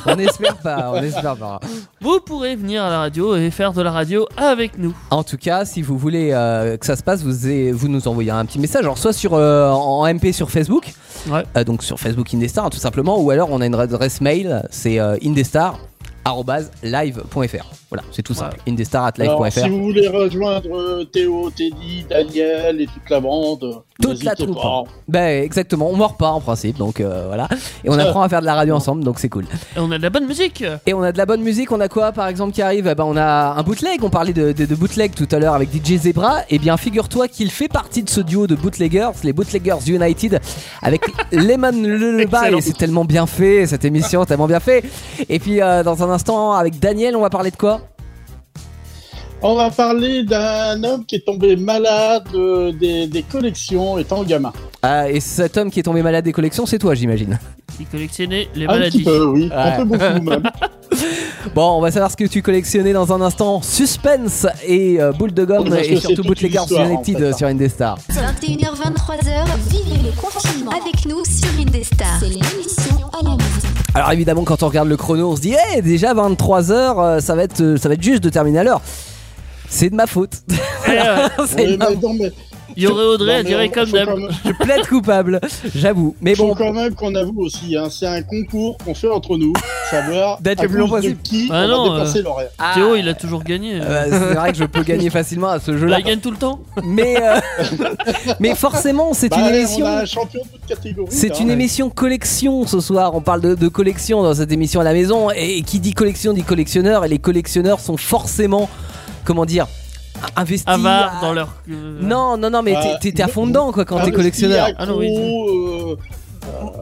On espère pas, on espère pas.
vous pourrez venir à la radio et faire de la radio avec nous.
En tout cas, si vous voulez euh, que ça se passe, vous, avez- vous nous envoyez un petit message, alors soit sur, euh, en MP sur Facebook, Euh, donc sur Facebook Indestar tout simplement, ou alors on a une adresse mail, c'est euh, indestar@live.fr. Voilà, c'est tout simple. indestar@live.fr.
Alors, si vous voulez rejoindre euh, Théo, Teddy, Daniel et toute la bande, euh,
Toute la
n'hésitez
troupe.
pas.
Ben exactement, on meurt pas en principe, donc euh, voilà. Et on apprend à faire de la radio ensemble, donc c'est cool.
Et on a de la bonne musique.
Et on a de la bonne musique, on a quoi par exemple qui arrive Eh ben, On a un bootleg, on parlait de, de- de bootleg tout à l'heure avec DJ Zebra. Et bien figure-toi qu'il fait partie de ce duo de bootleggers, les Bootleggers United, avec Lemon Lullaby.
Excellent.
Et C'est tellement bien fait cette émission, tellement bien fait. Et puis euh, dans un instant avec Daniel, on va parler de quoi
On va parler d'un homme qui est tombé malade euh, des, des collections étant gamin.
Ah, Et cet homme qui est tombé malade des collections, c'est toi j'imagine.
Il collectionnait les
Un petit
maladies.
peu, oui. Un peu beaucoup, même.
Bon, on va savoir ce que tu collectionnais dans un instant. Suspense et euh, boule de gomme
Parce que
et
c'est
surtout
toute
Bootleggers
une histoire, en
United
fait,
euh,
hein.
sur Indestar.
21h, 23h, vivez le confinement avec nous sur Indestar. C'est l'émission à la maison.
Alors évidemment, quand on regarde le chrono, on se dit, Eh, déjà 23 heures, euh, ça va être, euh, ça va être juste de terminer à l'heure. C'est de ma faute. C'est
Oui,
ma-
mais non,
Eh,
mais-
euh, Il y aurait Audrey,
Non,
elle
mais
dirait
on-
comme
faut
d'hab.
quand même-
Je plaide coupable, j'avoue. Mais
bon. Faut quand même qu'on avoue aussi, hein, c'est un concours qu'on fait entre nous, savoir
D'être
à
le plus long
cause de
possible.
qui
Ah
on
non,
va dépasser
euh,
l'horaire.
Théo, il a toujours gagné.
Euh, c'est vrai que je peux gagner facilement à ce jeu-là.
Bah, il gagne tout le temps.
Mais, euh, mais forcément, c'est
Bah,
une
allez,
émission.
On a un champion de toute catégorie.
C'est
hein.
une émission collection ce soir. On parle de, de collection dans cette émission à la maison. Et, et qui dit collection dit collectionneur. Et les collectionneurs sont forcément, comment dire, investis.
Avare
à-
dans leur.
Non, non, non, mais t'es-
Euh,
t'es- t'es à fond dedans quoi quand t'es
investi,
collectionneur.
accro, Ah non, oui.
euh,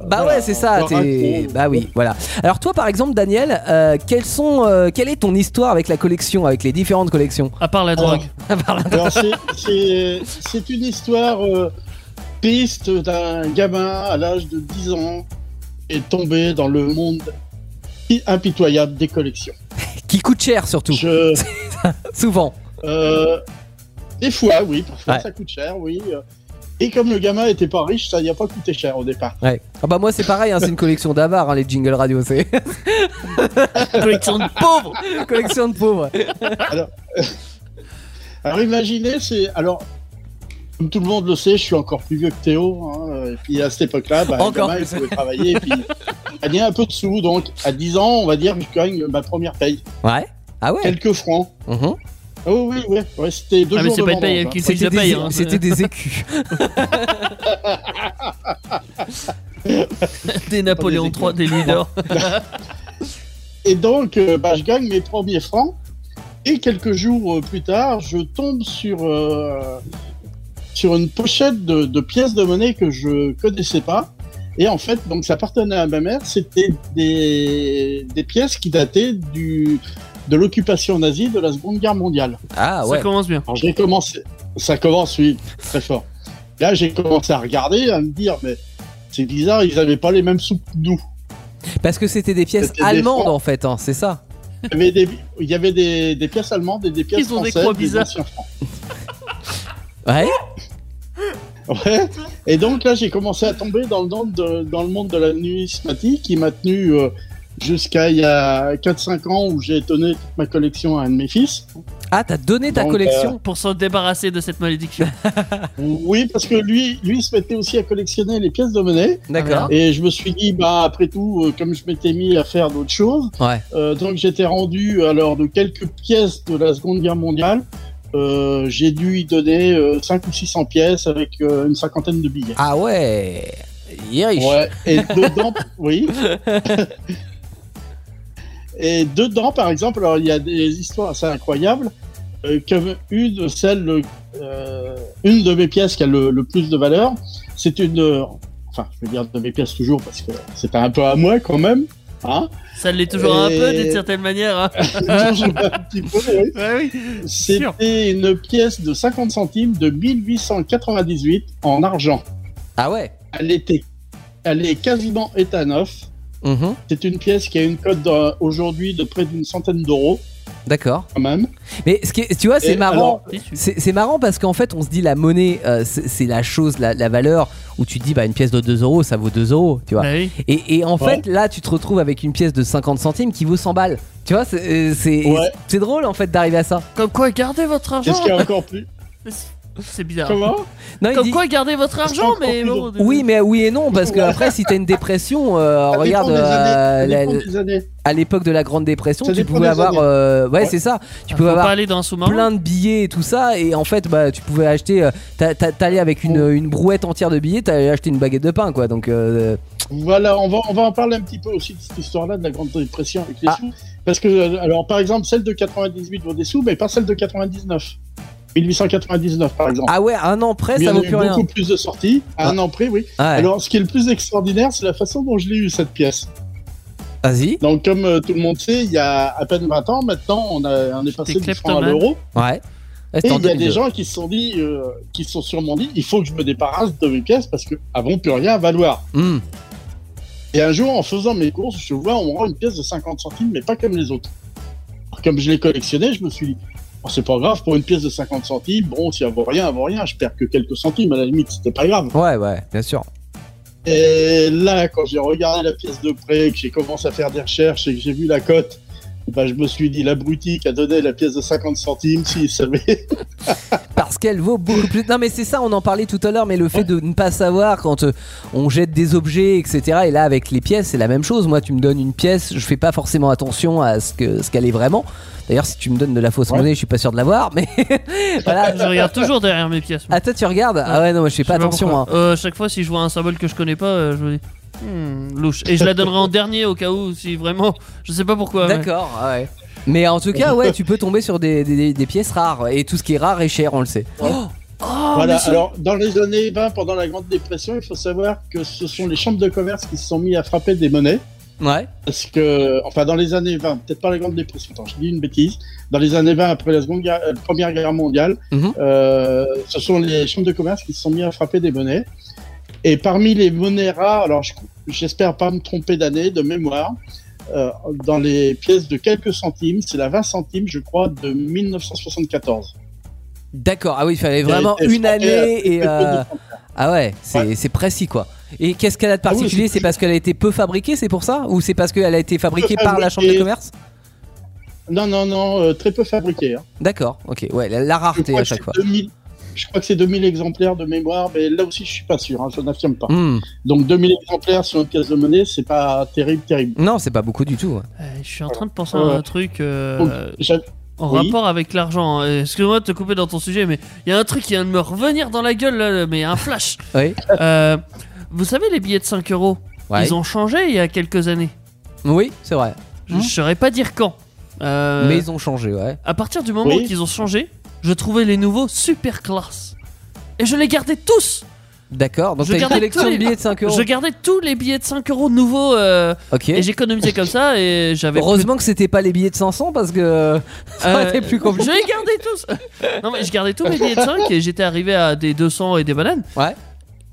Bah ouais,
voilà,
c'est ça.
encore
t'es-
accro.
Bah oui, voilà. Alors toi, par exemple, Daniel, euh, quelles sont, euh, quelle est ton histoire avec la collection, avec les différentes collections
À part la
drogue.
À part la
Alors,
drogue.
c'est- c'est c'est une histoire euh, triste d'un gamin à l'âge de 10 ans est tombé dans le monde i- impitoyable des collections.
Qui coûte cher surtout. Souvent.
Euh, des fois, oui, parfois
Ouais.
ça coûte cher, oui. euh. Et comme le gamin était pas riche, ça n'y a pas coûté cher au départ.
Ouais. Ah bah moi c'est pareil, hein, c'est une collection d'avares hein, les jingle radio, c'est
collection de pauvres.
collection de pauvres.
Alors, alors imaginez, c'est alors comme tout le monde le sait, je suis encore plus vieux que Théo. hein, et puis à cette époque-là, bah,
Encore
gamin, il
plus.
pouvait travailler et puis gagner un peu de sous. Donc à 10 ans, on va dire, je gagne ma première paye,
Ouais. Ah ouais.
quelques francs.
Mhm.
Ah oui, oui, oui. Ouais, c'était deux
Ah, mais
jours
c'est
de
pas une paye
vendange,
qu'il
hein.
sait que je
C'était
paye.
des-
hein.
C'était des écus.
des Napoléon III, des Louis d'Or.
Et donc, euh, bah, je gagne mes premiers francs. Et quelques jours euh, plus tard, je tombe sur, euh, sur une pochette de, de pièces de monnaie que je connaissais pas. Et en fait, donc, ça appartenait à ma mère. C'était des, des pièces qui dataient du, de l'occupation nazie de la Seconde Guerre mondiale.
Ah ouais.
Ça commence bien.
J'ai commencé. Ça commence, oui, très fort. Là, j'ai commencé à regarder, à me dire, mais c'est bizarre, ils n'avaient pas les mêmes sous que nous.
Parce que c'était des pièces
C'était des
allemandes
francs.
en fait, hein, c'est ça.
Il y avait des, il y avait des, des pièces allemandes et des pièces
Ils ont des
françaises.
croix bizarres.
anciens francs.
Ouais.
Ouais. Et donc là, j'ai commencé à tomber dans le monde de, dans le monde de la numismatique qui m'a tenu euh, jusqu'à il y a 4-5 ans où j'ai donné toute ma collection à un de mes fils.
Ah, t'as donné
ta Donc, collection
Pour s'en débarrasser de cette malédiction.
Oui, parce que lui, lui il se mettait aussi à collectionner les pièces de monnaie.
D'accord.
Et je me suis dit, bah après tout, euh, comme je m'étais mis à faire d'autres choses,
Ouais.
euh, donc j'étais rendu alors de quelques pièces de la Seconde Guerre mondiale. Euh, j'ai dû y donner 5 ou 600 pièces avec euh, une cinquantaine de billets.
Ah ouais. Il est riche.
Ouais, et dedans, oui. et dedans, par exemple, alors il y a des histoires assez incroyables, euh, comme une, celle, euh, une de mes pièces qui a le, le plus de valeur, c'est une, euh, enfin, je vais dire de mes pièces toujours parce que c'était un peu à moi quand même, hein.
Ça l'est toujours un
Et-
peu, d'une certaine manière. hein.
Toujours un petit peu, Bah oui. C'était une pièce de 50 centimes de 1898 en argent.
Ah ouais
Elle était, elle est quasiment état neuf.
Mhm.
C'est une pièce qui a une cote d'un- aujourd'hui de près d'une centaine d'euros.
D'accord.
Quand même.
Mais ce qui est- tu vois, c'est
Et
marrant.
alors-
C'est c'est marrant parce qu'en fait, on se dit la monnaie, euh, c'est c'est la chose, la, la valeur où tu te dis bah une pièce de 2 euros, ça vaut 2 euros, tu vois.
Bah oui.
et, et en
Ouais.
fait, là, tu te retrouves avec une pièce de 50 centimes qui vaut 100 balles. Tu vois, c'est euh, c'est
Ouais.
c'est drôle en fait d'arriver à ça.
Comme quoi, gardez votre argent.
Qu'est-ce qu'il y a encore plus
C'est
Ah.
bizarre.
Comment
Non, il
Comme
dit-
quoi, gardez votre argent, mais bon, euh,
Oui, mais oui et non, parce que après, si t'as une dépression, euh,
Ça dépend
regarde,
des
euh,
années, ça
la-
dépend des années.
à l'époque de la Grande Dépression,
Ça
tu
dépend
pouvais
des
avoir,
années.
euh, ouais,
Ouais.
c'est ça, tu
Ah,
pouvais
faut
avoir
pas aller dans un sous-marin.
plein de billets et tout ça, et en fait, bah, tu pouvais acheter, euh, t'a- t'a- t'allais avec une, une brouette entière de billets, t'allais acheter une baguette de pain, quoi. Donc, euh,
Voilà, on va, on va en parler un petit peu aussi de cette histoire-là de la Grande Dépression avec
Ah.
les sous. Parce que, euh, alors par exemple, celle de 98 vaut des sous, mais pas celle de 99. 1899 par exemple.
ah ouais, un an près,
Oh. Il y
ça
en
vaut
a eu
plus rien.
beaucoup plus de sorties. À un an près, oui.
Ah ouais.
Alors, ce qui est le plus extraordinaire, c'est la façon dont je l'ai eu, cette pièce.
Vas-y.
Donc, comme euh, tout le monde sait, il y a à peine 20 ans, maintenant, on, a, on est passé du franc à
kleptomane.
l'euro.
Ouais. Ouais,
Et
c'était en
il y a
2002.
des gens qui se sont dit, euh, qui se sont sûrement dit, il faut que je me débarrasse de mes pièces parce que avant plus rien à valoir.
Hmm.
Et un jour, en faisant mes courses, je vois, on me rend une pièce de 50 centimes, mais pas comme les autres. Alors, comme je l'ai collectionné, je me suis dit, Oh, c'est pas grave, pour une pièce de 50 centimes, bon, si elle vaut rien, elle vaut rien, je perds que quelques centimes, à la limite, c'était pas grave.
Ouais, ouais, bien sûr.
Et là, quand j'ai regardé la pièce de près, que j'ai commencé à faire des recherches et que j'ai vu la cote, bah, je me suis dit, l'abruti qui a donné la pièce de 50 centimes, s'il savait.
Parce qu'elle vaut beaucoup plus. Non, mais c'est ça, on en parlait tout à l'heure, mais le fait de ne pas savoir quand euh, on jette des objets, etc. Et là, avec les pièces, c'est la même chose. Moi, tu me donnes une pièce, je fais pas forcément attention à ce que ce qu'elle est vraiment. D'ailleurs, si tu me donnes de la fausse monnaie, je suis pas sûr de l'avoir, mais voilà.
Je regarde toujours derrière mes pièces.
Ah, toi, tu regardes Ah ouais, non, moi, je fais pas
Je sais pas
attention. hein.
pourquoi. Euh, chaque fois, si je vois un symbole que je connais pas, euh, je me dis Hmm, louche. Et je la donnerai en dernier au cas où, si vraiment. Je sais pas pourquoi.
hein.
mais-
D'accord, ah ouais. Mais en tout cas, ouais, tu peux tomber sur des, des- des pièces rares. Et tout ce qui est rare est cher, on le sait. Oh,
voilà,
mais c'est-
alors, dans les années 20, pendant la Grande Dépression, il faut savoir que ce sont les chambres de commerce qui se sont mis à frapper des monnaies.
Ouais.
Parce que, enfin, dans les années 20, peut-être pas la Grande Dépression, attends, je dis une bêtise. Dans les années 20, après la seconde guerre- euh, Première Guerre mondiale,
Mhm.
euh, ce sont les chambres de commerce qui se sont mis à frapper des monnaies. Et parmi les monnaies rares, alors je- j'espère pas me tromper d'année, de mémoire, euh, dans les pièces de quelques centimes, c'est la 20 centimes, je crois, de 1974.
D'accord, ah oui, il fallait
Il y a
vraiment
été
une
frappé,
année et.
euh,
euh, Ah ouais, c'est c'est précis quoi. Et qu'est-ce qu'elle a de
Ah oui,
particulier C'est parce qu'elle a été peu fabriquée, c'est pour ça Ou c'est parce qu'elle a été fabriquée par la chambre de
fabriquée.
commerce
Non, non, non, euh, très peu fabriquées. hein.
D'accord, ok, ouais, la, la
Je
rareté
crois
à
que
chaque
c'est
fois.
2000 Je crois que c'est 2000 exemplaires de mémoire, mais là aussi je suis pas sûr, hein, je n'affirme pas.
Hmm.
Donc 2000 exemplaires sur une pièce de monnaie, c'est pas terrible, terrible.
Non, c'est pas beaucoup du tout. hein. ouais.
Euh, Je suis en train de penser à
Euh,
un truc euh,
donc, j'a-
en
Oui.
rapport avec l'argent. Euh, Excuse-moi de te couper dans ton sujet, mais il y a un truc qui vient de me revenir dans la gueule, là, mais un flash.
Oui.
Euh, vous savez, les billets de 5 euros,
Ouais.
ils ont changé il y a quelques années.
Oui, c'est vrai.
Je ne saurais pas dire quand. Euh,
Hein Mais ils ont changé, ouais.
À partir du moment
Oui.
où qu'ils ont changé, je trouvais les nouveaux super classe. Et je les gardais tous
D'accord, donc
je
t'as une
gardais
collection
tous
de
les-
billets de 5 euros.
Je gardais tous les billets de 5 euros nouveaux euh,
Ok.
et j'économisais comme ça et j'avais plus
Heureusement que c'était pas les billets de 500 parce que ça aurait
Euh,
été plus compliqué.
Je les gardais tous. non, mais je gardais tous mes billets de 5 et j'étais arrivé à des 200 et des bananes.
Ouais.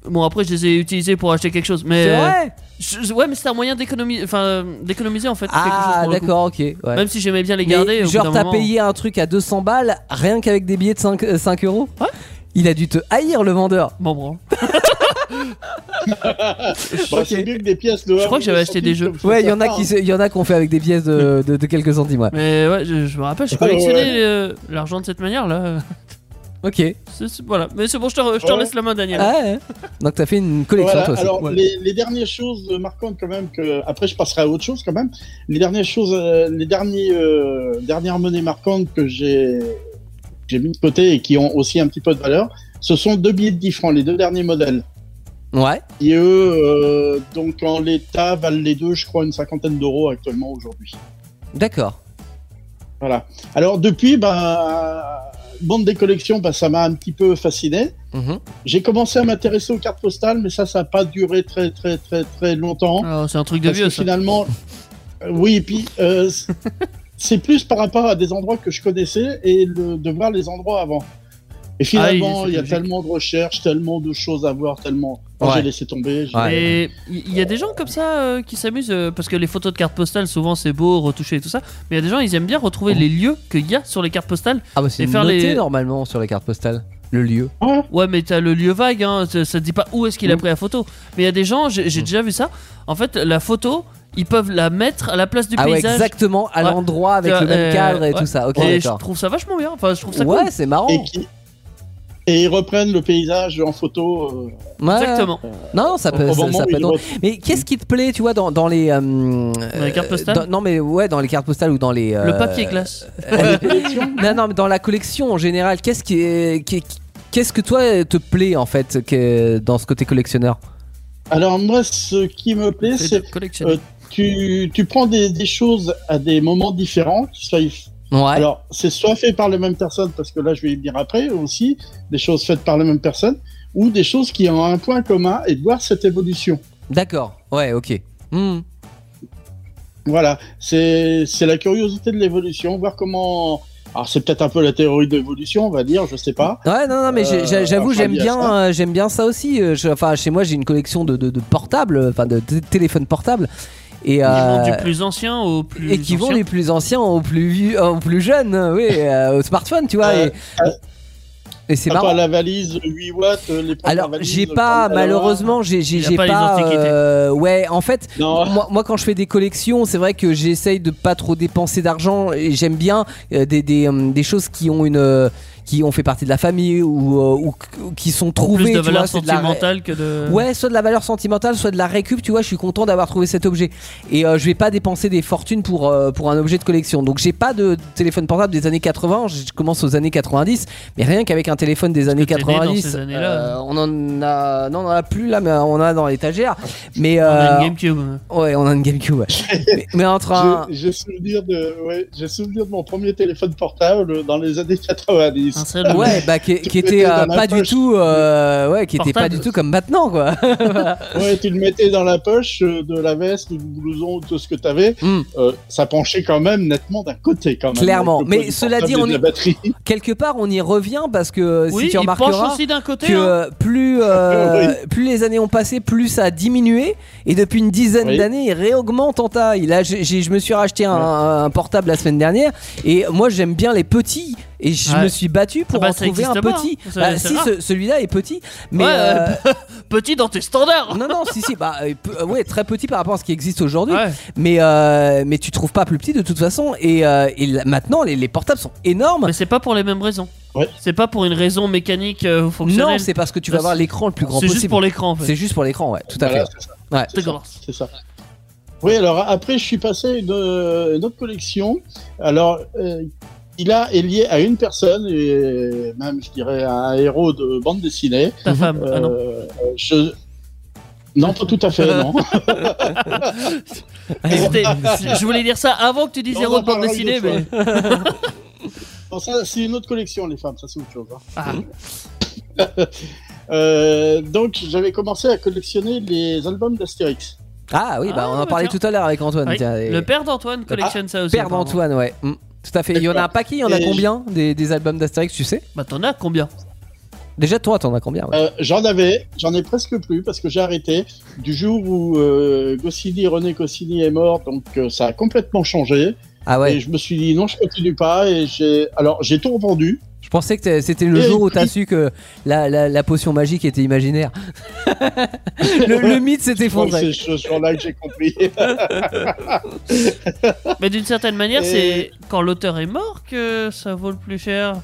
Bon, après, je les ai utilisés pour acheter quelque chose. Mais euh,
C'est vrai
Je- je- Ouais, mais c'était un moyen d'économiser, enfin, euh, d'économiser en fait. quelque chose
Ah,
pour le coup.
d'accord, ok. ouais.
Même si j'aimais bien les
Mais
garder. au bout
genre,
d'un
t'as
moment-
payé un truc à 200 balles rien qu'avec des billets de 5, euh, 5 euros Il a dû te haïr le vendeur.
M'en branle.
Bah, C'est mieux que des pièces de.
Je crois que j'avais acheté des jeux.
Ouais, il y en a qui se- il y en a qu'on fait avec des pièces de, de- de quelques centimes. Ouais.
Mais ouais, je, je me rappelle, j'ai
Ah, ouais.
collectionné euh, l'argent de cette manière là.
Ok. Ah
C'est- c'est- voilà, mais c'est bon, je te, re- je te
Ouais.
laisse la main, Daniel.
Ouais. Donc t'as fait une collection
Voilà,
toi aussi.
alors
Ouais.
les, les dernières choses marquantes quand même que après je passerai à autre chose quand même. Les dernières choses, euh, les derniers euh, dernières monnaies marquantes que j'ai j'ai mis de côté et qui ont aussi un petit peu de valeur, ce sont deux billets de 10 francs, les deux derniers modèles.
Ouais.
Et eux, euh, donc en l'état valent les deux, je crois une cinquantaine d'euros actuellement aujourd'hui.
D'accord.
Voilà. Alors depuis, bah, bande des collections, bah, ça m'a un petit peu fasciné.
Mhm.
J'ai commencé à m'intéresser aux cartes postales, mais ça, ça n'a pas duré très, très, très, très longtemps.
Ah, c'est un truc
de vieux, Finalement, Euh, oui, et puis euh, c- c'est plus par rapport à des endroits que je connaissais et le- de voir les endroits avant. Et finalement,
Ah oui, c'est
il y a
logique.
tellement de recherches, tellement de choses à voir, tellement. Moi,
Ouais.
J'ai laissé tomber. j'ai-
Ah,
Et il y, y a des gens comme ça euh, qui s'amusent euh, parce que les photos de cartes postales, souvent c'est beau, retouché et tout ça. Mais il y a des gens, ils aiment bien
Oh.
retrouver les lieux qu'il y a sur les cartes postales
Ah bah c'est
et faire
noté
les.
normalement sur la carte postale. Le lieu.
Ouais, mais t'as le lieu vague, hein, ça, ça te dit pas où est-ce
Mm.
qu'il a pris la photo. Mais il y a des gens, j'ai j'ai déjà vu ça. En fait, la photo, ils peuvent la mettre à la place du
Ah ouais,
paysage.
exactement, à l'endroit avec
Tu
le
vois,
même cadre et
euh, ouais.
tout ça. Ok,
et je
d'accord.
trouve ça vachement bien. Enfin, je trouve ça
Ouais,
cool.
c'est marrant.
Et, qui- et ils reprennent le paysage en photo. euh,
Ouais. Non, ça peut,
Au
ça,
moment
ça
où
peut
il
être drôle. Mais qu'est-ce qui te plaît, tu vois, dans, dans les. euh,
les cartes
euh,
postales
dans- Non, mais ouais, dans les cartes postales ou dans les. euh,
Le papier glace.
euh, non, non, mais dans la collection en général, qu'est-ce qui est- qui- Qu'est-ce que toi euh, te plaît en fait que, dans ce côté collectionneur
Alors moi, ce qui me plaît,
Fait
c'est
de collectionner.
euh, tu, tu prends des, des choses à des moments différents. qui soient- Alors, c'est soit fait par la même personne, parce que là, je vais y venir après aussi, des choses faites par la même personne, ou des choses qui ont un point commun et de voir cette évolution.
D'accord, ouais, ok. Hmm.
Voilà, c'est c'est la curiosité de l'évolution, voir comment... Alors, c'est peut-être un peu la théorie d'évolution, on va dire, je sais pas.
Ouais, non, non, mais j'ai-
Euh,
j'ai- j'avoue,
enfin,
j'aime
lié à
bien,
ça.
euh, j'aime bien ça aussi. Euh, je- Enfin, chez moi, j'ai une collection de, de- de portables, enfin de t- téléphones portables, et
Ils vont
euh,
du plus ancien au plus.
et qui vont
ancien.
les plus anciens aux plus vieux, aux plus jeunes, euh, oui, euh, au smartphone, tu vois. et et c'est
T'as pas
marrant.
la valise 8 watts, euh, les
Alors,
premières valises,
j'ai
le
pas,
pantalon.
malheureusement, j'ai j'ai- j'ai pas. euh, ouais, en fait, moi, moi, quand je fais des collections, c'est vrai que j'essaye de pas trop dépenser d'argent et j'aime bien euh, des, des, hum, des choses qui ont une. euh, qui ont fait partie de la famille ou, euh, ou c- ou qui sont trouvées.
Plus de
tu vois,
valeur
c'est de la ré-
sentimentale que de.
Ouais, soit de la valeur sentimentale, soit de la récup, tu vois, je suis content d'avoir trouvé cet objet. Et euh, je vais pas dépenser des fortunes pour, euh, pour un objet de collection. Donc j'ai pas de téléphone portable des années 80, je commence aux années 90, mais rien qu'avec un téléphone des années
t'es né dans
90,
ces années-là.
euh, on en a non, on en a plus là, mais on en a dans l'étagère. Mais
On a
euh,
une GameCube.
Ouais, on a une GameCube. ouais. mais, mais entre un
J'ai- J'ai souvenir, de- ouais, j'ai souvenir de mon premier téléphone portable dans les années 90.
Ouais, bah qui,
Tu
qui
le mettais
était euh,
dans la
pas du
poche.
tout euh, ouais, qui était pas
Portable.
du tout comme maintenant quoi.
Ouais, tu le mettais dans la poche euh, de la veste ou du blouson ou tout ce que tu avais. ça penchait quand même nettement d'un côté, quand même.
Hmm. Clairement,
avec le poids
mais
du
cela dit,
portable et
on
de
y-
la batterie.
quelque part on y revient parce que euh,
Oui,
si tu
il
remarqueras
penche aussi d'un côté,
que
hein.
euh, plus euh,
Oui.
plus les années ont passé, plus ça a diminué et depuis une dizaine
Oui.
d'années il réaugmente en taille. Là, j'ai- j'ai- je me suis racheté un, un portable la semaine dernière et moi j'aime bien les petits et je
Ouais.
me suis battu pour
Ah bah,
en
ça
trouver un
existe pas,
petit.
hein. C'est-
Bah,
c'est
si
rare.
ce- celui-là est petit, mais
Ouais,
euh,
Petit dans tes standards.
non, non, si, si, bah, euh, peu- euh, ouais, très petit par rapport à ce qui existe aujourd'hui. Mais, euh, mais tu trouves pas plus petit de toute façon. Et, euh, et là, maintenant, les, les portables sont énormes.
Mais c'est pas pour les mêmes raisons. C'est pas pour une raison mécanique euh, ou fonctionnelle.
Non, c'est parce que tu vas avoir l'écran le plus grand
C'est
possible.
juste pour l'écran. En fait.
C'est juste pour l'écran, ouais, tout à
Voilà,
fait.
c'est ça.
Ouais.
C'est ça, C'est ça. Oui, alors après, je suis passé à une, euh, une autre collection. Alors, euh, il a est lié à une personne, et même, je dirais, à un héros de bande dessinée.
Mhm.
Ta femme, ah non.
Euh, je- Non, pas tout à fait, non.
Euh,
C'était- je voulais dire ça avant que tu dises
On
héros
en
de bande
parlera
dessinée,
une autre
mais.
Bon, ça, c'est une autre collection, les femmes, ça c'est autre chose.
Ah,
hein. Euh, donc, j'avais commencé à collectionner les albums d'Astérix.
Ah oui, bah, on en parlait
tiens.
tout à l'heure avec Antoine.
Oui,
tiens, et-
le
Père d'Antoine collectionne ça aussi.
Père
apparemment.
d'Antoine, ouais. Mm, Tout à fait. Il y en a un paquet, il y en a
Et-
combien des, des albums d'Astérix, tu sais
Bah, t'en as combien
Déjà, toi, t'en as combien ouais.
Euh, j'en avais, j'en ai presque plus parce que j'ai arrêté du jour où euh, Goscinny, René Goscinny est mort, donc euh, ça a complètement changé.
Ah ouais.
Euh, Et je me suis dit non, je continue pas et j'ai, alors j'ai tout revendu.
Je pensais que t'es- c'était le
Et-
jour où t'as su que la, la- la potion magique était imaginaire. le, le mythe s'est
Je crois que
effondré.
C'est ce jour-là que j'ai compris.
Mais d'une certaine manière,
Et-
c'est quand l'auteur est mort que ça vaut le plus cher.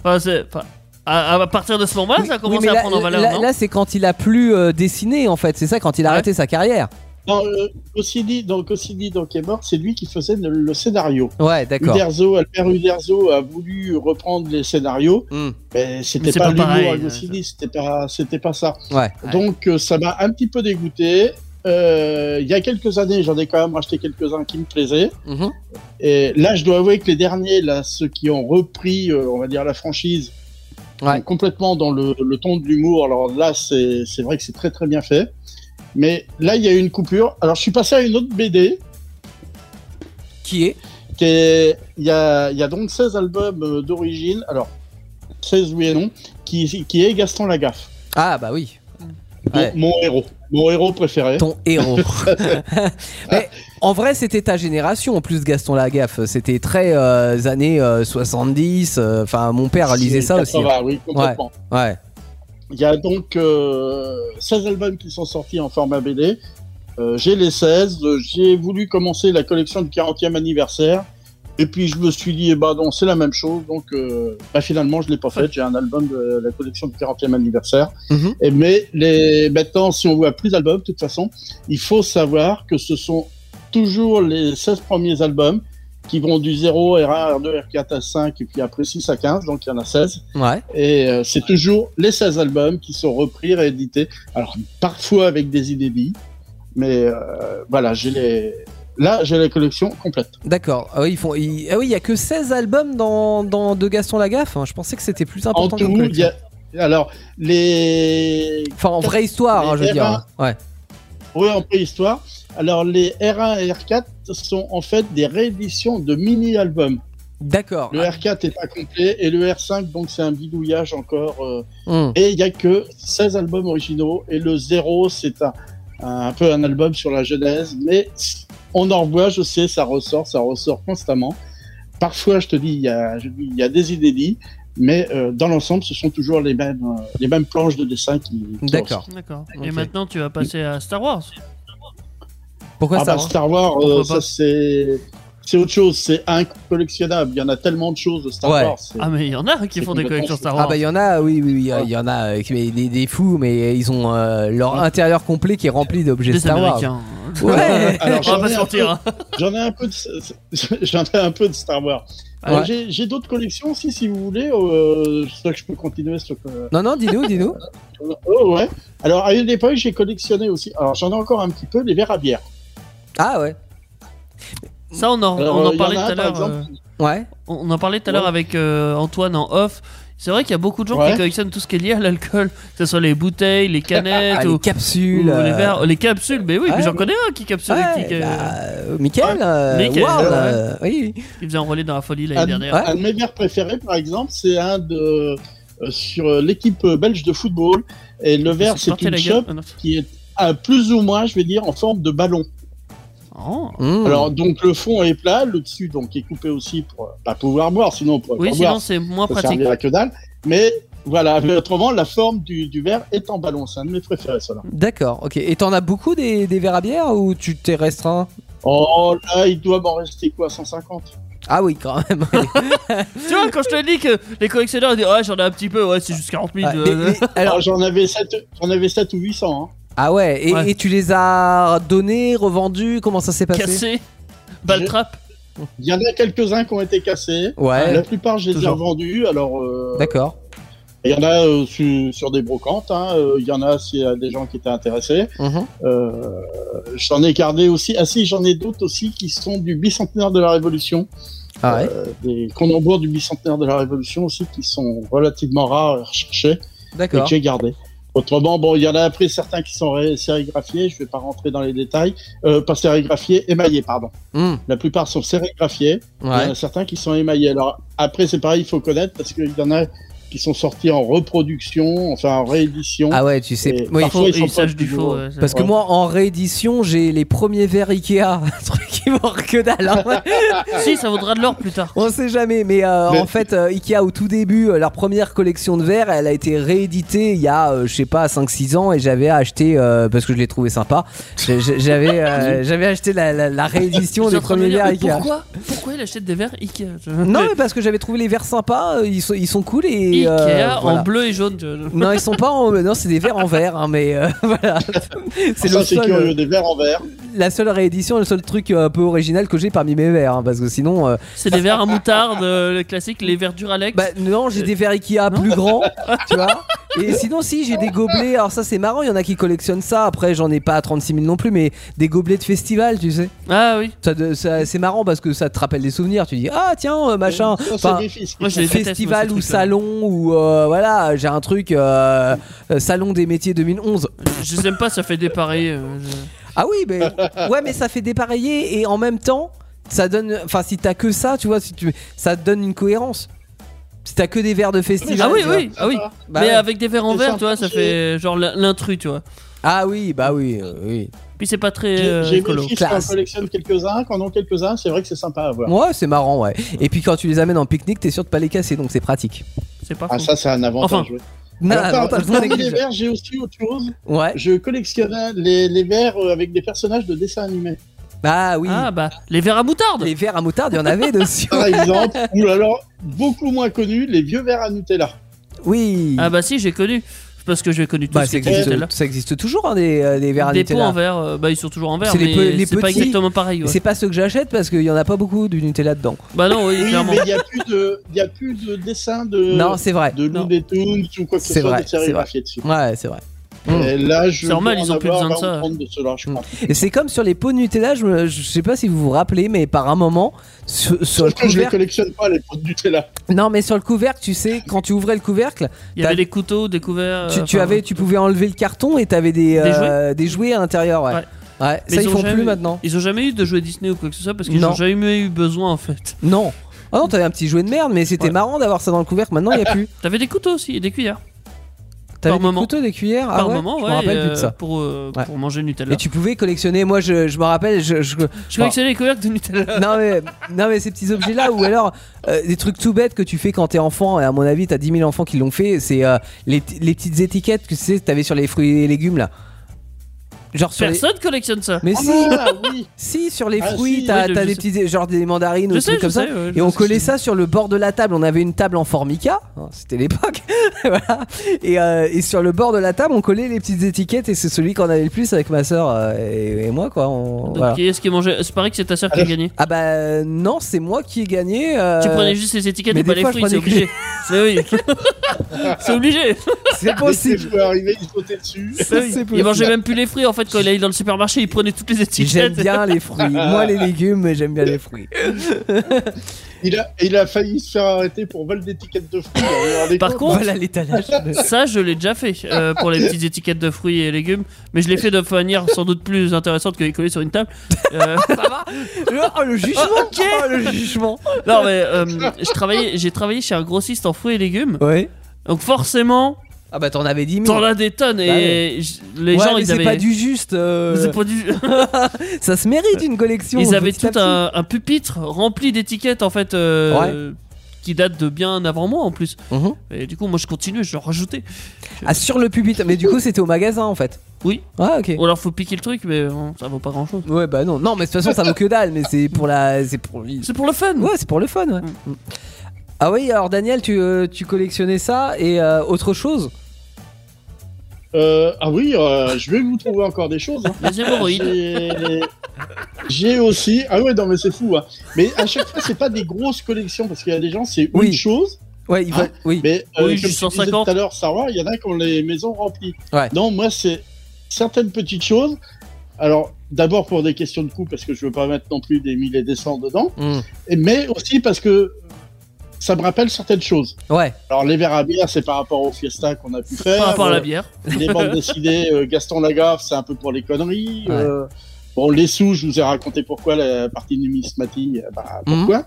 Enfin, c'est- enfin, à, à partir de ce moment-là, ça a
Oui,
commencé
mais
à
là,
prendre en valeur.
là-
non
là, c'est quand il a plus euh, dessiné en fait, c'est ça, quand il a arrêté sa carrière.
Non, euh, Goscinny, donc Goscinny donc est mort, c'est lui qui faisait le, le scénario.
Ouais, d'accord.
Uderzo, Albert Uderzo a voulu reprendre les scénarios, mais
Mais
c'était
c'est
pas,
pas pareil, euh,
l'humour à
ouais,
Goscinny, c'était pas, c'était pas ça.
Mm. Ouais.
Donc euh, ça m'a un petit peu dégoûté. Euh, Il y a quelques années, j'en ai quand même acheté quelques-uns qui me plaisaient.
Mm-hmm.
Et là, je dois avouer que les derniers, là, ceux qui ont repris, euh, on va dire, la franchise, sont complètement dans le, le ton de l'humour. Alors là, c'est c'est vrai que c'est très très bien fait. Mais là, il y a eu une coupure. Alors, je suis passé à une autre BD.
Qui est
qui est- Il y a, il y a donc 16 albums euh, d'origine. Alors, 16 oui et non. Qui, qui est Gaston Lagaffe.
Ah bah oui. Ouais.
Mon, mon héros. Mon héros préféré.
Ton héros. Mais en vrai, c'était ta génération en plus, Gaston Lagaffe. C'était très euh, années euh, 70. euh, Enfin, mon père lisait ça aussi.
80,
hein.
oui, complètement.
Ouais. ouais.
Il y a donc euh, 16 albums qui sont sortis en format BD. Euh, j'ai les 16. euh, J'ai voulu commencer la collection du 40e anniversaire. Et puis je me suis dit, eh ben non, c'est la même chose. Donc euh, bah, finalement, je l'ai pas fait. J'ai un album de la collection du 40e anniversaire.
Mhm.
Et mais les... maintenant, si on voit plus d'albums, de toute façon, il faut savoir que ce sont toujours les 16 premiers albums qui vont du 0 R1, R2, R4 à 5, et puis après 6 à 15, donc il y en a 16.
Ouais.
Et euh, c'est toujours les 16 albums qui sont repris, réédités. Alors, parfois avec des idées billes, mais euh, voilà, j'ai les... là, j'ai la collection complète.
D'accord. Ah oui, ils font. ils- Ah oui, il y a que 16 albums dans, dans de Gaston Lagaffe. hein. Je pensais que c'était plus
En
important.
tout,
comme
il y a... Alors, les...
Enfin, en vraie histoire, hein, je veux dire. hein. Ouais.
Oui, en préhistoire. Alors, les R1 et R4 sont en fait des rééditions de mini-albums.
D'accord.
Le R4 est incomplet et le R5, donc c'est un bidouillage encore. euh,
Hmm.
Et il n'y a que 16 albums originaux. Et le 0, c'est un, un peu un album sur la genèse. Mais on en revoit, je sais, ça ressort, ça ressort constamment. Parfois, je te dis, il y a, je dis, il y a des idées dites, mais euh, dans l'ensemble, ce sont toujours les mêmes, euh, les mêmes planches de dessin qui. qui ressortent.
D'accord.
Ok.
Et maintenant, tu vas passer à Star Wars.
Pourquoi hein Star
Ah bah,
Wars
Star Wars, euh,
Pourquoi
ça
pas
c'est c'est autre chose, c'est incollectionnable. Il y en a tellement de choses de Star
Ouais.
Wars. c'est-
Ah, mais il y en a qui
c'est
font des
complètement
collections Star
Ah
Wars.
bah il y en a, oui, oui, oui, il y en a euh, qui- des, des fous, mais ils ont euh, leur intérieur complet qui est rempli d'objets
Des
Star Wars.
Américains.
Ouais.
On
Alors,
va
j'en
pas
ai
se
un
mentir, hein.
peu- J'en ai un peu de, j'en ai un peu de Star Wars. Alors,
Ouais.
j'ai- J'ai d'autres collections aussi, si vous voulez. Euh, je sais que je peux continuer. sur- euh,
Non, non, dis-nous, dis-nous.
oh, ouais. Alors, à une époque, j'ai collectionné aussi. Alors, j'en ai encore un petit peu les verres à bière.
Ah ouais.
Ça, on en,
Alors,
on en
Euh, il y en
parlait
a
tout à
un, par
l'heure.
exemple.
euh,
Ouais.
On on en parlait tout à l'heure avec euh, Antoine en off. C'est vrai qu'il y a beaucoup de gens
Ouais.
qui collectionnent tout ce qui est lié à l'alcool, que ce soit les bouteilles, les canettes,
Ah,
ou,
les capsules,
ou les
euh.
verres, les capsules. Mais oui,
Ouais,
mais j'en
mais-
connais un qui capsule,
Ouais,
qui, qui-
Euh, Michael, euh,
Michael,
Ward,
ouais.
euh, oui.
qui faisait enrôler dans la folie l'année
Un,
dernière.
un de mes verres préférés, par exemple, c'est un de euh, sur euh, l'équipe euh, belge de football. Et le verre,
se
c'est
planté
une
la gueule.
chope
Ah, non.
qui est à plus ou moins, je vais dire, en forme de ballon.
Oh.
Hmm,
Alors donc le fond est plat, le dessus donc est coupé aussi pour euh, pas pouvoir boire, sinon on pourrait
Oui,
pas
sinon,
boire,
c'est moins
ça
pratique.
servira à que dalle. Mais voilà, mais autrement la forme du, du verre est en ballon, c'est un de mes préférés ça. là.
D'accord, ok. Et t'en as beaucoup des, des verres à bière ou tu t'es restreint
Oh là, il doit m'en rester quoi 150
Ah oui, quand même.
Tu vois, quand je te dis que les collectionneurs ils disent Ouais, j'en ai un petit peu, ouais, c'est juste 40 000.
Ouais,
euh,
mais- mais-
Alors Ah, j'en avais 7 j'en avais 7 ou 800 hein.
Ah ouais. Et,
Ouais.
et tu les as donnés, revendus Comment ça s'est passé
cassé, baltrap.
Il y en a quelques-uns qui ont été cassés.
Ouais.
La plupart je les ai
Toujours.
revendus. Alors euh,
D'accord.
il y en a euh, sur, sur des brocantes, hein, euh, il y en a s'il y a des gens qui étaient intéressés.
Mhm.
Euh, j'en ai gardé aussi. Ah si, j'en ai d'autres aussi qui sont du bicentenaire de la Révolution.
Ah ouais.
Euh, des connembours du bicentenaire de la Révolution aussi qui sont relativement rares et recherchés et
D'accord.
que j'ai gardés. Autrement, bon, il y en a après certains qui sont ré- sérigraphiés, je vais pas rentrer dans les détails, euh, pas sérigraphiés, émaillés, pardon.
Hmm.
La plupart sont sérigraphiés, il y en
Ouais.
a certains qui sont émaillés. Alors après, c'est pareil, il faut connaître parce qu'il y en a qui sont sortis en reproduction, enfin en réédition.
Ah ouais, tu sais.
Et
oui.
parfois,
Faux-
ils sont
et
pas
usage du
toujours-
faux, ouais, c'est-
Parce que moi, en réédition, j'ai les premiers verres Ikea, un truc qui vaut que dalle. hein.
si, ça vaudra de l'or plus tard.
On sait jamais, mais, euh,
Mais-
en fait, euh, Ikea, au tout début, euh, leur première collection de verres, elle a été rééditée il y a, euh, je sais pas, 5-6 ans, et j'avais acheté, euh, parce que je l'ai trouvé sympa, j'ai- j'ai- j'avais euh, j'avais acheté la, la- la réédition
J'étais
des
en train de
premiers
me dire,
verres
mais
Ikea.
Pourquoi, pourquoi il achète des verres Ikea tu vois
non, mais parce que j'avais trouvé les verres sympas, euh, ils sont, ils sont cool et.
Ikea
euh, voilà.
en bleu et jaune. tu vois.
Non, ils sont pas en. Non, c'est des verres en verre, hein, mais euh, voilà. C'est
Ah, Ça,
le
c'est
seul, euh,
curieux, des verres en verre.
la seule réédition, le seul truc euh, un peu original que j'ai parmi mes verres, hein, parce que sinon. euh,
C'est des verres à moutarde, euh, le classique, les verres Duralex.
Bah non, j'ai des verres Ikea plus grands, tu vois. Et sinon, si, j'ai des gobelets. Alors ça, c'est marrant, il y en a qui collectionnent ça. Après, j'en ai pas à 36 000 non plus, mais des gobelets de festival, tu sais.
Ah oui.
Ça, de- ça- c'est marrant parce que ça te rappelle des souvenirs. Tu dis, ah tiens, euh, machin.
Ça, c'est
Enfin,
des fils qui
Moi,
font
je les déteste,
festival
moi,
ou
ces trucs-là.
salon ou euh, voilà, j'ai un truc euh, euh, salon des métiers 2011.
Je les aime pas, ça fait des pareils. euh, je-
Ah oui, mais ouais, mais ça fait dépareiller et en même temps, ça donne. Enfin, si t'as que ça, tu vois, si tu, ça te donne une cohérence. Si t'as que des verres de festival.
Ah oui,
tu vois.
oui, ah oui.
Bah
mais
ouais.
avec des verres en
Des
verre, tu vois, ça
sandwichs.
fait euh, genre l'in- l'intrus, tu vois.
Ah oui, bah oui, euh, oui.
Puis c'est pas très
J'ai-
euh,
J'ai
écolo.
mes fils qui en collectionnent quelques-uns, qui en ont quelques-uns, c'est vrai que c'est sympa à voir.
Ouais, c'est marrant, ouais. Et puis quand tu les amènes en pique-nique, t'es sûr de pas les casser, donc c'est pratique.
C'est pas
Ah, ça, c'est un avantage.
Enfin.
ouais.
Non,
Alors,
non,
par-
t'as-
parmi les verres, j'ai aussi autre chose.
Ouais.
Je collectionnais les, les verres euh, avec des personnages de dessins animés.
Bah oui.
Ah bah, les verres à moutarde
Les verres à moutarde, il y en avait dessus.
Par exemple, ou alors beaucoup moins connus, les vieux verres à Nutella.
Oui.
Ah bah si, j'ai connu. Parce que j'ai connu tout
Bah,
ce qui
ça
était
existe,
Nutella.
ça existe toujours, hein, des, euh, des verres à
Des pots
Nutella.
en verre, euh, bah ils sont toujours en verre,
C'est les, pe-
mais
les
c'est pas
petits.
exactement pareil. ouais.
C'est pas ceux que j'achète parce qu'il y en a pas beaucoup du Nutella dedans.
Bah non, oui,
Oui,
clairement.
mais il n'y a plus de, il y a plus de dessins de.
Non, c'est vrai.
Euh, De Looney Tunes ou quoi que ce
C'est
soit
vrai.
de
C'est vrai. Mm.
sérigraphié dessus.
Ouais, c'est vrai.
Et là, je
C'est normal,
dois en
ils ont plus
avoir
besoin de ça.
20 ou 30 de ceux-là, je crois.
Et c'est comme sur les pots de Nutella, je, me- je sais pas si vous vous rappelez, mais par un moment, sur, sur le
Parce que je les
couvercle.
collectionne pas les pots de Nutella.
Non, mais sur le couvercle, tu sais, quand tu ouvrais le couvercle,
Il y avait
t'as-
des couteaux découverts.
tu,
euh,
tu
enfin,
avais, tu pouvais enlever le carton et t'avais des,
Des
euh, des jouets à l'intérieur, ouais.
Ouais.
Ouais,
mais
ça ils
ont
font
jamais
plus
eu-
maintenant.
Ils ont jamais eu de jouets Disney ou quoi que ce soit parce qu'ils
Non.
n'ont jamais eu besoin en fait.
Non. Ah non, t'avais un petit jouet de merde, mais c'était marrant d'avoir ça dans le couvercle. Maintenant, il y a plus.
T'avais des couteaux aussi et des cuillères.
T'avais
Par
des
moment.
couteaux, des cuillères. ah
Par
ouais,
moment,
je
ouais,
me rappelle
euh,
plus de ça.
Pour, euh,
Ouais.
pour manger Nutella.
Et tu pouvais collectionner. Moi, je, je me rappelle. Je, je,
Je croyais que c'est les couvercles de Nutella.
non mais, non mais ces petits objets là ou alors euh, des trucs tout bêtes que tu fais quand t'es enfant et à mon avis t'as 10 000 enfants qui l'ont fait c'est euh, les, t- les petites étiquettes que tu sais t'avais sur les fruits et légumes là genre sur les-
Personne collectionne ça.
mais si
Ah oui
si sur les
Ah,
fruits
si,
t'as
oui, je-
t'as
je
des
sais.
petits genre des mandarines ou
Je
des
sais,
trucs comme
je
ça
sais, ouais, je
et on
sais ce
collait
que
ça sur le bord de la table on avait une table en formica hein, c'était l'époque voilà et, euh, et sur le bord de la table on collait les petites étiquettes et c'est celui qu'on avait le plus avec ma soeur et, et moi quoi on,
Donc,
voilà.
qui est-ce qui mangeait C'est pareil que c'est ta soeur qui a gagné.
Ah bah euh, non, c'est moi qui ai gagné. euh,
Tu prenais juste les étiquettes
mais
et pas
des fois,
les
je
fruits, c'est
prenais
obligé. C'est oui. c'est obligé.
C'est
Dès que
possible.
je peux arriver, ils sautaient dessus.
Ça, c'est
Il
possible.
mangeait même plus les fruits en fait quand il allait dans le supermarché, il prenait toutes les étiquettes.
J'aime bien les fruits. Moi les légumes, mais j'aime bien les fruits.
Il a, il a failli se faire arrêter pour vol d'étiquettes de fruits. hein, regardez.
Par contre,
Voilà l'étalage.
ça je l'ai déjà fait euh, pour les petites étiquettes de fruits et légumes, mais je l'ai fait de manière sans doute plus intéressante que les coller sur une table. Euh,
Oh le jugement. Oh, le jugement.
non mais euh, je travaillais, j'ai travaillé chez un grossiste en fruits et légumes,
Ouais.
donc forcément
Ah bah t'en avais 10 000.
t'en as des tonnes et
Bah ouais.
j- les
Ouais,
gens
mais
ils
c'est
avaient.
pas du juste. euh,
C'est pas du-
ça se mérite une collection.
Ils
petit
avaient
à
tout
petit.
un, un pupitre rempli d'étiquettes en fait euh, qui date de bien avant moi en plus.
Mhm.
Et du coup moi je continuais, je leur rajoutais.
Ah sur le pupitre. Mais du coup c'était au magasin en fait.
Oui.
Ah ok.
Ou alors faut piquer le truc mais euh, ça vaut pas grand chose.
Ouais bah non. Non mais de toute façon ça vaut que dalle. Mais c'est pour la. C'est pour.
C'est pour le fun.
Ouais c'est pour le fun ouais. Ah oui alors Daniel tu, euh, tu collectionnais ça et euh, autre chose.
Euh, ah oui, euh, je vais vous trouver encore des choses. hein.
Les hémorroïdes.
J'ai- J'ai aussi. Ah ouais, non, mais c'est fou. hein. Mais à chaque fois, c'est pas des grosses collections parce qu'il y a des gens, c'est
Oui.
une chose.
Ouais il va.
Ah,
Oui.
Mais
Oui,
euh, comme
juste
tu disais
150.
tout à l'heure, Sarah, il y en a qui ont les maisons remplies.
Ouais.
Non, moi, c'est certaines petites choses. Alors, d'abord pour des questions de coût, parce que je veux pas mettre non plus des mille et des cents dedans,
Mm.
Et- mais aussi parce que euh, ça me rappelle certaines choses.
Ouais.
Alors, les verres à bière, c'est par rapport aux fiesta qu'on a pu faire.
Par rapport à
Euh,
la bière.
les bandes dessinées, euh, Gaston Lagaffe, c'est un peu pour les conneries. euh, bon, les sous, je vous ai raconté pourquoi la partie numismatique, euh, bah,
Mhm.
pourquoi.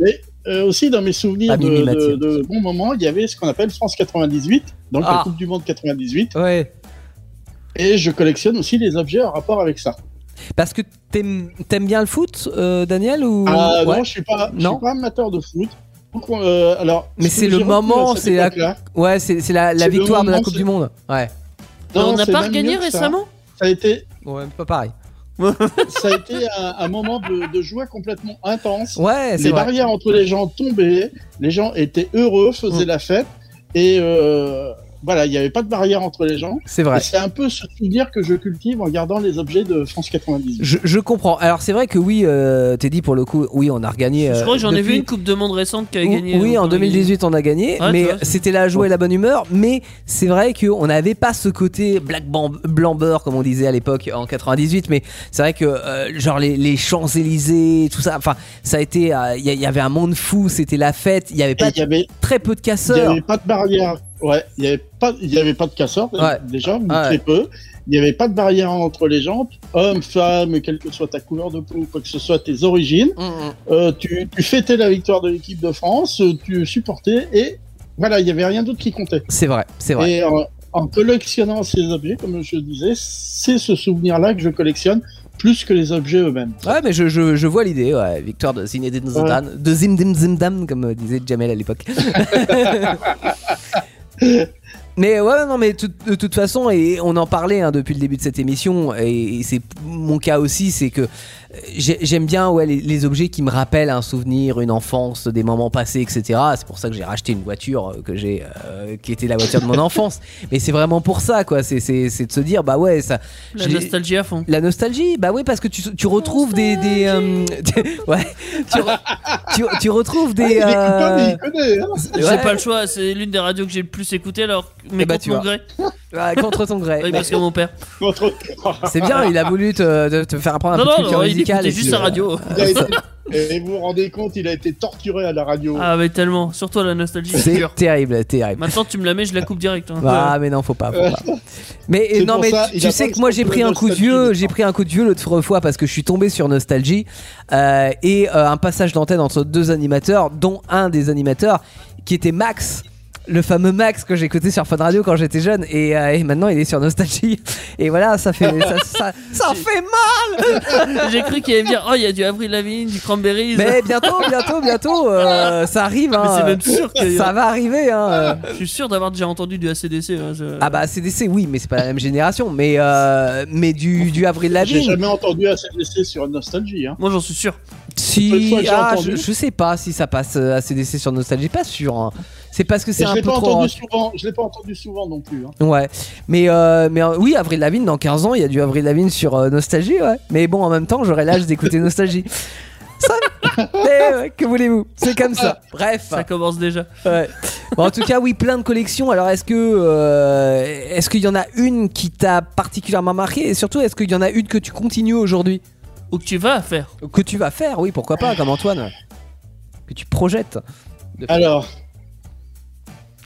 Mais euh, aussi, dans mes souvenirs
Ah,
de,
numismatique.
de, de bons moments, il y avait ce qu'on appelle France 98, donc
Ah.
la Coupe du Monde 98.
Ouais.
Et je collectionne aussi les objets en rapport avec ça.
Parce que t'aimes t'aimes bien le foot, euh, Daniel ou
Ah
Ouais.
non, je suis pas, je
Non.
suis pas amateur de foot. Donc, on- euh, alors,
Mais
ce
c'est
que
le
j'ai retenu à
moment,
cette
c'est la,
époque-là-
ouais, c'est c'est la, la
C'est le
victoire de la
moment,
Coupe
c'est-
du Monde. Ouais.
Non,
on n'a
c'est
pas
même
regagné
mieux que ça.
récemment
Ça a été,
Ouais, pas pareil.
ça a été un, un moment de, de joie complètement intense.
Ouais, c'est
les
vrai.
barrières entre les gens tombaient, les gens étaient heureux,
Mm.
faisaient la fête, et euh, voilà, il n'y avait pas de barrière entre les gens.
C'est vrai.
Et C'est un peu ce souvenir que je cultive en gardant les objets de France 98.
Je, je comprends. Alors c'est vrai que oui, euh, Teddy pour le coup, oui, on a regagné.
Je
euh,
crois que j'en ai vu
depuis-
une Coupe de Monde récente qui a
Ou-
gagné.
Oui,
euh,
en
qui a gagné.
2018 on a gagné,
Ouais,
mais
tu vois, c'est-
c'était la joie et la bonne humeur. Mais c'est vrai qu'on n'avait pas ce côté black ban- blanc beurre comme on disait à l'époque en 98. Mais c'est vrai que euh, genre les, les Champs Élysées, tout ça. Enfin, ça a été, il y, a- y avait un monde fou. C'était la fête. Il y avait
Et
pas
Il n'y avait,
très peu de
il y
casseurs.
avait pas de barrière. Ouais, il n'y avait, pas- il y avait pas de casseurs
Ouais.
déjà, ou
Ah ouais.
très peu. Il n'y avait pas de barrière entre les gens, hommes, femmes, quelle que soit ta couleur de peau, quoi que ce soit tes origines. Euh, tu, tu fêtais la victoire de l'équipe de France, euh, tu supportais et voilà, il n'y avait rien d'autre qui comptait.
C'est vrai, c'est vrai.
Et en, en collectionnant ces objets, comme je disais, c'est ce souvenir-là que je collectionne plus que les objets eux-mêmes.
Ouais, mais je, je, je vois l'idée, ouais. Victoire de Zinedine Zidane,
Ouais.
de Zimdim Zimdam, comme euh, disait Jamel à l'époque. Mais ouais, non, mais tout- de toute façon, et on en parlait hein, depuis le début de cette émission, et, et c'est mon cas aussi, c'est que euh, j'ai- j'aime bien ouais, les, les objets qui me rappellent un souvenir, une enfance, des moments passés, etc. C'est pour ça que j'ai racheté une voiture euh, que j'ai, euh, qui était la voiture de mon enfance. Mais c'est vraiment pour ça, quoi. C'est c'est- c'est de se dire, bah ouais, ça.
La
je l'ai-
nostalgie à fond.
la nostalgie, bah oui, parce que tu, tu retrouves des. des euh, tu- ouais, tu, re- tu, tu retrouves des. euh,
hein,
J'ai
Ouais.
pas le choix, c'est l'une des radios que j'ai le plus écouté alors. Mais
Eh bah,
contre
tu
mon
vois. Eh bah,
gré.
Ouais, contre ton gré.
Oui, parce que mon père.
C'est bien, il a voulu te, te- te faire apprendre un
Non,
peu
non,
de culture
non, il
musicale.
écoutait
et
juste
puis,
sa
euh,
radio.
Il a été- et vous vous rendez compte, il a été torturé à la radio.
Ah, mais tellement. Surtout à la nostalgie.
C'est
pure.
terrible, terrible.
Maintenant, tu me la mets, je la coupe direct. hein.
Ah mais non faut pas, faut
Ouais.
pas. Mais
C'est
et non
pour
mais
ça,
tu,
il
tu
a
sais
pas
que moi
le
j'ai pris
de
un coup de
nostalgie,
vieux, j'ai pris un coup de vieux l'autre fois parce que je suis tombé sur Nostalgie euh, et euh, un passage d'antenne entre deux animateurs dont un des animateurs qui était Max. Le fameux Max que j'écoutais sur Fun Radio quand j'étais jeune et, euh, et maintenant il est sur Nostalgie et voilà ça fait ça, ça- Ça fait mal
Euh, J'ai cru qu'il allait me dire Oh, il y a du Avril Lavigne, du Cranberries.
mais bientôt bientôt bientôt euh, ça arrive hein.
Mais c'est même sûr que-
ça va arriver hein. euh.
Je suis sûr d'avoir déjà entendu du ACDC. hein, je-
Ah bah ACDC oui mais c'est pas la même génération mais euh, mais du, du avril
J'ai
Lavigne
jamais entendu ACDC sur Nostalgie. Hein.
Moi j'en suis sûr.
Peu de
si
fois que j'ai
ah,
entendu.
je, je sais pas si ça passe euh, ACDC sur Nostalgie pas sûr hein. c'est parce que
Et
c'est un
je l'ai
peu
pas
trop
entendu
rock.
souvent. Je l'ai pas entendu souvent non plus. Hein.
Ouais, mais euh, mais euh, oui, Avril Lavigne dans 15 ans, il y a du Avril Lavigne sur euh, Nostalgie, ouais. Mais bon, en même temps, j'aurais l'âge d'écouter Nostalgie. Ça, mais, ouais, que voulez-vous C'est comme ça. Bref.
Ça commence déjà.
Ouais. Bon, en tout cas, oui, plein de collections. Alors, est-ce que euh, est-ce qu'il y en a une qui t'a particulièrement marqué et surtout, est-ce qu'il y en a une que tu continues aujourd'hui
ou que tu vas faire
Que tu vas faire, oui, pourquoi pas, comme Antoine, ouais. que tu projettes. de faire.
Alors.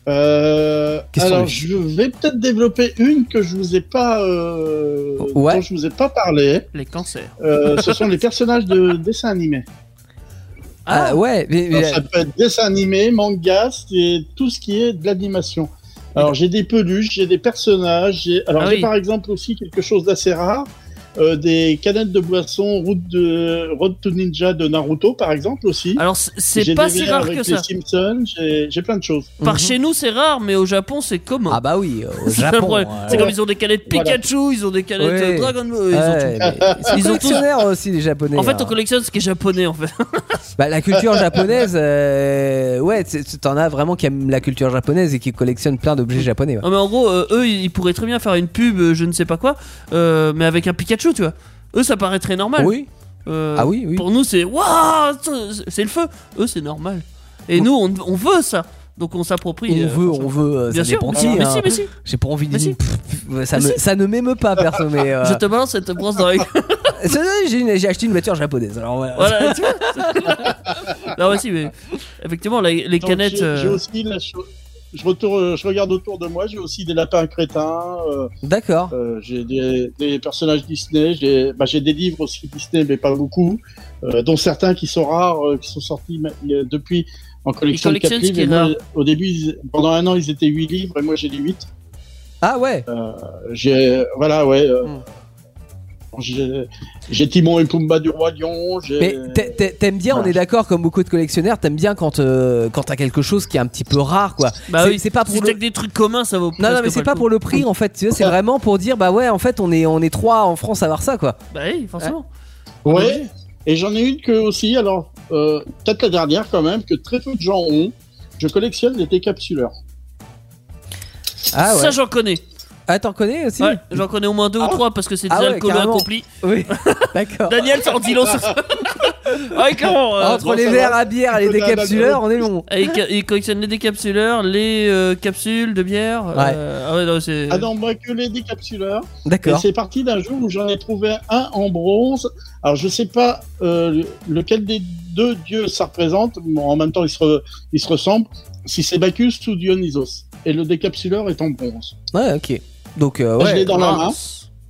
euh,
Question
alors,
de-
je vais peut-être développer une que je vous ai pas, euh,
Ouais.
dont je vous ai pas parlé.
Les cancers.
Euh, ce sont les personnages de dessins animés.
Ah, ouais, mais-
Alors,
mais-
ça peut être dessin animé, manga, c'est tout ce qui est de l'animation. Alors j'ai des peluches, j'ai des personnages. j'ai- Alors
Ah
j'ai
oui.
par exemple aussi quelque chose d'assez rare, euh, des canettes de boisson route de Road to Ninja de Naruto par exemple aussi.
Alors Ah, c'est
J'ai
pas
des
si
liens
rare
avec
que
les
ça.
Simpsons, j'ai j'ai plein de choses.
Par
Mhm.
chez nous, c'est rare, mais au Japon, c'est commun.
Ah bah oui, au
C'est le
Japon.
problème.
euh,
C'est comme ils ont des canettes Pikachu, ils ont des canettes
Ouais.
euh, Dragon
Ouais,
Ball. Ils ont tout.
mais c'est
Ils ont tous.
collectionneurs aussi les japonais.
En
hein.
fait, on collectionne ce qui est japonais en fait.
Bah, la culture japonaise, euh, ouais, c'est- c'est- t'en as vraiment qui aiment la culture japonaise et qui collectionnent plein d'objets japonais. ouais.
Non, mais en gros, euh, eux, ils pourraient très bien faire une pub, euh, je ne sais pas quoi, euh, mais avec un Pikachu, tu vois. Eux, ça paraît très normal.
Oui.
Euh,
Ah oui, oui.
Pour nous, c'est waouh, c'est- c'est le feu. Eux, c'est normal. Et nous, on, on veut ça. Donc on s'approprie.
On
euh,
veut, on veut, euh,
Bien
ça
sûr. Ah,
dépend qui.
Mais
hein.
si, mais si.
J'ai pas envie de.
Mais si.
Pff, pff, ça,
Mais
me-
si.
ça ne m'émeut pas, perso, mais. euh,
Je te balance cette brosse dans la
ça, J'ai une- j'ai acheté une voiture japonaise, alors voilà.
Voilà. tu vois. non, mais si, mais effectivement, la- les
Donc,
canettes.
j'ai-
euh,
j'ai aussi la cho- je, retourne, je regarde autour de moi, j'ai aussi des lapins crétins. euh,
D'accord.
euh, j'ai des, des personnages Disney, j'ai bah, j'ai des livres aussi Disney, mais pas beaucoup, euh, dont certains qui sont rares, euh, qui sont sortis ma- il y a- depuis en collection de 4
collectionnent ce
livres.
qui est
et moi,
rare.
au début, ils- pendant un an, ils étaient 8 livres et moi j'ai les 8.
Ah ouais
J'ai Voilà, ouais. euh,
Hmm.
j'ai- J'ai Timon et Pumba du Roi Lion. j'ai-
Mais t'a- t'a- t'aimes bien, on
Voilà.
est d'accord, comme beaucoup de collectionneurs, t'aimes bien quand, euh, quand t'as quelque chose qui est un petit peu rare, quoi.
Bah
C'est-
oui,
c'est pas pour
si
le-
t'as que des trucs communs, ça vaut
Non, non,
presque
mais c'est
pas
pas
le
pour le prix en fait, tu vois, c'est vraiment pour dire bah ouais, en fait, on est, on est trois en France à avoir ça quoi.
coup. Bah oui, forcément.
Ouais, et j'en ai une que aussi, alors, euh, peut-être la dernière quand même, que très peu de gens ont. Je collectionne les décapsuleurs.
Ah ouais.
Ça, j'en connais.
Ah, t'en connais aussi
Ouais, j'en connais au moins deux ou trois parce que c'est
Ah
déjà
ouais,
le commun
carrément. Ah.
accompli.
Oui, d'accord.
Daniel, ça en dit long sur ça. ouais, clairement. euh,
Entre les verres à bière et les décapsuleurs, on est long.
Et il ca- il collectionne les décapsuleurs, les euh, capsules de bière. euh, ah ouais, non, c'est.
Ah non, moi que les décapsuleurs.
D'accord.
Et c'est parti d'un jour où j'en ai trouvé un en bronze. Alors je sais pas euh, lequel des deux dieux ça représente. Bon, en même temps, ils se, re- ils se ressemblent. Si c'est Bacchus ou Dionysos. et le décapsuleur est en bronze.
Ouais, ok. Donc, euh,
Moi,
ouais.
je l'ai dans la main.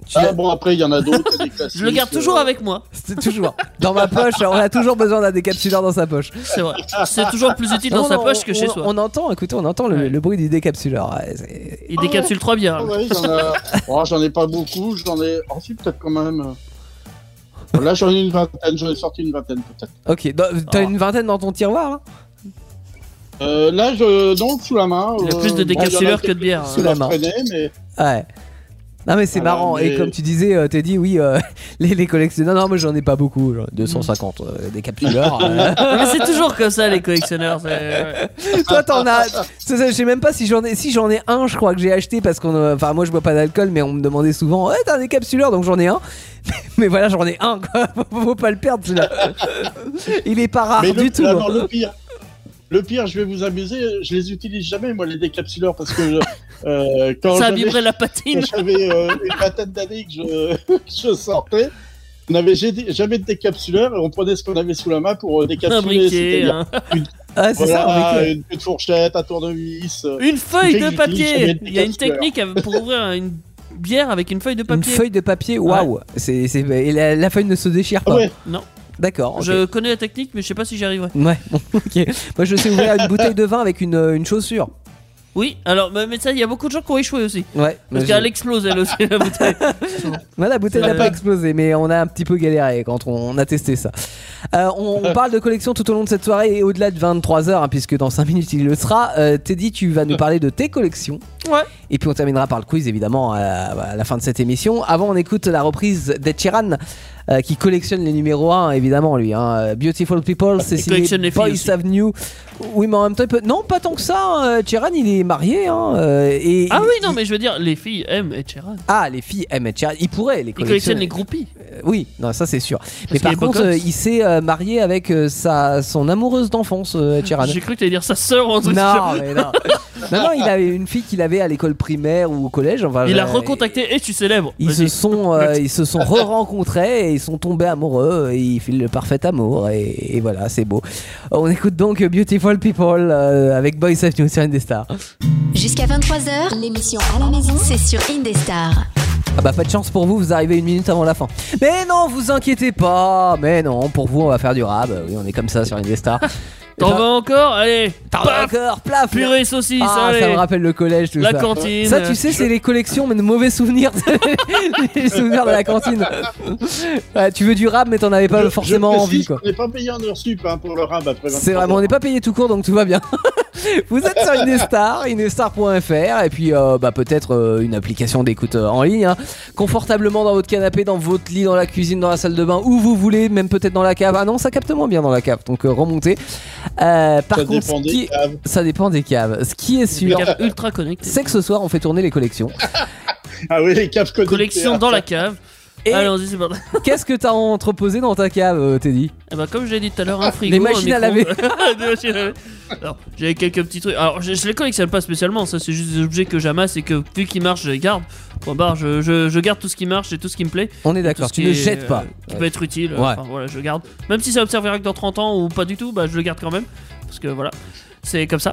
Tu l'as-
Ah, bon, après, il y en a d'autres. il y a des
Je le garde
classiques,
toujours
euh,
avec moi.
C'est toujours dans ma poche. On a toujours besoin d'un décapsuleur dans sa poche.
C'est vrai. C'est toujours plus utile
Non,
dans sa
non,
poche
on-
que chez
on-
soi.
On entend, écoutez, on entend le, le bruit du décapsuleur. Ouais, c'est-
Il décapsule trois bières.
ah Ouais, j'en ai... oh, j'en ai pas beaucoup, j'en ai. Ensuite, peut-être quand même. euh, bon, Là, j'en ai une vingtaine, j'en ai sorti une vingtaine peut-être.
Ok, dans-
Oh.
t'as une vingtaine dans ton tiroir hein là
Euh, là, je. Non, sous la main.
Il y a
euh,
plus de
bon, il y en a
décapsuleurs que de bière,
quelques-uns
hein.
sous la
Sous la main.
traînée, mais.
Ouais. Non mais c'est
Voilà,
marrant et
mais-
comme tu disais, euh, t'es dit oui euh, les, les collectionneurs. Non, non mais j'en ai pas beaucoup, genre 250 euh, décapsuleurs. euh.
Ah, Mais c'est toujours comme ça les collectionneurs. c'est-
Toi t'en as. c'est ça, Je sais même pas si j'en ai. Si j'en ai un, je crois que j'ai acheté parce qu'on. euh, Enfin moi je bois pas d'alcool, mais on me demandait souvent. Ouais t'as un décapsuleur donc j'en ai un. mais voilà j'en ai un quoi. Faut pas le perdre celui-là. Il est pas rare
Mais le-
Ah, du tout.
là, non, le pire. Le pire, je vais vous amuser, je les utilise jamais, moi, les décapsuleurs, parce que je- euh, quand
Ça a
j'avais-
vibré la patine.
quand J'avais euh, une vingtaine d'années que je, que je sortais. On n'avait jamais jamais de décapsuleur et on prenait ce qu'on avait sous la main pour euh, décapsuler.
Un briquet,
c'est-à-dire
hein.
une,
Ah,
c'est ça, un briquet.
une petite fourchette, un tournevis. euh,
Une
qui
feuille
fait
de
que j'utilise jamais
papier.
de
Il y a une
décapsuleur.
technique à- pour ouvrir une bière avec une feuille de
Une
papier.
feuille de papier. Waouh. C'est c'est- et la, la feuille ne se déchire pas.
Non.
D'accord. ok.
Je connais la technique, mais je sais pas si j'y arriverai.
Ouais, bon, ok. Moi, je sais ouvrir une bouteille de vin avec une, euh, une chaussure.
Oui, alors, mais mais ça, il y a beaucoup de gens qui ont échoué aussi.
Ouais.
Parce
j'ai-
qu'elle explose, elle aussi, la bouteille.
Ouais, la bouteille
C'est
n'a
vrai.
pas explosé, mais on a un petit peu galéré quand on, on a testé ça. Euh, on, on parle de collection tout au long de cette soirée et au-delà de 23h, puisque dans 5 minutes il le sera. Euh, Teddy, tu vas nous parler de tes collections.
Ouais.
Et puis on terminera par le quiz, évidemment, à, à la fin de cette émission. Avant, on écoute la reprise d'Ed Sheeran, euh, qui collectionne les numéros 1, évidemment, lui. hein. Beautiful People, c'est
Ah,
signé
collectionne les filles
Boys
aussi.
Have New. Oui, mais en même temps, il peut- non, pas tant que ça. euh, Ed Sheeran, il est marié. Hein, euh, et
Ah oui, non, mais je veux dire, les filles aiment Ed Sheeran.
Ah, les filles aiment Ed Sheeran. Il pourrait les
Ils
collectionner.
collectionnent les groupies.
Euh, oui, non, ça c'est sûr. Mais
qu'il est
par
beau
contre,
gosse.
euh, il s'est euh, marié avec euh, sa, son amoureuse d'enfance, euh, Ed Sheeran.
J'ai cru que t'allais dire sa sœur en
Non, mais non. non, non, il avait une fille qu'il avait à l'école primaire ou au collège. Enfin,
Il a
euh,
recontacté et tu célèbres.
Ils se sont, euh, ils se sont re-rencontrés et ils sont tombés amoureux. Et ils filent le parfait amour et, et voilà, c'est beau. On écoute donc Beautiful People euh, avec Boys Have New sur Indestar.
Jusqu'à 23h, l'émission à la maison, c'est sur Indestar.
Ah bah pas de chance pour vous, vous arrivez une minute avant la fin. Mais non, vous inquiétez pas. Mais non, pour vous, on va faire du rap. Euh, Oui, on est comme ça sur Indestar.
T'en veux encore Allez T'en
veux encore Ah, Plaf
Purée saucisse,
Ah,
allez
ça me rappelle le collège, tout
La
ça.
cantine. euh,
Ça, tu sais, c'est les collections, mais de mauvais souvenirs. les souvenirs de la cantine. Ouais, tu veux du rap, mais t'en avais pas forcément envie, quoi.
On n'est pas payé en heure sup hein, pour le rab après 23
C'est vraiment, on n'est pas payé tout court, donc tout va bien. Vous êtes sur Inestar, inestar.fr, et puis euh, bah, peut-être euh, une application d'écoute euh, en ligne, hein. confortablement dans votre canapé, dans votre lit, dans la cuisine, dans la salle de bain, où vous voulez, même peut-être dans la cave. Ah non, ça capte moins bien dans la cave, donc euh, remontez. Euh, par
Ça
contre,
dépend
ce
des
qui-
caves.
ça dépend des caves. Ce qui est sûr,
caves ultra connectées.
c'est que ce soir on fait tourner les collections.
Ah oui, les caves connectées.
Collection dans la cave.
Et-
Allons-y, c'est parti.
Qu'est-ce que t'as entreposé dans ta cave, euh, Teddy
Eh ben, comme je l'ai dit tout à l'heure, un frigo.
Ah, Des machines
un
à laver.
micro-ondes. Des machines à laver. Alors, j'avais quelques petits trucs. Alors, je, je les collectionne pas spécialement, ça, c'est juste des objets que j'amasse et que, vu qu'ils marchent, je les garde. Point barre, je, je- je garde tout ce qui marche et tout ce qui me plaît.
On est
Et
d'accord,
tout ce
tu
qui
ne
est,
jettes pas.
euh, qui peut être utile, euh,
Ouais.
enfin, voilà, je garde. Même si ça observera que dans 30 ans ou pas du tout, bah, je le garde quand même. Parce que voilà, c'est comme ça.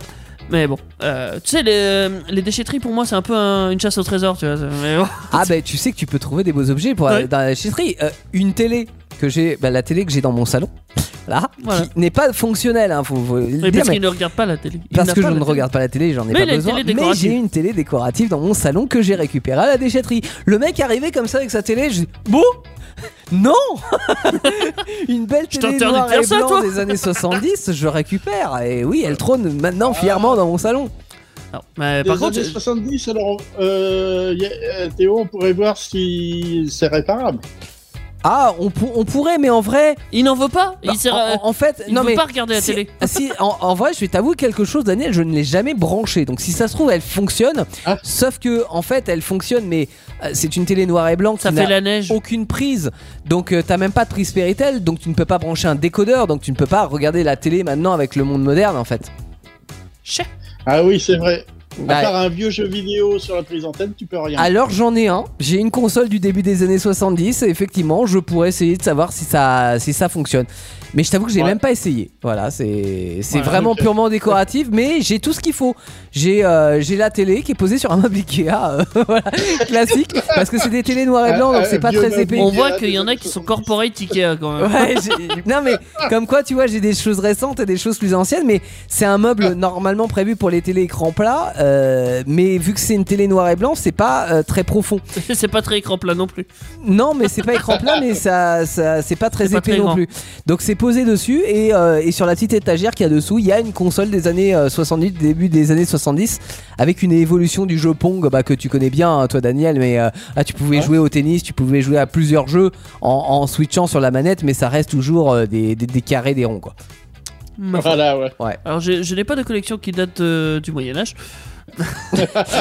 Mais bon, euh, tu sais, les, les déchetteries pour moi, c'est un peu un- une chasse au trésor, tu vois. c'est- mais bon.
Ah bah tu sais que tu peux trouver des beaux objets pour
Ouais.
dans la chiterie. une télé que j'ai, bah, la télé que j'ai dans mon salon, là,
Voilà.
qui n'est pas fonctionnelle. hein, faut, faut le
Mais
dire,
parce
mais-
qu'il ne regarde pas la télé. Il
parce
n'a
que je
pas la
ne
télé.
regarde pas la télé, j'en ai
Mais
pas
il a une
besoin.
télé
Mais
décorative.
j'ai une télé décorative dans mon salon que j'ai récupérée à la déchetterie. Le mec arrivait comme ça avec sa télé, je dis bon. Non Une belle
Je
télé
t'interdis de
noire
faire
et
ça,
blanc
toi
des années 70, je récupère. Et oui, elle trône maintenant
Ah.
fièrement dans mon salon.
Alors, mais par contre,
années 70, alors euh, y a- euh, Théo, on pourrait voir si c'est réparable.
Ah, on, pour- on pourrait, mais en vrai...
il n'en veut pas.
Bah,
il sert à-
en, en- en fait,
il
non
veut
mais
pas regarder la
si-
télé.
si, en, en vrai, je vais t'avouer quelque chose, Daniel, je ne l'ai jamais branchée. Donc si ça se trouve, elle fonctionne. Sauf que en fait, elle fonctionne, mais euh, c'est une télé noir et blanc
Ça
qui
fait
n'a
la neige.
aucune prise. Donc euh, t'as même pas de prise Péritel, donc tu ne peux pas brancher un décodeur, donc tu ne peux pas regarder la télé maintenant avec le monde moderne en fait.
Chais.
Ah oui, c'est vrai.
Bah,
à part un vieux jeu vidéo sur la prise antenne, tu peux rien.
Alors j'en ai un, j'ai une console du début des années 70 et effectivement je pourrais essayer de savoir si ça, si ça fonctionne. Mais je t'avoue que j'ai même pas essayé. Voilà, c'est c'est
Ouais,
vraiment
ok.
purement décoratif, mais j'ai tout ce qu'il faut. J'ai euh, j'ai la télé qui est posée sur un meuble Ikea, euh, voilà, classique, parce que c'est des télés noires et
Euh,
blancs donc c'est pas très épais.
On voit qu'il y en a qui sont corporate Ikea quand même.
Ouais, j'ai- non mais comme quoi tu vois j'ai des choses récentes et des choses plus anciennes mais c'est un meuble normalement prévu pour les télé écran plat euh, mais vu que c'est une télé noir et blanc c'est pas euh, très profond
c'est pas très écran plat non plus
non mais c'est pas écran plat mais ça, ça c'est pas très
C'est pas
épais
très
non
grand.
plus donc c'est posé dessus et, euh, et sur la petite étagère qu'il y a dessous il y a une console des années euh, 70 début des années 70 avec une évolution du jeu Pong bah, que tu connais bien hein, toi Daniel mais euh, là tu pouvais jouer au tennis tu pouvais jouer à plusieurs jeux en, en switchant sur la manette mais ça reste toujours euh, des, des- des carrés des ronds quoi
Ma foi.
Voilà, ouais.
Hmm. Alors je, je n'ai pas de collection qui date euh, du Moyen Âge.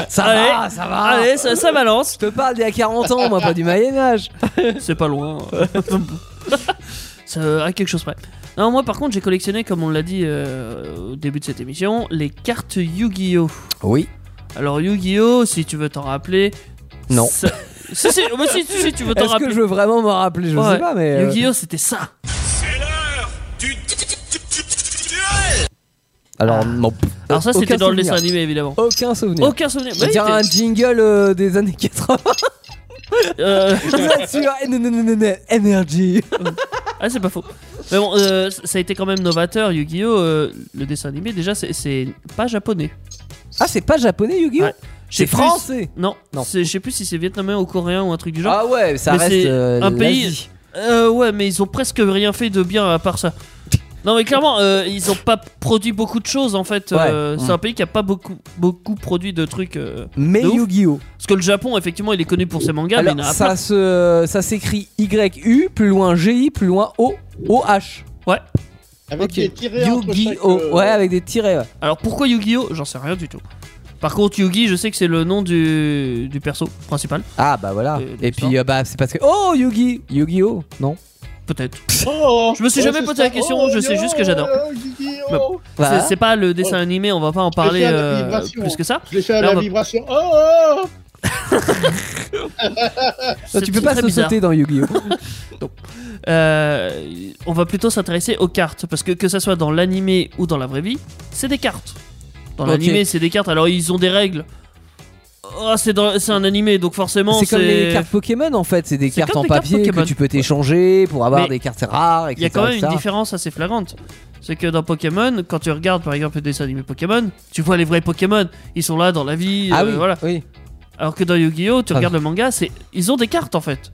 Ça va, ça va.
Allez, ça, ça balance.
Je te parle d'il y a 40 ans, moi, pas du Moyen Âge.
C'est pas loin. ça, à quelque chose près. Non, moi par contre j'ai collectionné, comme on l'a dit euh, au début de cette émission, les cartes Yu-Gi-Oh.
Oui.
Alors Yu-Gi-Oh, si tu veux t'en rappeler.
Non.
ça- si, si, moi, si, si, si, tu veux t'en
Est-ce
rappeler.
que je veux vraiment me rappeler Je
Ouais.
sais pas, mais. euh,
Yu-Gi-Oh, c'était ça.
Alors, non.
Alors ça, c'était
Ah. Aucun
dans le
souvenir.
dessin animé évidemment.
Aucun souvenir.
Aucun souvenir.
Je
Bah,
dirais un
t'es-
jingle euh, des années 80.
Euh,
Vous êtes sur NNNN, Energy.
Ah, c'est pas faux. Mais bon, euh, ça a été quand même novateur, Yu-Gi-Oh! euh, le dessin animé, déjà, c'est- c'est pas japonais.
Ah, c'est pas japonais, Yu-Gi-Oh!
Je
C'est
sais plus-
français.
Non,
Non.
c'est- je sais plus si c'est vietnamien ou coréen ou un truc du genre.
Ah ouais, ça
Mais
reste,
c'est
euh,
un pays.
l'Asie.
Euh, ouais, mais ils ont presque rien fait de bien à part ça. Non, mais clairement, euh, ils ont pas produit beaucoup de choses en fait.
Ouais.
euh,
Mm.
c'est un pays qui a pas beaucoup, beaucoup produit de trucs. euh,
Mais
de ouf.
Yu-Gi-Oh!
Parce que le Japon, effectivement, il est connu pour ses mangas, mais il
Alors,
en a
ça
plein.
se, ça s'écrit YU, plus loin GI, plus loin O, OH.
Ouais.
Avec
Ok.
des tirés entre
Yu-Gi-Oh!
chaque, euh,
Ouais, avec des tirés, ouais.
Alors pourquoi Yu-Gi-Oh J'en sais rien du tout. Par contre, Yu-Gi, je sais que c'est le nom du, du perso principal.
Ah bah voilà. Et puis, euh, bah, c'est parce que. Oh, Yugi! Yu-Gi-Oh! Non?
Peut-être.
Oh,
Je me suis
oh,
jamais
c'est
posé la
ça.
question,
Oh,
je sais
yo,
juste que j'adore.
oh, Yu-Gi-Oh.
Mais bon,
Bah.
c'est- C'est pas le dessin animé, on va pas en
Je l'ai
parler
fait à la
euh,
vibration.
plus que ça.
Je l'ai fait à
Là,
la
on va-
vibration. Oh, oh
Non,
C'est
tu peux pas
très
se
bizarre.
sauter dans Yu-Gi-Oh!
Euh, on va plutôt s'intéresser aux cartes parce que que ça soit dans l'animé ou dans la vraie vie, c'est des cartes. Dans
Ok.
l'animé, c'est des cartes. Alors ils ont des règles. Ah, c'est dans- c'est un animé, donc forcément
c'est comme les cartes Pokémon en fait, c'est des cartes
euh, comme
en
des cartes
papier que
Pokémon.
tu peux t'échanger pour avoir
Mais
des cartes rares,
Il
etc.
y a quand même une
etc..
différence assez flagrante. C'est que dans Pokémon, quand tu regardes par exemple les dessins animés Pokémon, tu vois les vrais Pokémon, ils sont là dans la vie,
Ah
euh,
oui,
voilà.
oui.
Alors que dans Yu-Gi-Oh, tu
Ah.
regardes le manga, c'est ils ont des cartes en fait.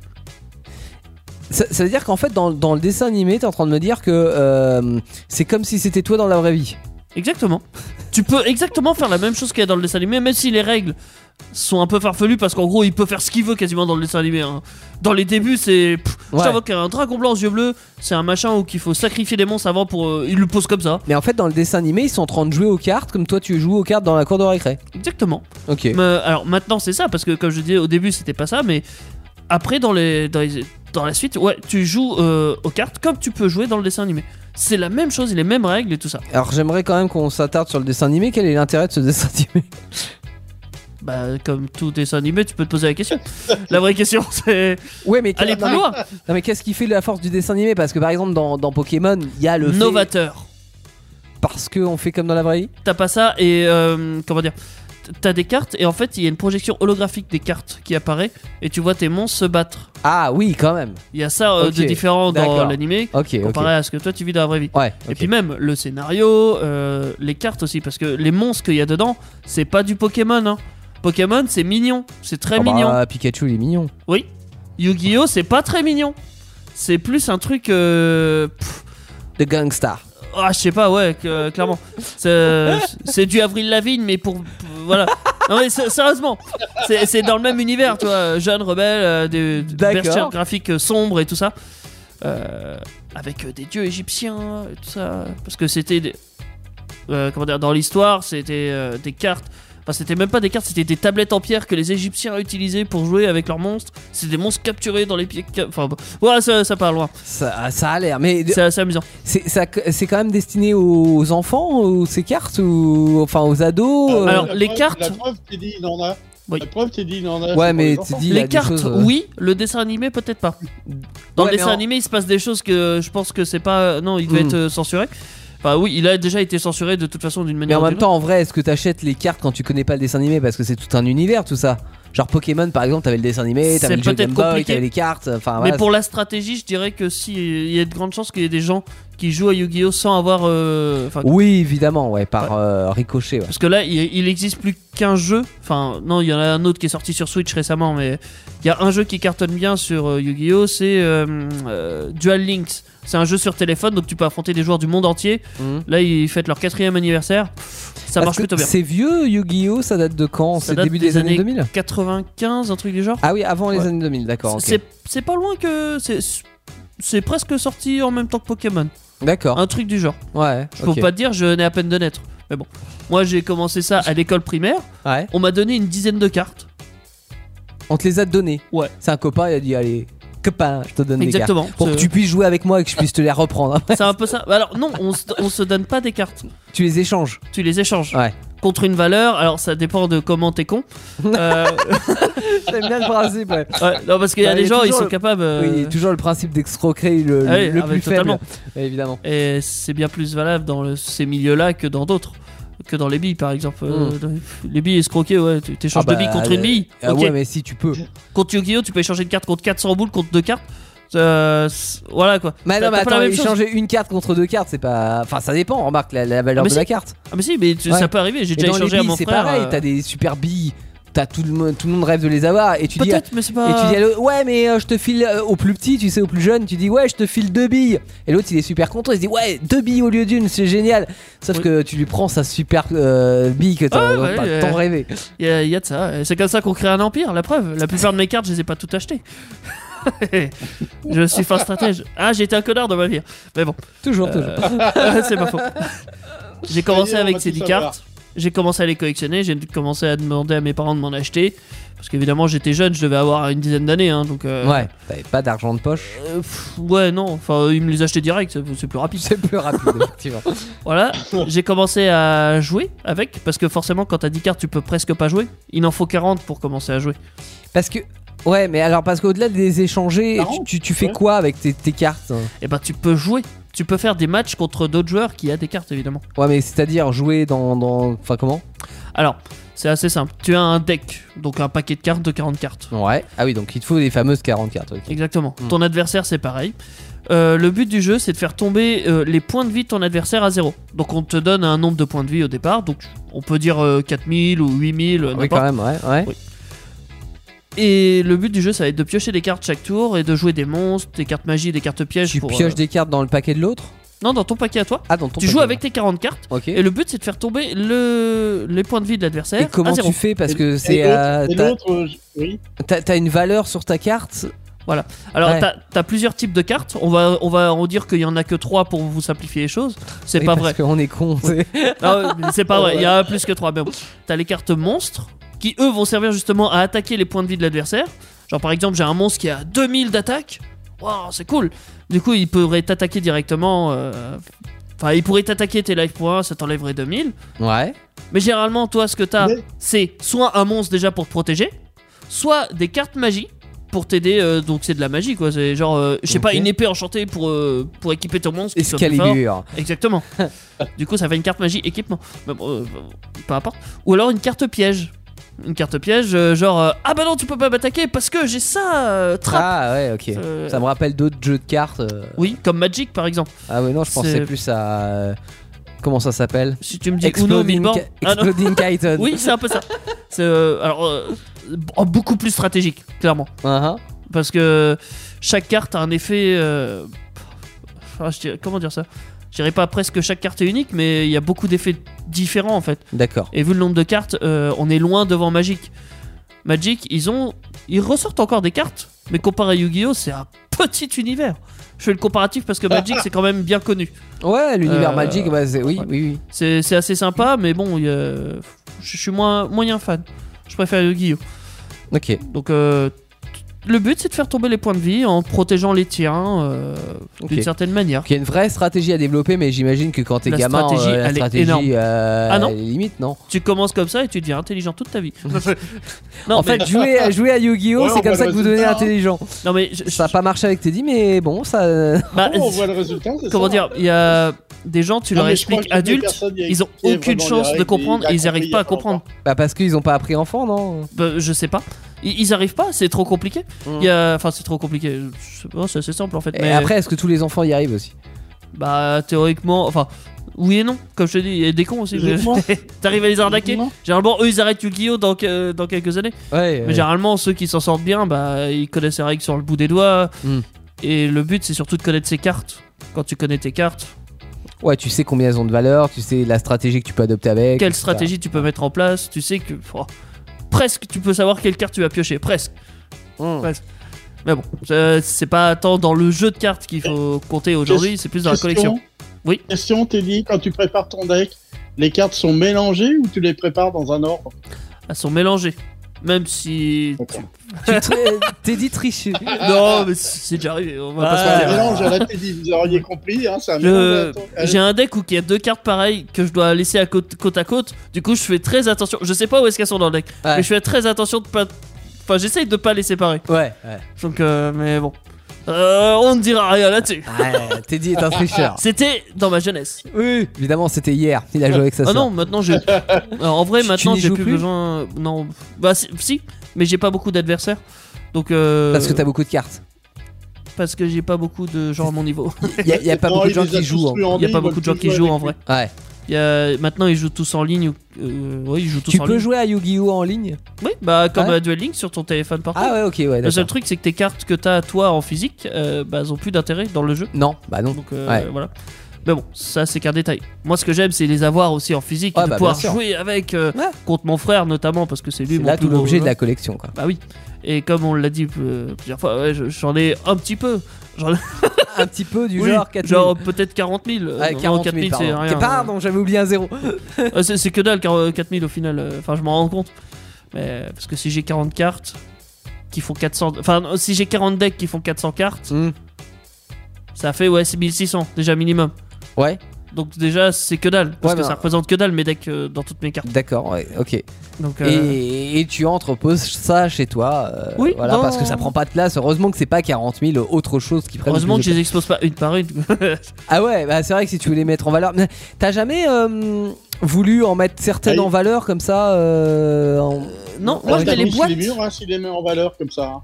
Ça, ça veut dire qu'en fait, dans, dans le dessin animé, t'es en train de me dire que euh, c'est comme si c'était toi dans la vraie vie.
Exactement. tu peux exactement faire la même chose qu'il y a dans le dessin animé, même si les règles sont un peu farfelues, parce qu'en gros, il peut faire ce qu'il veut quasiment dans le dessin animé. hein. Dans les débuts, c'est. pff, Je
Ouais.
t'invoque un dragon blanc aux yeux bleus, c'est un machin où qu'il faut sacrifier des monstres avant pour. euh, il le pose comme ça.
Mais en fait, dans le dessin animé, ils sont en train de jouer aux cartes comme toi tu joues aux cartes dans la cour de récré.
Exactement.
Ok.
Mais, euh, alors maintenant, c'est ça, parce que comme je disais, au début, c'était pas ça, mais après, dans, les, dans, les- dans la suite, ouais, tu joues euh, aux cartes comme tu peux jouer dans le dessin animé. C'est la même chose, les mêmes règles et tout ça.
Alors j'aimerais quand même qu'on s'attarde sur le dessin animé. Quel est l'intérêt de ce dessin animé
Bah, comme tout dessin animé, tu peux te poser la question. la vraie question, c'est.
Ouais, mais
Allez,
non,
plus
mais-
loin.
Non mais qu'est-ce qui fait la force du dessin animé Parce que par exemple, dans, dans Pokémon, il y a le fait-
Novateur.
parce qu'on fait comme dans la vraie vie.
T'as pas ça et euh, comment dire t- T'as des cartes et en fait il y a une projection holographique des cartes qui apparaît et tu vois tes monstres se battre.
Ah oui, quand même.
Il y a ça euh,
Ok,
de différent dans
d'accord.
l'animé
Ok, ok.
comparé à ce que toi tu vis dans la vraie vie.
Ouais.
Et puis même le scénario, euh, les cartes aussi parce que les monstres qu'il y a dedans c'est pas du Pokémon. hein. Pokémon c'est mignon, c'est très
Ah bah,
mignon.
Pikachu, il est mignon.
Oui. Yu-Gi-Oh c'est pas très mignon. C'est plus un truc. euh, pff,
De gangsta.
Ah, je sais pas, ouais, que- clairement. C'est c'est du Avril Lavigne, mais pour. pour- voilà. Non, mais sé- sérieusement, c'est c'est dans le même univers, toi. euh, Jeune rebelle, euh, des des
D'accord.
bergères graphiques euh, sombres et tout ça. Euh, avec euh, des dieux égyptiens et tout ça. Parce que c'était. des- euh, comment dire Dans l'histoire, c'était euh, des cartes. enfin, Enfin, c'était même pas des cartes, c'était des tablettes en pierre que les Égyptiens utilisaient pour jouer avec leurs monstres. C'est des monstres capturés dans les pieds. ca- Enfin, bon. ouais, ça, ça part loin.
Ça, ça a l'air, mais
c'est assez amusant.
C'est ça- c'est quand même destiné aux enfants ou ces cartes ou enfin aux ados. euh,
La preuve- La preuve, t'es dit, il en a. La preuve, t'es dit, il en a.
Ouais,
Euh, c'est
mais
pour
t'es
enfants.
dit, il a
Les
des
cartes,
choses, euh,
oui. Le dessin animé, peut-être pas. Dans
Ouais, mais
le dessin
en-
animé, il se passe des choses que je pense que c'est pas. Non, il devait
Hmm.
être euh, censuré. Enfin, oui, il a déjà été censuré de toute façon d'une
Mais
manière.
en
ou
même
d'une autre.
temps, en vrai, est-ce que t'achètes les cartes quand tu connais pas le dessin animé parce que c'est tout un univers, tout ça. Genre Pokémon, par exemple, t'avais le dessin animé,
C'est
t'avais le jeu
peut-être
Game Boy,
compliqué.
t'avais les cartes. Enfin,
Mais
voilà,
pour la stratégie, je dirais que si il y a de grandes chances qu'il y ait des gens qui jouent à Yu-Gi-Oh sans avoir. euh, enfin,
Oui, évidemment, ouais, par euh, ricochet. ouais.
Parce que là, il, il existe plus qu'un jeu. Enfin, non, il y en a un autre qui est sorti sur Switch récemment, mais il y a un jeu qui cartonne bien sur euh, Yu-Gi-Oh, c'est euh, euh, Dual Links. C'est un jeu sur téléphone, donc tu peux affronter des joueurs du monde entier. Là, ils fêtent leur quatrième anniversaire. Ça
Parce
marche
que
plutôt bien.
C'est vieux Yu-Gi-Oh, ça date de quand
Ça
C'est
date
début des, années 2000
95, un truc du genre.
Ah oui, avant les
Ouais.
années 2000, d'accord. ok.
C'est- C'est pas loin que. c'est- C'est presque sorti en même temps que Pokémon.
D'accord.
Un truc du genre.
Ouais.
Je peux
ok.
pas te dire, je n'ai à peine de naître. Mais bon, moi j'ai commencé ça à l'école primaire.
Ouais.
On m'a donné une dizaine de cartes.
On te les a donnés.
Ouais.
C'est un copain, il a dit allez, copain, je te donne des cartes.
Exactement. Euh.
Pour que
C'est-
tu puisses jouer avec moi et que je puisse te les reprendre.
C'est un peu ça. Bah Alors non, on se, on se donne pas des cartes.
tu les échanges.
Tu les échanges.
Ouais.
Contre une valeur. Alors ça dépend de comment t'es con. Euh,
J'aime bien le principe, ouais.
ouais, non, parce qu'il y a
Bah,
des gens, ils
toujours
sont
le-
capables. euh,
Oui, il y a toujours le principe d'excroquer le,
ah oui,
le
ah
plus
bah, totalement.
faible. Évidemment.
Et c'est bien plus valable dans le- ces milieux-là que dans d'autres. Que dans les billes, par exemple. Euh, Les billes escroquées, ouais, tu échanges
Hmm. Ah bah,
deux billes contre
euh,
une bille.
ah
ok.
ouais, mais si tu peux.
Contre Yu-Gi-Oh, tu peux échanger une carte contre 400 boules, contre deux cartes. Euh, c'est- voilà quoi.
Mais
T'as-
non, mais
t'as pas la
attends,
même chose.
échanger une carte contre deux cartes, c'est pas. Enfin, ça dépend, remarque la, la
Ah,
valeur
mais
de
si.
la carte.
Ah, mais si, mais tu-
Ouais.
ça peut arriver. J'ai
Et
déjà
dans les
échangé à
billes,
mon
C'est
frère.
pareil,
euh,
t'as des super billes. T'as tout le monde, tout le monde rêve de les avoir et tu dis
Peut-être, mais c'est pas-
et tu dis à l'autre, ouais mais euh, je te file euh, au plus petit, tu sais au plus jeune, tu dis ouais je te file deux billes et l'autre il est super content, il se dit ouais deux billes au lieu d'une c'est génial sauf que tu lui prends sa super euh, bille que t'as
ouais,
pas
ouais,
tant
euh,
rêvé.
Il y, a- y a de ça. Et C'est comme ça qu'on crée un empire, la preuve. La plupart de mes cartes, je les ai pas toutes achetées. je suis fin stratège. Ah, j'ai été un connard dans ma vie. Mais bon.
Toujours,
toujours. c'est pas faux. J'ai commencé
Ça y est, on
avec
va
ces 10
tout savoir.
cartes. J'ai commencé à les collectionner. J'ai commencé à demander à mes parents de m'en acheter. Parce qu'évidemment, j'étais jeune, je devais avoir une dizaine d'années. hein, donc, euh,
Ouais, t'avais pas d'argent de poche.
euh, pff, ouais, non. Enfin, ils me les achetaient direct, c'est- c'est plus rapide.
C'est plus rapide, effectivement.
voilà, j'ai commencé à jouer avec, parce que forcément, quand t'as 10 cartes, tu peux presque pas jouer. Il en faut 40 pour commencer à jouer.
Parce que ouais mais alors parce qu'au-delà de les échanger,
Non,
tu, tu- tu fais
ouais.
quoi avec tes, tes cartes hein
Et bah, tu peux jouer. Tu peux faire des matchs contre d'autres joueurs qui a des cartes, évidemment.
Ouais mais c'est-à-dire jouer dans dans enfin comment
Alors, c'est assez simple. Tu as un deck, donc un paquet de cartes de 40 cartes.
Ouais. Ah oui donc il te faut les fameuses 40 cartes. ok.
Exactement. Ton adversaire, c'est pareil. Euh, le but du jeu, c'est de faire tomber euh, les points de vie de ton adversaire à zéro. Donc, on te donne un nombre de points de vie au départ. Donc, on peut dire euh, 4000 ou 8000. euh,
Ah Oui
n'importe.
quand même ouais ouais.
Et le but du jeu, ça va être de piocher des cartes chaque tour et de jouer des monstres, des cartes magie, des cartes pièges.
Tu
pour,
pioches
euh,
des cartes dans le paquet de l'autre
Non, dans ton paquet à toi.
Ah, dans ton
tu
paquet.
joues avec tes 40 cartes.
Ok.
Et le but, c'est de faire tomber le... les points de vie de l'adversaire.
Et comment
à Hein zéro.
tu fais Parce que c'est.
Et
euh,
l'autre- et
t'as-
l'autre,
T'as t'as une valeur sur ta carte
Voilà. Alors,
Ouais.
t'as as plusieurs types de cartes. On va, on va en dire qu'il y en a que 3 pour vous simplifier les choses. C'est
Oui,
pas
parce
vrai.
qu'on est con. c'est-
Non, mais c'est pas vrai, il y en a plus que 3. Mais bon. T'as les cartes monstres qui, eux, vont servir justement à attaquer les points de vie de l'adversaire. Genre, par exemple, j'ai un monstre qui a 2000 d'attaque. Waouh, c'est cool! Du coup, il pourrait t'attaquer directement. euh, Enfin, il pourrait t'attaquer tes life points, ça t'enlèverait 2000.
Ouais.
Mais généralement, toi, ce que t'as, c'est soit un monstre déjà pour te protéger, soit des cartes magie pour t'aider. euh, donc, c'est de la magie, quoi. C'est genre, euh, je sais pas,
Ok.
une épée enchantée pour, euh, pour équiper ton monstre. qui soit plus
Excalibur.
fort. Exactement. du coup, ça fait une carte magie équipement. Mais bon, euh, peu importe. Ou alors une carte piège. Une carte piège, euh, genre, euh, ah bah non, tu peux pas m'attaquer parce que j'ai ça, euh, trappe.
Ah ouais, ok.
Euh,
Ça me rappelle d'autres jeux de cartes. euh.
Oui, comme Magic par exemple.
Ah ouais, non, je pensais
C'est-
plus à. euh, Comment ça s'appelle
Si tu me dis Uno,
Exploding,
Milborn. Ah
Ca- Exploding Chiton.
Oui, c'est un peu ça. C'est euh, alors euh, b- beaucoup plus stratégique, clairement.
Uh-huh.
Parce que chaque carte a un effet. euh, enfin, je dirais- comment dire ça Je dirais pas presque chaque carte est unique, mais il y a beaucoup d'effets différents en fait.
D'accord.
Et vu le nombre de cartes, euh, on est loin devant Magic. Magic, ils ont, ils ressortent encore des cartes, mais comparé à Yu-Gi-Oh, c'est un petit univers. Je fais le comparatif parce que Magic, c'est quand même bien connu.
Ouais, l'univers
Euh,
Magic, bah, c'est- oui,
ouais.
oui, oui.
C'est c'est assez sympa, mais bon, il y a- je suis moins moyen fan. Je préfère le Guillot.
Ok.
Donc euh, le but c'est de faire tomber les points de vie en protégeant les tiens euh, d'une
Ok.
certaine manière.
Il y a une vraie stratégie à développer, mais j'imagine que quand t'es
La
gamin,
stratégie,
euh, la
elle est
stratégie,
énorme.
euh,
Ah non
elle est limite, non
Tu commences comme ça et tu deviens intelligent toute ta vie.
En fait, jouer à- jouer à Yu-Gi-Oh, c'est comme ça que vous devenez intelligent.
Non mais
Ça n'a pas marché avec Teddy, mais bon, ça. euh,
Bah,
on voit le résultat, c'est
Comment
ça.
dire, il y a des gens, tu
Non,
leur
mais je crois
expliques
qu'il y a des
adultes,
personnes, il y a
ils ont
qui est
aucune
vraiment
chance de
direct,
comprendre
il a
et ils n'arriment
compris,
pas à
il a
comprendre.
Bah, parce qu'ils ont pas appris enfant, non
Bah, je sais pas. Ils, ils arrivent pas, c'est trop compliqué. Il y a- Enfin, c'est trop compliqué. Je sais pas, C'est assez simple en fait.
Et
mais-
après, est-ce que tous les enfants y arrivent aussi
Bah théoriquement, enfin oui et non, comme je te dis, il y a des cons aussi. mais-
Logiquement.
T'arrives à les arnaquer. Généralement, eux ils arrêtent Yu-Gi-Oh dans, que- dans quelques années.
Ouais,
Mais
ouais.
généralement, ceux qui s'en sortent bien, bah ils connaissent les règles sur le bout des doigts. Et le but c'est surtout de connaître ses cartes. Quand tu connais tes cartes,
Ouais, tu sais combien elles ont de valeur, tu sais la stratégie que tu peux adopter avec.
quelle
etc.
stratégie tu peux mettre en place, tu sais que oh, presque tu peux savoir quelle carte tu vas piocher, presque.
Mmh.
Presque. Mais bon, c'est- c'est pas tant dans le jeu de cartes qu'il faut compter aujourd'hui, c'est plus dans la collection. Oui.
Question, Teddy, quand tu prépares ton deck, les cartes sont mélangées ou tu les prépares dans un ordre
Elles sont mélangées. Même si.
T'es dit triché.
non, mais c'est c'est déjà arrivé. On va pas se
C'est un
mentir.
mélange à la Teddy, vous auriez compris, hein,
Ah,
c'est un mélange à
Je-
la Teddy.
J'ai un deck où il y a deux cartes pareilles que je dois laisser à côte, côte à côte. Du coup, je fais très attention. Je sais pas où est-ce qu'elles sont dans le deck, mais je fais très attention de pas. Enfin, j'essaye de pas les séparer.
Ouais, ouais.
Donc, euh, mais bon. Euh, on ne dira rien là-dessus.
Ouais, Teddy est un tricheur.
C'était dans ma jeunesse.
Oui, évidemment, c'était hier. Il a joué avec sa
Ah
sœur.
non, maintenant j'ai. Alors, en vrai,
Tu- tu
maintenant
n'y
j'ai
joues
plus
plus
besoin. Non, bah si- si, mais j'ai pas beaucoup d'adversaires. Donc. euh,
Parce que t'as beaucoup de cartes.
Parce que j'ai pas beaucoup de gens à mon niveau.
Il y a- il y a pas Non, beaucoup de il gens les a qui tous jouent, hein. tués en
Il y a
ligne,
pas
ils
beaucoup
veulent
de gens
plus
qui
jouer avec
jouent en vrai.
Ouais.
Il y a- Maintenant ils jouent tous en ligne. ou- euh, Oui, ils jouent tous
Tu
en
peux
ligne.
jouer à Yu-Gi-Oh en ligne
Oui, bah comme
Ah Ouais.
à Duel Link sur ton téléphone portable.
Ah ouais, ok, ouais.
Le seul
d'accord.
truc, c'est que tes cartes que t'as toi en physique, euh, bah, elles ont plus d'intérêt dans le jeu.
Non, bah non.
Donc euh,
Ouais.
voilà. Mais bon, ça c'est qu'un détail. Moi, ce que j'aime, c'est les avoir aussi en physique, et
Ah,
de
bah,
pouvoir
bien sûr.
jouer avec euh, contre mon frère notamment parce que c'est lui
C'est
mon
là
plus
tout
gros
l'objet de la
joueur.
collection, quoi.
Bah oui. Et comme on l'a dit euh, plusieurs fois, ouais, je- j'en ai un petit peu.
un petit peu du
Oui,
genre 4000.
Genre peut-être 40 000. euh,
Ouais,
non,
40 000,
40 000, c'est
pardon.
rien.
Pardon, j'avais oublié un zéro.
Euh, c'est c'est que dalle, car, euh, 4000 au final. euh, Enfin, je m'en rends compte. Mais, euh, parce que si j'ai 40 cartes qui font 400. Enfin, non, si j'ai 40 decks qui font 400 cartes,
Hmm.
ça fait ouais, c'est 1600 déjà minimum.
Ouais.
Donc, déjà, c'est que dalle. Parce
Ouais,
que
mais-
ça représente que dalle mes decks euh, dans toutes mes cartes.
D'accord, ouais, ok.
Donc, euh,
et, et tu entreposes ça chez toi, euh,
Oui,
voilà,
dans-
parce que ça prend pas de place. Heureusement que c'est pas 40 000 autre chose qui prennent.
Heureusement que
plus
je
de
les expose pas une par une.
place. Ah ouais, bah c'est vrai que si tu veux les mettre en valeur, Mais t'as jamais euh, voulu en mettre certaines en valeur comme ça euh, en-
non,
en-
moi,
en-
je mets les
Oui,
boîtes.
C'est les murs, hein, s'il les met en valeur comme ça. hein.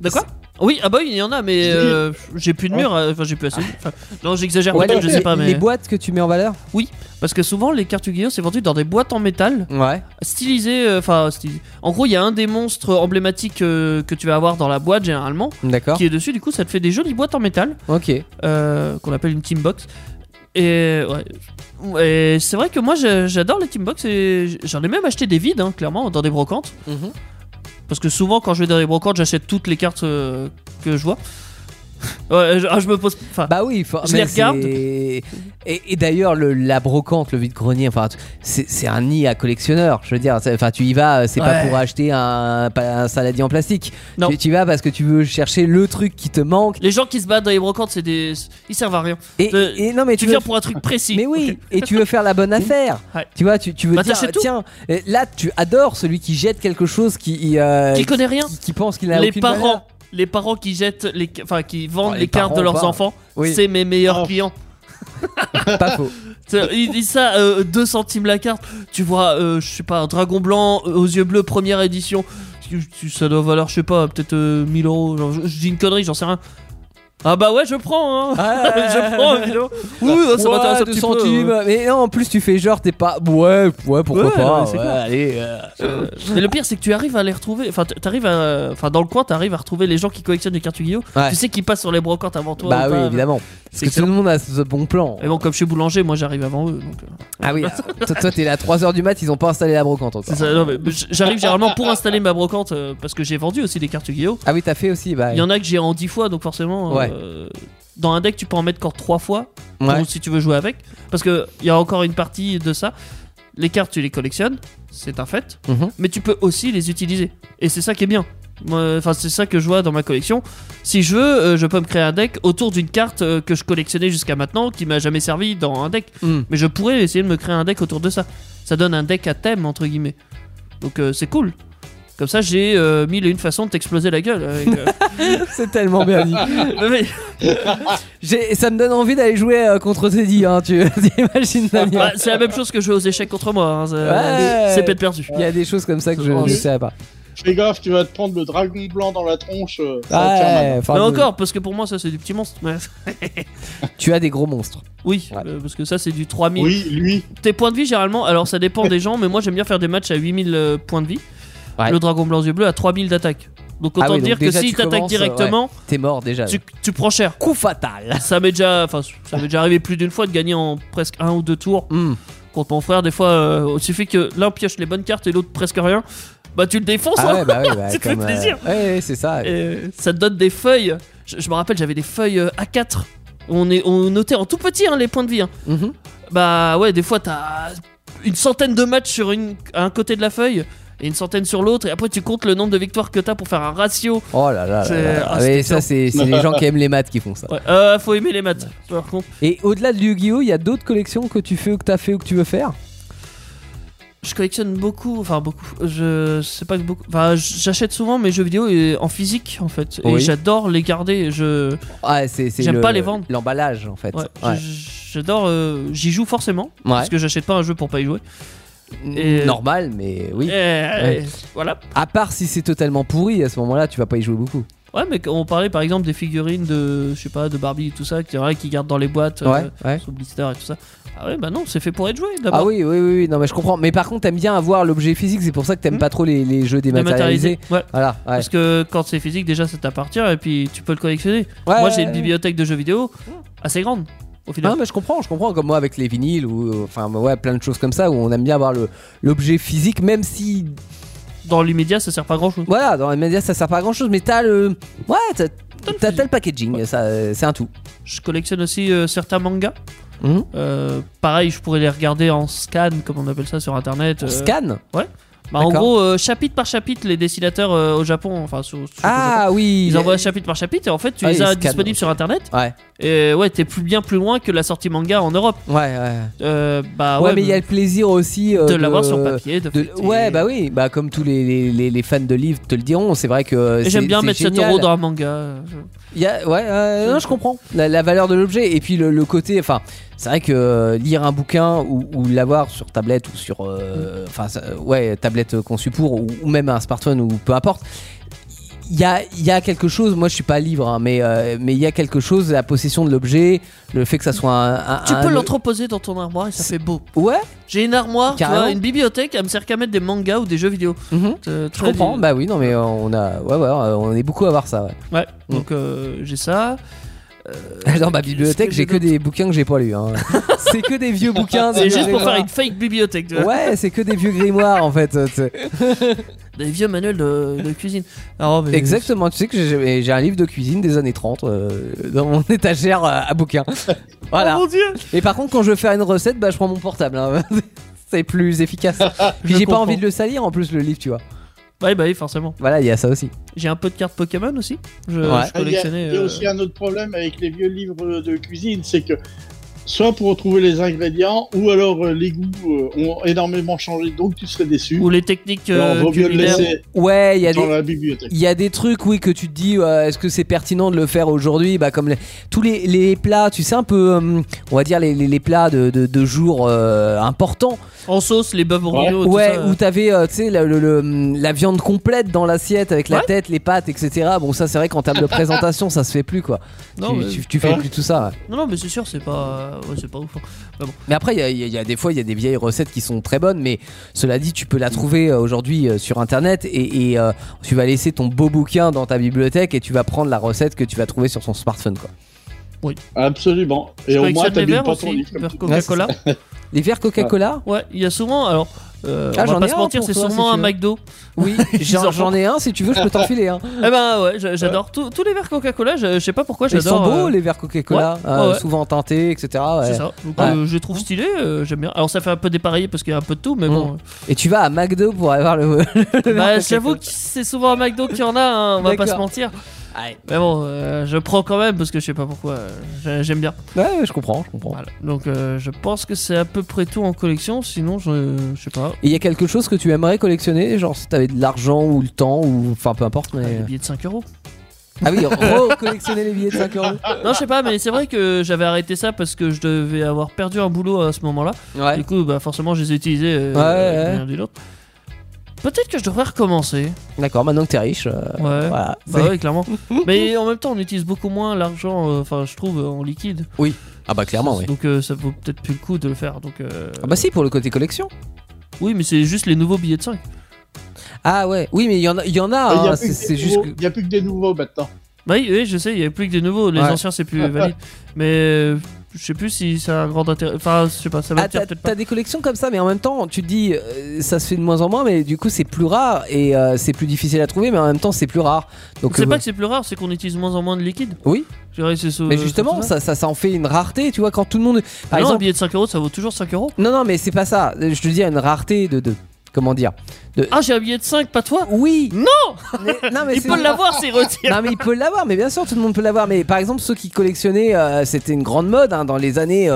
De quoi Oui, ah bah oui, il y en a, mais euh, j'ai plus de murs. euh, Enfin, j'ai plus assez. enfin, non, j'exagère
Ouais,
peut-être, je
les-
sais pas, mais.
les boîtes que tu mets en valeur.
Oui, parce que souvent les cartes Yu-Gi-Oh c'est vendu dans des boîtes en métal.
Ouais.
Stylisées, euh, enfin stylisées. En gros, il y a un des monstres emblématiques euh, que tu vas avoir dans la boîte généralement.
D'accord.
Qui est dessus, du coup, ça te fait des jolies boîtes en métal.
Ok.
euh, qu'on appelle une team box. Et ouais. Et c'est vrai que moi je- j'adore les team box et j'en ai même acheté des vides, hein, clairement, dans des brocantes.
Mhm.
Parce que souvent, quand je vais dans les brocantes, j'achète toutes les cartes euh, que je vois. ouais, je, ah, je me pose.
Bah oui,
je les
Mais c'est-
regarde.
Et, et d'ailleurs, le- la brocante, le vide-grenier, enfin, tu- c'est c'est un nid à collectionneurs. Je veux dire, c'est- enfin, tu y vas, c'est pas
Ouais.
pour acheter un, pas un saladier en plastique.
Non.
Tu, tu y vas parce que tu veux chercher le truc qui te manque.
Les gens qui se battent dans les brocantes, c'est des. Ils servent à rien.
Et, et non, mais
Euh, tu
veux-
viens pour un truc précis.
Mais oui, et tu veux faire la bonne affaire.
Ouais.
Tu vois, tu, tu veux
Bah,
dire,
t'achètes tout.
tiens, euh, là, tu adores celui qui jette quelque chose qui. euh,
Qui connaît rien.
Qui, qui pense qu'il a
les
aucune
parents,
valeur.
les parents qui jettent, les, enfin qui vendent
Ouais,
les,
les
cartes de
parents,
leurs
pas.
enfants,
Oui.
c'est mes meilleurs clients.
Pas faux.
Il dit ça, euh, 2 centimes la carte. Tu vois, euh, je sais pas, un dragon blanc euh, aux yeux bleus, première édition. Tu- tu- Ça doit valoir, je sais pas, peut-être euh, 1000 euros. Genre, je, je dis une connerie, j'en sais rien. Ah bah ouais, je prends, hein.
Ah
je prends, évidemment. Oui, oui, ça
Ouais,
m'intéresse un
deux
petit peu,
centimes.
euh.
Mais non, en plus, tu fais genre, t'es pas. Ouais, ouais, pourquoi
Ouais,
pas.
non, c'est
ouais,
clair.
allez. euh,
Mais le pire, c'est que tu arrives à les retrouver. Enfin, t- t'arrives à. Enfin, dans le coin, t'arrives à retrouver les gens qui collectionnent les cartes Yu-Gi-Oh!
Ouais.
Tu sais qu'ils passent sur les brocantes avant toi.
bah
ou
oui,
pas.
évidemment. Parce
C'est
que tout le monde a ce bon plan.
Mais bon, comme je suis boulanger, moi j'arrive avant eux. Donc... euh.
Ah oui, euh, toi, toi, t'es là à 3h du mat, ils ont pas installé la brocante encore.
C'est ça, non, mais j- j'arrive généralement pour installer ma brocante euh, parce que j'ai vendu aussi des cartes Yu-Gi-Oh!
Ah oui, t'as fait aussi, bah.
Il y en a que j'ai en 10 fois, donc forcément.
Ouais.
euh, Dans un deck, tu peux en mettre qu'en 3 fois
Ouais.
pour- si tu veux jouer avec. Parce qu'il y a encore une partie de ça. Les cartes, tu les collectionnes. c'est un fait,
Mhm.
mais tu peux aussi les utiliser. Et c'est ça qui est bien. Moi, Enfin, c'est ça que je vois dans ma collection. Si je veux, euh, je peux me créer un deck autour d'une carte euh, que je collectionnais jusqu'à maintenant, qui m'a jamais servi dans un deck.
Mhm.
Mais je pourrais essayer de me créer un deck autour de ça. Ça donne un deck à thème, entre guillemets. Donc euh, c'est cool. Comme ça, j'ai euh, mille et une façons de t'exploser la gueule. avec, euh,
C'est tellement bien dit.
Mais-
J'ai- ça me donne envie d'aller jouer euh, contre Teddy, hein, tu imagines Damien.
Bah, c'est la même chose que jouer aux échecs contre moi. hein, c'est-
Ouais.
C'est pète perdu.
Il y a des choses comme ça que je
Oh,
ne
oui.
sais pas.
Fais gaffe, tu vas te prendre le dragon blanc dans la tronche. euh,
Ah,
ça va te faire mal.
Ouais, enfin,
Mais
je-
encore, parce que pour moi, ça c'est du petit monstre. mais-
Tu as des gros monstres.
oui, euh, parce que ça c'est du 3000.
Oui, lui.
Tes points de vie, généralement, alors ça dépend des gens, mais moi j'aime bien faire des matchs à 8000 euh, points de vie.
Ouais.
Le dragon blanc yeux bleu à 3000 d'attaque. Donc
Ah
autant
oui, donc
dire que
déjà,
s'il
tu
t'attaque
commences, euh,
directement,
ouais, T'es mort déjà.
tu, tu prends cher.
Coup fatal.
Ça m'est déjà, enfin, ça m'est déjà arrivé plus d'une fois de gagner en presque un ou deux tours
Hmm.
contre mon frère. Des fois, euh, il suffit que l'un pioche les bonnes cartes et l'autre presque rien. Bah, tu le défonces.
Ah
hein.
ouais, bah ouais, bah,
ça te fait
comme, euh,
plaisir.
ouais, ouais, c'est ça.
Et, euh, ça te donne des feuilles. Je, je me rappelle, j'avais des feuilles euh, A4. On, est, on notait en tout petit hein, les points de vie. hein.
Mhm.
Bah ouais, des fois, t'as une centaine de matchs sur une, un côté de la feuille et une centaine sur l'autre. Et après, tu comptes le nombre de victoires que t'as pour faire un ratio.
Oh là là. là
C'est-
là.
ah,
Mais
c'était
ça, c'est
dur.
c'est les gens qui aiment les maths qui font ça.
Ouais, euh, faut aimer les maths, par contre.
Et au-delà de Yu-Gi-Oh, il y a d'autres collections que tu fais ou que t'as fait ou que tu veux faire
Je collectionne beaucoup, enfin beaucoup, je sais pas que beaucoup, enfin j- j'achète souvent mes jeux vidéo et- en physique en fait, et
Oui.
j'adore les garder, je...
Ouais, Ah, c'est c'est
J'aime
le-
pas les vendre.
L'emballage en fait.
Ouais,
Ouais.
j- j'adore, euh, j'y joue forcément, parce que j'achète pas un jeu pour pas y jouer. Et-
Mm, Normal, mais oui.
Et-
Ouais.
Voilà.
À part si c'est totalement pourri, à ce moment-là, tu vas pas y jouer beaucoup.
Ouais, mais quand on parlait par exemple des figurines de, je sais pas, de Barbie et tout ça, qui, qui gardent dans les boîtes, euh,
Ouais, ouais.
sous blister et tout ça. Ah ouais, bah non, c'est fait pour être joué d'abord.
Ah oui, oui, oui, oui, non, mais je comprends. Mais par contre, t'aimes bien avoir l'objet physique, c'est pour ça que
Hmm
t'aimes pas trop les, les jeux dématérialisés.
Dématérialisé, ouais.
Voilà, ouais.
Parce que quand c'est physique, déjà ça t'appartient et puis tu peux le collectionner.
Ouais,
Moi
ouais,
j'ai une
ouais. Ah
bibliothèque de jeux vidéo assez grande au final.
Non, mais je comprends, je comprends. Comme moi avec les vinyles ou euh, enfin ouais, plein de choses comme ça où on aime bien avoir le- l'objet physique, même si
dans l'immédiat ça sert pas grand chose.
Voilà, dans l'immédiat ça sert pas à grand chose, mais t'as le ouais, t'as t'as- t'as le packaging, ça euh, c'est un tout.
Je collectionne aussi euh, certains mangas.
Mhm.
Euh, pareil, je pourrais les regarder en scan, comme on appelle ça sur internet. euh,
scan
Ouais. Bah, en
D'accord.
gros, euh, chapitre par chapitre, les dessinateurs euh, au Japon, enfin, sur- sur-
Ah oui.
ils envoient chapitre par chapitre et en fait, tu
Ah,
les
ils
as
scannent.
disponibles sur internet.
Ouais.
Et ouais, t'es plus bien plus loin que la sortie manga en Europe.
Ouais, ouais.
Euh, bah
ouais,
ouais,
mais il y a le plaisir aussi euh,
de l'avoir sur papier, de feuilleter.
Ouais, bah oui, bah comme tous les, les, les- les fans de livres te le diront, c'est vrai que
Et J'aime
c'est-
bien
c'est
mettre 7
génial.
euros dans un manga. euh,
Il y a- ouais, euh, non, je comprends la, la valeur de l'objet et puis le, le côté, enfin, c'est vrai que euh, lire un bouquin ou, ou l'avoir sur tablette ou sur, euh, enfin, ça- ouais, tablette conçue pour ou, ou même un smartphone ou peu importe. Il y a, il y a quelque chose, moi je suis pas libre, hein, mais euh, mais il y a quelque chose, la possession de l'objet, le fait que ça soit un. un-
Tu
un-
peux l'entreposer dans ton armoire et ça fait beau.
Ouais.
J'ai une armoire, tu
Carrément.
vois, une bibliothèque, elle me sert qu'à mettre des mangas ou des jeux vidéo. Euh,
Je
très-
comprends, bah oui, non mais euh, on a, ouais, ouais, euh, on est beaucoup à voir ça, ouais.
Ouais, donc euh, j'ai ça. Euh,
Dans ma bibliothèque, j'ai que des bouquins que j'ai pas lus. hein. c'est que des vieux bouquins.
C'est
des
juste pour
grimoires.
faire une fake bibliothèque. tu vois.
Ah, Ouais, c'est que des vieux grimoires en fait. euh, tu sais.
Des vieux manuels de, de cuisine. Alors, mais-
Exactement, tu sais que j'ai- j'ai un livre de cuisine des années 30 euh, dans mon étagère euh, à bouquins. Voilà.
Oh mon Dieu
Et par contre, quand je veux faire une recette, bah, je prends mon portable. hein. C'est plus efficace. Puis
Je
j'ai pas
comprends.
envie de le salir en plus, le livre, tu vois.
Ouais, bah oui, forcément.
Voilà, il y a ça aussi.
J'ai un peu de cartes Pokémon aussi. Je,
Ouais.
je
Ah, Il y, a-
collectionnais.
il y a
euh,
aussi un autre problème avec les vieux livres de cuisine, c'est que soit pour trouver les ingrédients, ou alors euh, les goûts euh, ont énormément changé, donc tu serais déçu.
Ou les techniques euh,
Alors, vaut mieux le laisser
Ouais, il y a
dans la
des.
bibliothèque.
Il y a des trucs, oui, que tu te dis, euh, est-ce que c'est pertinent de le faire aujourd'hui Bah, comme les- tous les, les plats, tu sais, un peu, hum, on va dire, les, les- les plats de, de, de jours euh, importants.
En sauce, les bœufs bourguignons, tout
ouais,
ça.
où t'avais, euh, tu sais, le- le- le- la viande complète dans l'assiette avec la
Ouais.
tête, les pâtes, etc. Bon, ça, c'est vrai qu'en termes de présentation, ça se fait plus, quoi.
Non,
tu,
mais-
tu- tu fais
Ouais.
plus tout ça. ouais.
Non, non, mais c'est sûr, c'est pas. Ouais, c'est pas ouf. hein. Mais bon.
Mais après, il y a- il y, a- il y a des fois, il y a des vieilles recettes qui sont très bonnes, mais cela dit, tu peux la trouver euh, aujourd'hui euh, sur internet et, et, euh, tu vas laisser ton beau bouquin dans ta bibliothèque et tu vas prendre la recette que tu vas trouver sur ton smartphone, quoi.
Absolument. Et
Je
au moins,
collectionne les
t'as
verres
pas
aussi,
ton livre.
verres Coca-Cola.
Les verres Coca-Cola
Ouais, il y a souvent. Alors, Euh,
Ah,
on
j'en
va pas
ai
se
un
mentir,
pour
c'est
toi,
sûrement
si
un
tu veux.
McDo.
Oui, j'en- j'en ai un, si tu veux, je peux t'enfiler hein. un.
Eh ben ouais, j'a- j'adore tous tous les verres Coca-Cola. Je je sais pas pourquoi
Ils sont
j'adore.
beaux
euh,
les verres Coca-Cola,
ouais,
euh,
ouais, ouais.
souvent teintés, etc. ouais.
C'est ça. Donc,
Ouais.
euh, je les trouve stylés. euh, J'aime bien. Alors ça fait un peu dépareillé parce qu'il y a un peu de tout, mais bon.
Et tu vas à McDo pour avoir le. le
Bah,
verre
j'avoue que c'est souvent à McDo qu'il y en a, hein, on va pas se
D'accord.
mentir. Mais bon, euh, je prends quand même parce que je sais pas pourquoi, euh, j'ai- j'aime bien.
Ouais, je comprends, je comprends.
Donc euh, je pense que c'est à peu près tout en collection, sinon je, je sais pas.
Et il y a quelque chose que tu aimerais collectionner, genre si t'avais de l'argent ou le temps ou enfin peu importe, mais.
Les billets de 5 euros.
Ah oui, recollectionner les billets de 5 euros.
Non, je sais pas, mais c'est vrai que j'avais arrêté ça parce que je devais avoir perdu un boulot à ce moment-là. Du coup, bah, forcément, je les ai utilisés euh,
Ouais,
euh,
ouais.
l'un d'une autre. Peut-être que je devrais recommencer.
D'accord, maintenant que t'es riche. euh,
Ouais.
Voilà.
Bah
C'est-
ouais, clairement. mais en même temps, on utilise beaucoup moins l'argent, euh, enfin, je trouve, euh, en liquide.
Oui. Ah bah clairement, oui.
Donc euh, ça vaut peut-être plus le coup de le faire. Donc, euh,
Ah bah si, pour le côté collection.
Oui, mais c'est juste les nouveaux billets de 5.
Ah ouais, oui, mais il y en a, il y en a,
Il y a
hein,
plus
c'est
que
c'est
des
juste
gros-
que.
Il n'y a plus que des nouveaux maintenant.
Bah Oui, oui, je sais, il n'y avait plus que des nouveaux. Les
Ouais.
anciens, c'est plus valide. Mais euh, je sais plus si ça a un grand intérêt. Enfin, je sais pas, ça
Ah,
m'attire
t'as
peut-être
t'as
pas.
des collections comme ça, mais en même temps, tu te dis, euh, ça se fait de moins en moins, mais du coup, c'est plus rare et euh, c'est plus difficile à trouver, mais en même temps, c'est plus rare. Donc,
C'est
euh,
pas que c'est plus rare, c'est qu'on utilise moins en moins de liquide.
Oui.
Je dirais que c'est
mais justement, ça, ça, ça en fait une rareté, tu vois, quand tout le monde. Par
non, un
exemple,
billet de 5 euros, ça vaut toujours 5 euros.
non, non, mais c'est pas ça. Je te dis, une rareté de, de comment dire. De...
Ah, j'ai un billet de 5, pas toi
Oh, Oui.
Non
non, mais
Il
c'est-
peut l'avoir s'il retire.
Non mais il peut l'avoir, mais bien sûr tout le monde peut l'avoir. Mais par exemple ceux qui collectionnaient, euh, c'était une grande mode hein, dans les années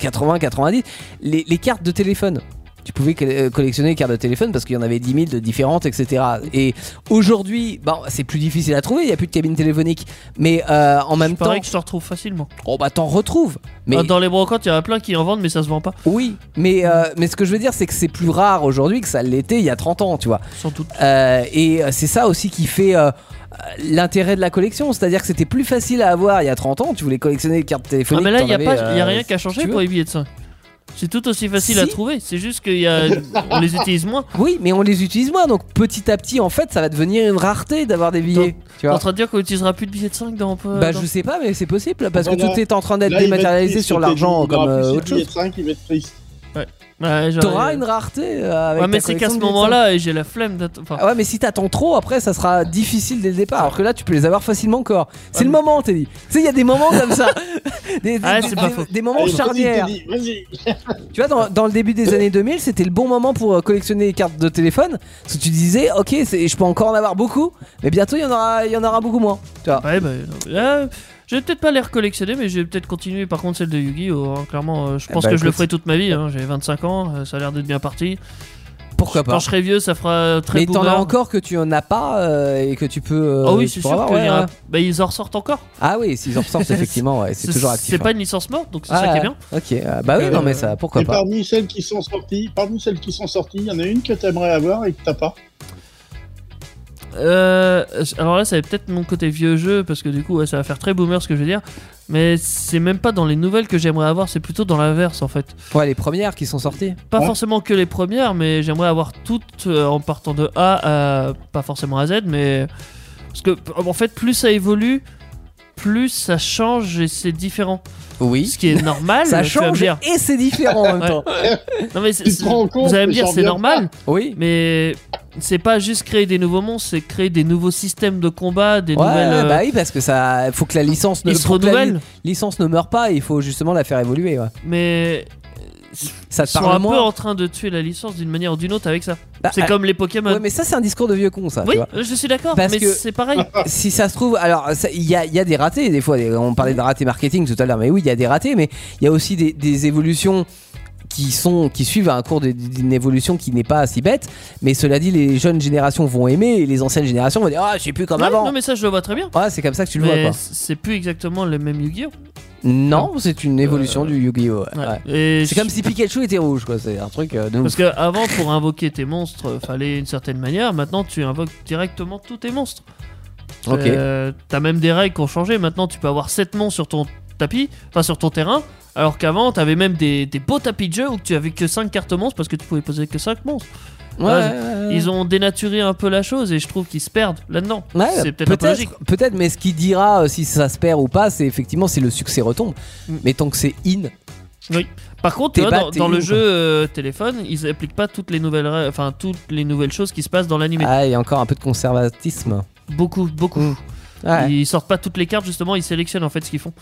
80-90, les, les cartes de téléphone. Tu pouvais que- euh, collectionner les cartes de téléphone parce qu'il y en avait 10 000 de différentes, etc. Et aujourd'hui, bon, c'est plus difficile à trouver, il n'y a plus de cabine téléphonique. Mais euh, en même temps...
Pareil que je te retrouve facilement.
Oh bah t'en retrouves mais...
Ah, dans les brocantes, il y en a plein qui en vendent, mais ça se vend pas.
Oui, mais, euh, mais ce que je veux dire, c'est que c'est plus rare aujourd'hui que ça l'était il y a 30 ans, tu vois.
Sans doute.
et euh, c'est ça aussi qui fait euh, euh, l'intérêt de la collection. C'est-à-dire que c'était plus facile à avoir il y a 30 ans. Tu voulais collectionner les cartes
Ah,
téléphoniques.
mais là, il
t'en
n'y a,
avais,
pas- il y a
euh,
rien
si
qu'à
tu
changer
veux.
pour les billets de 5. C'est tout aussi facile
Si.
à trouver, c'est juste qu'il y a... on les utilise moins.
Oui, mais on les utilise moins. Donc petit à petit, en fait, ça va devenir une rareté d'avoir des billets. tu
T'es en
vois.
train de dire qu'on utilisera plus de billets de 5 dans.
Bah, je sais pas, mais c'est possible là, parce que
Voilà.
tout est en train d'être
Là, il va être
dématérialisé
triste,
sur
t'es
l'argent
dit, il
comme
aura plus
euh,
de
autre
Il y a
chose.
de 5 qui va être triste.
Ouais. Ouais, j'aurais-
T'auras une rareté. euh, avec
Ouais, mais
ta
c'est qu'à ce
collection de
moment-là, et j'ai la flemme d'attendre. Enfin,
Ah ouais, mais si t'attends trop, après, ça sera difficile dès le départ. Alors que là, tu peux les avoir facilement encore. C'est le moment, t'es dit. Tu sais, il y a des moments comme ça. Des, des-
Ah, c'est pas
des-
faux.
des moments
Allez, vas-y,
charnières.
Teddy,
tu vois, dans, dans le début des années 2000, c'était le bon moment pour euh, collectionner les cartes de téléphone. Parce que tu disais, ok, c'est- je peux encore en avoir beaucoup, mais bientôt, il y en aura, il y en aura beaucoup moins. Tu vois.
Ouais, bah, euh, j'ai peut-être pas l'air collectionné, mais j'ai peut-être continué par contre celle de Yu-Gi-Oh! hein. Clairement, euh, je
Eh
pense
bah,
que je le
écoute.
ferai toute ma vie. hein. J'ai 25 ans, euh, ça a l'air d'être bien parti.
Pourquoi pas
Quand je serai vieux, ça fera très
Bah. mais t'en as
boomer.
encore que tu en as pas euh, et que tu peux. euh,
Ah oui,
tu
c'est
peux
sûr
avoir,
qu'il
ouais,
y a un-
ouais.
Bah, ils en ressortent encore.
Ah oui, s'ils en ressortent, effectivement, ouais, c'est toujours actif.
C'est pas
hein.
une licence morte, donc c'est
Ah,
ça qui est bien.
Ok, euh, bah oui,
Euh,
non, mais ça, pourquoi
et
pas.
parmi celles qui sont sorties, parmi celles qui sont sorties, il y en a une que t'aimerais avoir et que t'as pas.
Euh, alors là, ça va être peut-être mon côté vieux jeu, parce que du coup, ouais, ça va faire très boomer ce que je veux dire. Mais c'est même pas dans les nouvelles que j'aimerais avoir, c'est plutôt dans l'inverse en fait.
Ouais, les premières qui sont sorties.
Pas
Ouais.
forcément que les premières, mais j'aimerais avoir toutes euh, en partant de A à pas forcément à Z, mais parce que p- en fait, plus ça évolue, plus ça change et c'est différent.
Oui.
Ce qui est normal.
Ça
Ah, tu vas me
change
dire.
et c'est différent en même
Ouais.
temps.
Non mais c'est-
Tu te
c'est-
rends compte,
vous allez me
j'en
dire c'est
viens
normal.
Oui.
Mais c'est pas juste créer des nouveaux monstres, c'est créer des nouveaux systèmes de combat, des
Ouais,
nouvelles. euh,
bah oui, parce que ça, faut que la licence ne,
Ils se
faut que la
renouvellent.
li- licence ne meure pas. Il faut justement la faire évoluer. ouais.
Mais
Ça te
ils sont
parle
un
moins
peu en train de tuer la licence d'une manière ou d'une autre avec ça.
Bah,
c'est
euh,
comme les Pokémon.
Ouais, mais ça, c'est un discours de vieux con, ça. tu
oui, Ah.
vois.
je suis d'accord,
Parce
mais
que- Ah,
c'est pareil.
si ça se trouve, alors ça- il y a, il y a des ratés des fois. des- On parlait de ratés marketing tout à l'heure, mais oui, il y a des ratés, mais il y a aussi des, des évolutions qui sont qui suivent un cours de- d'une évolution qui n'est pas si bête. Mais cela dit, les jeunes générations vont aimer et les anciennes générations vont dire ah, je sais plus comme
Ouais,
avant.
Non, mais ça, je le vois très bien.
Ouais, c'est comme ça que tu le
Mais
vois. Quoi.
c'est plus exactement le même Yu-Gi-Oh!
Non, c'est une évolution du Yu-Gi-Oh. ouais,
Euh, ouais.
C'est comme si Pikachu était rouge, quoi. C'est un truc euh, de
Parce
ouf.
que avant pour invoquer tes monstres, euh, fallait une certaine manière. Maintenant, tu invoques directement tous tes monstres.
Ok.
Euh, T'as même des règles qui ont changé. Maintenant, tu peux avoir 7 monstres sur ton tapis, enfin sur ton terrain. Alors qu'avant, t'avais même des, des beaux tapis de jeu où tu avais que 5 cartes monstres parce que tu pouvais poser que 5 monstres.
Ouais,
Voilà,
ouais, ouais.
Ils ont dénaturé un peu la chose et je trouve qu'ils se perdent là-dedans.
Ouais,
c'est peut-être un peu logique.
peut-être, mais
Mm.
ce qui dira euh, si ça se perd ou pas, c'est effectivement si le succès retombe. Mais tant que c'est in,
Oui. Par contre,
T'es
tu vois, dans,
batté,
dans le
ou
jeu euh, téléphone, ils appliquent pas toutes les nouvelles, ra- enfin toutes les nouvelles choses qui se passent dans l'animé.
Ah, il y a encore un peu de conservatisme.
Beaucoup, beaucoup.
Mmh. Ouais.
Ils sortent pas toutes les cartes justement, ils sélectionnent en fait ce qu'ils font.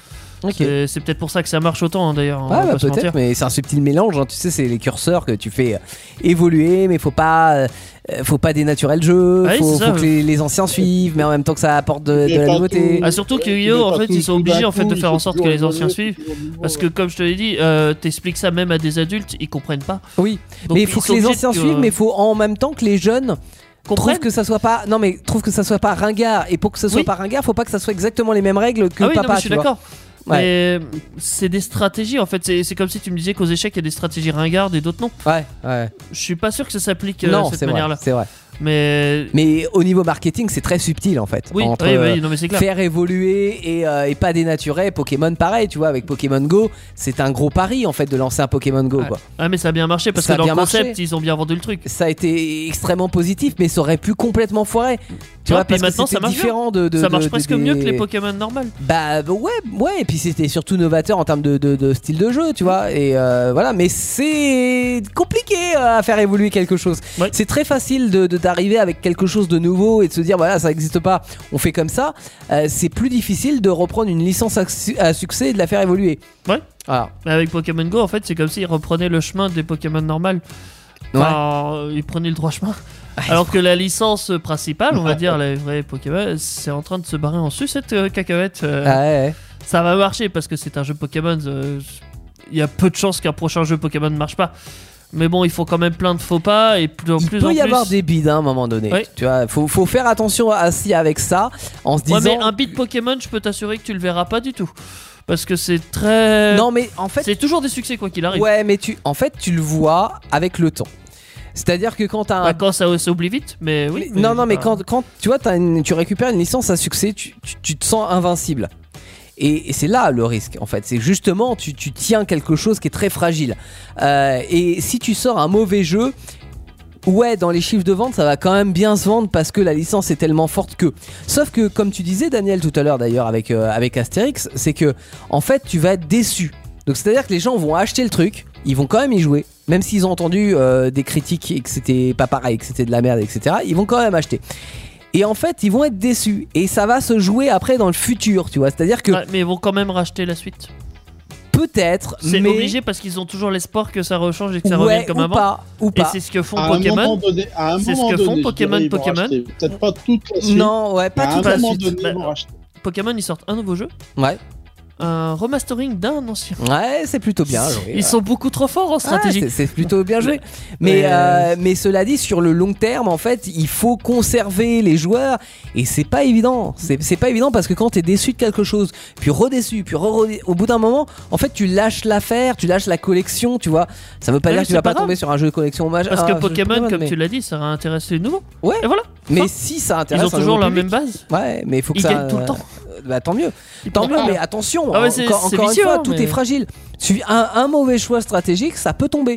Ok.
C'est- C'est peut-être pour ça que ça marche autant hein, d'ailleurs. on
Ah
va
bah
pas se mentir.
peut-être, mais c'est un subtil mélange. hein. Tu sais, c'est les curseurs que tu fais euh, évoluer, mais faut pas, euh, faut pas dénaturer le jeu.
Ah oui,
faut
c'est ça,
faut que
ouais.
les, les anciens suivent, mais en même temps que ça apporte de, de la nouveauté.
Ah, surtout que Yu-Gi-Oh! en fait, ils sont obligés en fait de faire en sorte que les anciens suivent. Parce que, comme je te l'ai dit, euh, t'expliques ça même à des adultes, ils comprennent pas.
Oui,
Donc,
mais il
ils
faut que
sont
les
obligés
anciens
de- euh,
suivent, mais il faut en même temps que les jeunes trouvent que ça soit pas non mais trouve que ça soit pas ringard et pour que ça soit
Oui.
pas ringard faut pas que ça soit exactement les mêmes règles que
ah oui, non,
papa
mais je suis
tu vois.
d'accord.
Ouais.
Mais c'est des stratégies en fait. C'est c'est comme si tu me disais qu'aux échecs, il y a des stratégies ringardes et d'autres non.
Ouais, ouais.
Je suis pas sûr que ça s'applique euh,
non
de cette
c'est vrai
manière-là.
c'est vrai
mais
mais au niveau marketing c'est très subtil en fait
Oui,
entre
oui, oui,
euh,
non, mais c'est clair.
faire évoluer et, euh, et pas dénaturer Pokémon pareil tu vois avec Pokémon Go c'est un gros pari en fait de lancer un Pokémon Go quoi
Ah, mais ça a bien marché parce
Ça a
que dans le
bien marché.
concept, ils ont bien vendu le truc.
ça a été extrêmement positif mais ça aurait pu complètement foirer tu
Ouais,
vois
puis
parce que
maintenant, ça
c'était
marche
différent
bien.
de, de-
Ça
de-
marche
de-
presque
des-
mieux que les Pokémon normales.
Bah bah, ouais, ouais, et puis c'était surtout novateur en termes de, de- de style de jeu, tu vois. Et euh, voilà, mais c'est compliqué euh, à faire évoluer quelque chose. C'est très facile de de- d'arriver avec quelque chose de nouveau et de se dire voilà ça n'existe pas, on fait comme ça. Euh, c'est plus difficile de reprendre une licence à, su- à succès et de la faire évoluer. Ah,
Ouais.
Alors.
Mais avec Pokémon Go, en fait, c'est comme s'ils reprenaient le chemin des Pokémon normales. Enfin, ils prenaient le droit chemin. Alors que la licence principale, on va dire, les vrais Pokémon, c'est en train de se barrer en sucette, euh, cacahuète. euh,
Ah ouais, ouais.
Ça va marcher parce que c'est un jeu Pokémon. euh, Il y a peu de chances qu'un prochain jeu Pokémon ne marche pas. Mais bon, ils font quand même plein de faux pas et plus en
Il
plus
peut
en
y
plus.
avoir des bides hein, à un moment donné.
Ouais.
Tu vois, faut, faut faire attention à si avec ça, en se
Ouais,
disant.
mais un beat Pokémon, je peux t'assurer que tu le verras pas du tout. Parce que c'est très.
Non, mais en fait.
C'est toujours des succès, quoi qu'il arrive.
Ouais, mais tu, en fait, tu le vois avec le temps. C'est-à-dire que quand t'as un
Bah, quand ça s'oublie vite, mais oui.
non, non, mais
bah,
quand, quand tu vois, t'as une- tu récupères une licence à succès, tu, tu- tu te sens invincible. Et, et c'est là le risque, en fait. C'est justement, tu, tu tiens quelque chose qui est très fragile. Euh, et si tu sors un mauvais jeu, ouais, dans les chiffres de vente, ça va quand même bien se vendre parce que la licence est tellement forte que. Sauf que, comme tu disais, Daniel, tout à l'heure d'ailleurs avec, euh, avec Astérix, c'est que, en fait, tu vas être déçu. Donc, c'est-à-dire que les gens vont acheter le truc, ils vont quand même y jouer, même s'ils ont entendu euh, des critiques et que c'était pas pareil, que c'était de la merde, etc. Ils vont quand même acheter. Et en fait, ils vont être déçus. Et ça va se jouer après dans le futur, tu vois. C'est-à-dire que
ouais, mais ils vont quand même racheter la suite.
peut-être,
C'est
mais
obligé parce qu'ils ont toujours l'espoir que ça rechange et que ça
Ouais,
revienne comme
ou
avant.
pas, ou pas.
Et c'est ce que font
À un
Pokémon.
moment donné- à un
C'est
moment
ce que
donné,
font
je
Pokémon
dirais, ils vont
Pokémon.
racheter.
Peut-être pas toute la
suite. Non, ouais, pas
Mais à
toute
un
la
moment
suite.
donné,
Bah,
ils vont
racheter.
Pokémon, ils sortent un nouveau jeu.
Ouais.
Un remastering d'un ancien.
Ouais, c'est plutôt bien joué.
Ils sont beaucoup trop forts en stratégie.
Ouais, c'est c'est plutôt bien joué. Mais,
Mais,
euh, mais cela dit, sur le long terme, en fait, il faut conserver les joueurs. Et c'est pas évident. C'est c'est pas évident parce que quand t'es déçu de quelque chose, puis redéçu, puis re au bout d'un moment, en fait, tu lâches l'affaire, tu lâches la collection, tu vois. Ça veut pas
Oui,
dire
mais
que tu
c'est
vas
pas
pas
grave.
tomber sur un jeu de collection hommage.
Parce
ah,
que Pokémon, comme
mais-
tu l'as dit, ça va intéresser les nouveaux.
Ouais.
Et voilà.
Mais
Enfin,
si ça intéresse,
Ils ont
un
toujours
nouveau
la
public.
même base.
Ouais, mais il faut que
Ils
ça.
gagnent tout le temps.
euh, Bah tant mieux. Tant mieux,
pourquoi
mais attention.
Ah ouais, c'est-
encore
c'est
encore
vicieux,
une fois,
hein,
tout
mais-
est fragile. Tu- Un, un mauvais choix stratégique, ça peut tomber.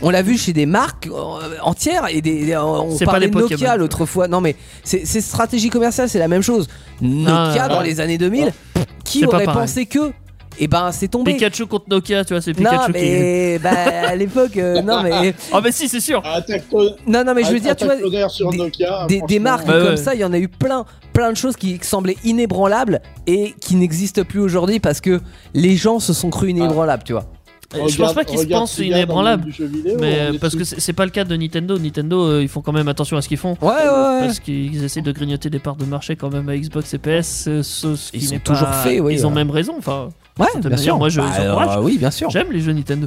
On l'a vu chez des marques euh, entières et des. des- on
C'est pas
parlait
les
de Nokia
Pokémon.
l'autre fois. Non, mais c'est c'est stratégie commerciale, c'est la même chose. Nokia
Ah,
dans
ouais.
les années 2000, pff, qui
C'est pas
aurait
pareil.
pensé que Eh ben, c'est tombé.
Pikachu contre Nokia, tu vois, c'est
non,
Pikachu
mais bah, à l'époque, euh, non, mais.
qui. Ah, mais si, c'est sûr.
Non, non, mais je veux dire, tu vois,
sur Nokia,
des, des
franchement.
marques
Bah
comme
ouais.
ça, il y en a eu plein, plein de choses qui semblaient inébranlables et qui n'existent plus aujourd'hui parce que les gens se sont crus inébranlables, tu vois.
je pense pas qu'ils se
regarde
pensent
ce gars dans le
inébranlables.
monde du jeu vidéo,
mais
on
hein,
euh,
est
parce que c'est c'est pas le cas de Nintendo. Nintendo, euh, ils font quand même attention à ce qu'ils font.
Ouais, ouais, ouais.
Parce qu'ils essaient de grignoter des parts de marché quand même à Xbox et PS. euh, ce- ce
Ils
qui
sont
n'est
toujours
pas-
faits, oui,
Ils ont
ouais.
même raison. Enfin,
Ouais,
certaine
bien
manière,
sûr.
Moi, je
Bah,
les encourage.
alors, Hmm. oui, bien sûr.
J'aime les jeux Nintendo.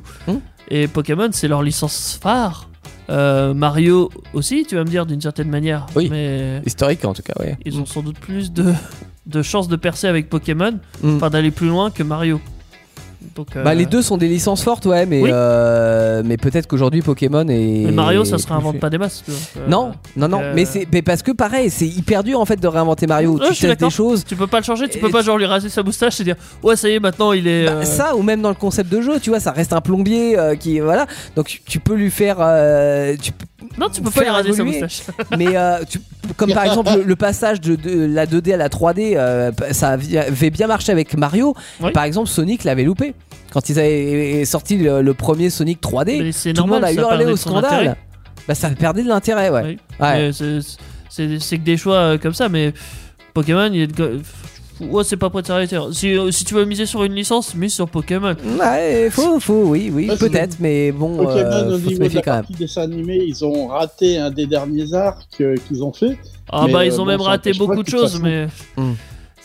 Et Pokémon, c'est leur licence phare. Euh, Mario aussi, tu vas me dire, d'une certaine manière.
Oui.
Mais
Historique en tout cas, ouais.
ils ont sans doute plus de, de chances de percer avec Pokémon, enfin d'aller plus loin que Mario. Donc, euh,
Hmm. Bah, les deux sont des licences fortes, ouais, mais,
Oui.
euh, mais peut-être qu'aujourd'hui Pokémon et.
mais Mario, ça se réinvente pas des masses. tu vois. Euh,
Non, non, non,
euh,
mais c'est mais parce que pareil, c'est hyper dur en fait de réinventer Mario.
Ouais, je
tu
suis
testes des
d'accord.
choses.
Tu peux pas le changer, tu peux pas genre lui raser sa moustache et dire ouais ça y est maintenant il est. euh,
Bah, Ça ou même dans le concept de jeu, tu vois, ça reste un plombier euh, qui voilà. Donc tu peux lui faire. euh, tu,
Non, tu peux pas lui
faire
raser sa
évoluer.
moustache.
mais euh, tu- comme par exemple le, le passage de, de la 2D à la 3D, euh, ça avait bien marché avec Mario. Par exemple, Sonic l'avait loupé. Quand ils avaient sorti le, le premier Sonic 3D,
Mais c'est
tout le monde
normal,
a
ça
hurlé
perdait
au
de son intérêt.
scandale. Bah, ça perdait de l'intérêt, ouais.
Oui.
Ouais.
Mais c'est- C'est c'est que des choix euh, comme ça, mais Pokémon, il est. de- Ouais, c'est pas prêt de s'arrêter. Si, euh, si tu veux miser sur une licence, mise sur Pokémon.
Ouais, faut, faut, oui, oui,
Ouais, c'est
peut-être, mais bon,
Pokémon,
euh,
au
faut se
niveau de
méfier
la
quand même.
partie dessin animé, ils ont raté un des derniers arcs euh, qu'ils ont fait.
Ah
Mais,
bah,
euh,
ils ont
bon,
même
ça
raté
empêche pas
beaucoup
que,
de
toute
choses,
façon-
mais.
Hmm.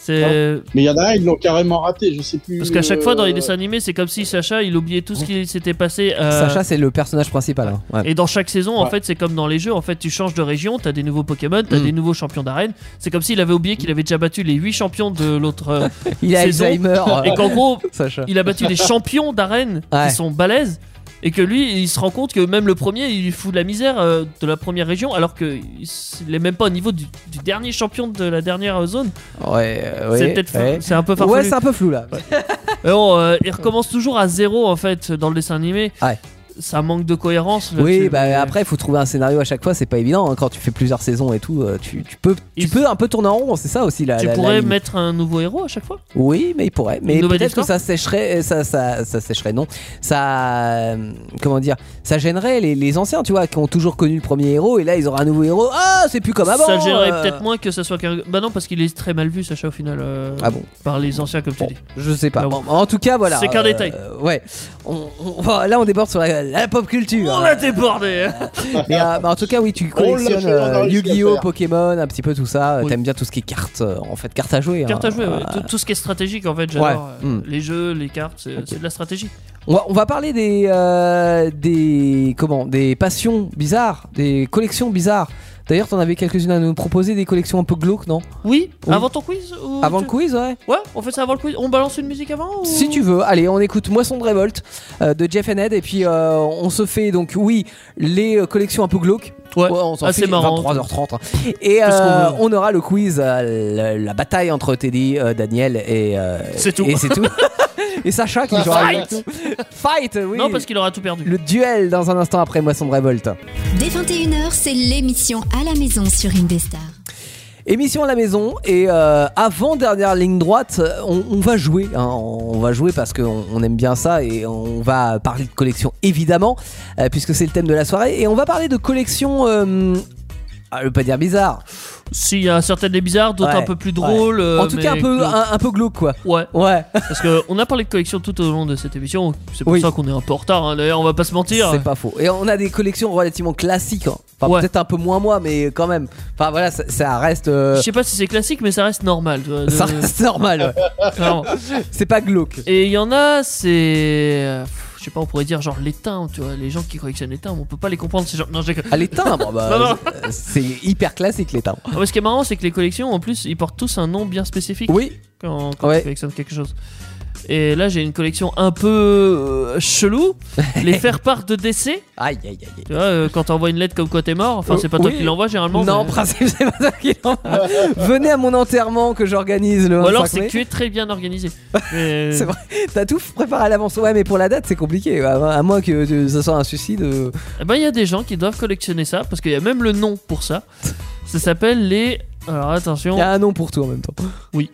C'est.
Mais il y en a un, ils l'ont carrément raté, je sais plus.
Parce qu'à chaque fois dans les
euh, Hmm.
dessins animés, c'est comme si Sacha il oubliait tout ce qui s'était passé. euh,
Sacha, c'est le personnage principal. hein. Ouais.
Et dans chaque saison, en
Ouais.
fait, c'est comme dans les jeux. En fait, tu changes de région, t'as des nouveaux Pokémon, t'as
Mm.
des nouveaux champions d'arène. C'est comme s'il avait oublié qu'il avait déjà battu les 8 champions de l'autre euh,
Il a
saison.
Alzheimer, euh,
Et qu'en gros,
Sacha.
il a battu des champions d'arène
Ouais.
qui sont balèzes. Et que lui, il se rend compte que même le premier, il fout de la misère euh, de la première région, alors qu'il est même pas au niveau du, du dernier champion de la dernière euh, zone.
Ouais, euh, ouais,
C'est peut-être-
ouais.
c'est un peu farfelu.
Ouais, c'est un peu flou là.
Mais bon, euh, il recommence toujours à zéro en fait dans le dessin animé. Ça manque de cohérence.
Oui,
là-dessus.
bah après, il faut trouver un scénario à chaque fois, c'est pas évident. hein. Quand tu fais plusieurs saisons et tout, euh, tu, tu peux, tu peux un peu tourner en rond, c'est ça aussi la.
tu
la- la
pourrais
ligne.
mettre un nouveau héros à chaque fois.
Oui, mais il pourrait. Mais
nouvelle
peut-être que
histoire
ça sécherait, euh, ça, ça, ça sécherait, non. Ça, euh, comment dire, ça gênerait les, les anciens, tu vois, qui ont toujours connu le premier héros, et là ils auraient un nouveau héros. Ah, c'est plus comme avant.
ça gênerait
euh.
peut-être moins que ça soit qu'un. Bah non, parce qu'il est très mal vu, Sacha, au final. euh,
Ah bon
Par les anciens, comme tu dis. Ah
Je sais pas. Bon, en tout cas, voilà.
C'est qu'un
euh,
détail.
Ouais. On- on- on- là, on déborde sur la, la pop culture.
On a débordé
Mais euh, bah, en tout cas, oui, tu collectionnes
fait, on a
euh,
réussi à
Yu-Gi-Oh,
faire.
Pokémon, un petit peu tout ça. Euh, T'aimes bien tout ce qui est cartes, euh, en fait, cartes à jouer.
Cartes
hein.
à jouer, ouais.
Euh,
tout, tout ce qui est stratégique en fait, j'adore.
Ouais.
Euh,
Mm.
Les jeux, les cartes, c'est c'est de la stratégie.
On va, on va parler des euh, des comment des passions bizarres, des collections bizarres. D'ailleurs, t'en avais quelques-unes à nous proposer, des collections un peu glauques, non
Oui. Avant ton quiz ou
Avant
tu-
le quiz, ouais.
Ouais, on fait ça avant le quiz. On balance une musique avant ou-
Si tu veux, allez, on écoute Moisson de révolte euh, de Jeff and Ed et puis euh, on se fait donc oui les euh, collections un peu glauques. Ouais, on s'en
assez
fiche,
Ah, marrant.
23h30. hein. Et
Tout ce qu'on
euh,
veut.
on aura le quiz, euh, la, la bataille entre Teddy, euh, Daniel et euh,
C'est tout.
Et c'est tout. et Sacha qui jouera.
Fight
Fight, oui.
Non, parce qu'il aura tout perdu.
Le duel dans un instant après Moisson de révolte.
Dès 21h, c'est l'émission à la maison sur Indestar.
Émission à la maison et euh, avant dernière ligne droite, on, on va jouer. hein. on va jouer parce qu'on on aime bien ça et on va parler de collection évidemment euh, puisque c'est le thème de la soirée et on va parler de collection. euh, ah, je veux pas dire bizarre.
Si, il y a certaines des bizarres, d'autres
Ouais,
un peu plus
ouais.
drôles. euh,
en tout cas, un
mais
peu,
glauques.
un, un peu glauque quoi.
Ouais.
Ouais.
Parce qu'on a parlé de collection tout au long de cette émission. C'est pour
Oui.
ça qu'on est un peu en retard. hein. D'ailleurs, on va pas se mentir.
C'est pas faux. Et on a des collections relativement classiques. hein. Enfin, peut-être un peu moins moi, mais quand même. Enfin voilà, ça, ça reste. euh,
Je sais pas si c'est classique, mais ça reste normal. tu vois, de-
Ça reste normal. ouais.
Clairement.
c'est pas glauque.
Et il y en a, c'est. euh, pff, Je sais pas, on pourrait dire genre les timbres, tu vois, les gens qui collectionnent les timbres, on peut pas les comprendre. C'est genre. Non, j'ai.
Ah, les timbres, bah,
Non, non.
euh, c'est hyper classique les timbres.
Ah, mais ce qui est marrant, c'est que les collections, en plus, ils portent tous un nom bien spécifique.
Oui.
Quand, quand
Ouais.
tu collectionnes quelque chose. Et là, j'ai une collection un peu euh, chelou. les faire-part de décès.
Aïe, aïe, aïe.
Tu vois, euh, quand t'envoies une lettre comme quoi t'es mort, enfin, c'est pas toi
Oui.
qui l'envoie généralement.
Non, en
mais-
principe, c'est pas toi qui l'envoie. Venez à mon enterrement que j'organise le 25
Ou alors,
mai.
c'est que tu es très bien organisé. euh,
C'est vrai, t'as tout préparé à l'avance. Ouais, mais pour la date, c'est compliqué. À à moins que euh, ce soit un suicide. euh.
Eh ben, il y a des gens qui doivent collectionner ça parce qu'il y a même le nom pour ça. Ça s'appelle les. Alors attention.
Il y a un nom pour tout en même temps.
Oui.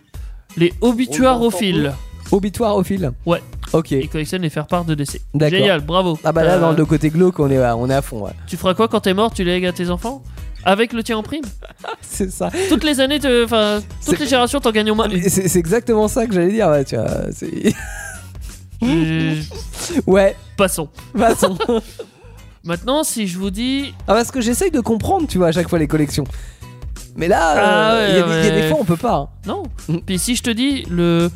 Les obituarophiles.
Obitoire au fil.
Ouais.
Ok.
Ils collectionnent les faire-part de décès.
D'accord.
Génial, bravo.
Ah bah là,
Euh,
dans le côté glauque, on est, à- on est à fond. ouais.
Tu feras quoi quand t'es mort Tu lègues à tes enfants Avec le tien en prime
C'est ça.
Toutes les années, te- enfin, toutes les générations, t'en gagnes au moins. une.
Et C'est c'est exactement ça que j'allais dire. Ouais, tu vois, c'est-
Je-
ouais.
Passons.
Passons.
Maintenant, si je vous dis.
Ah, parce que j'essaye de comprendre, tu vois, à chaque fois les collections. Mais
Ah
là, euh,
ouais,
il y a des- il y, a
mais-
des fois, on peut pas. hein.
Non. Puis si je te dis le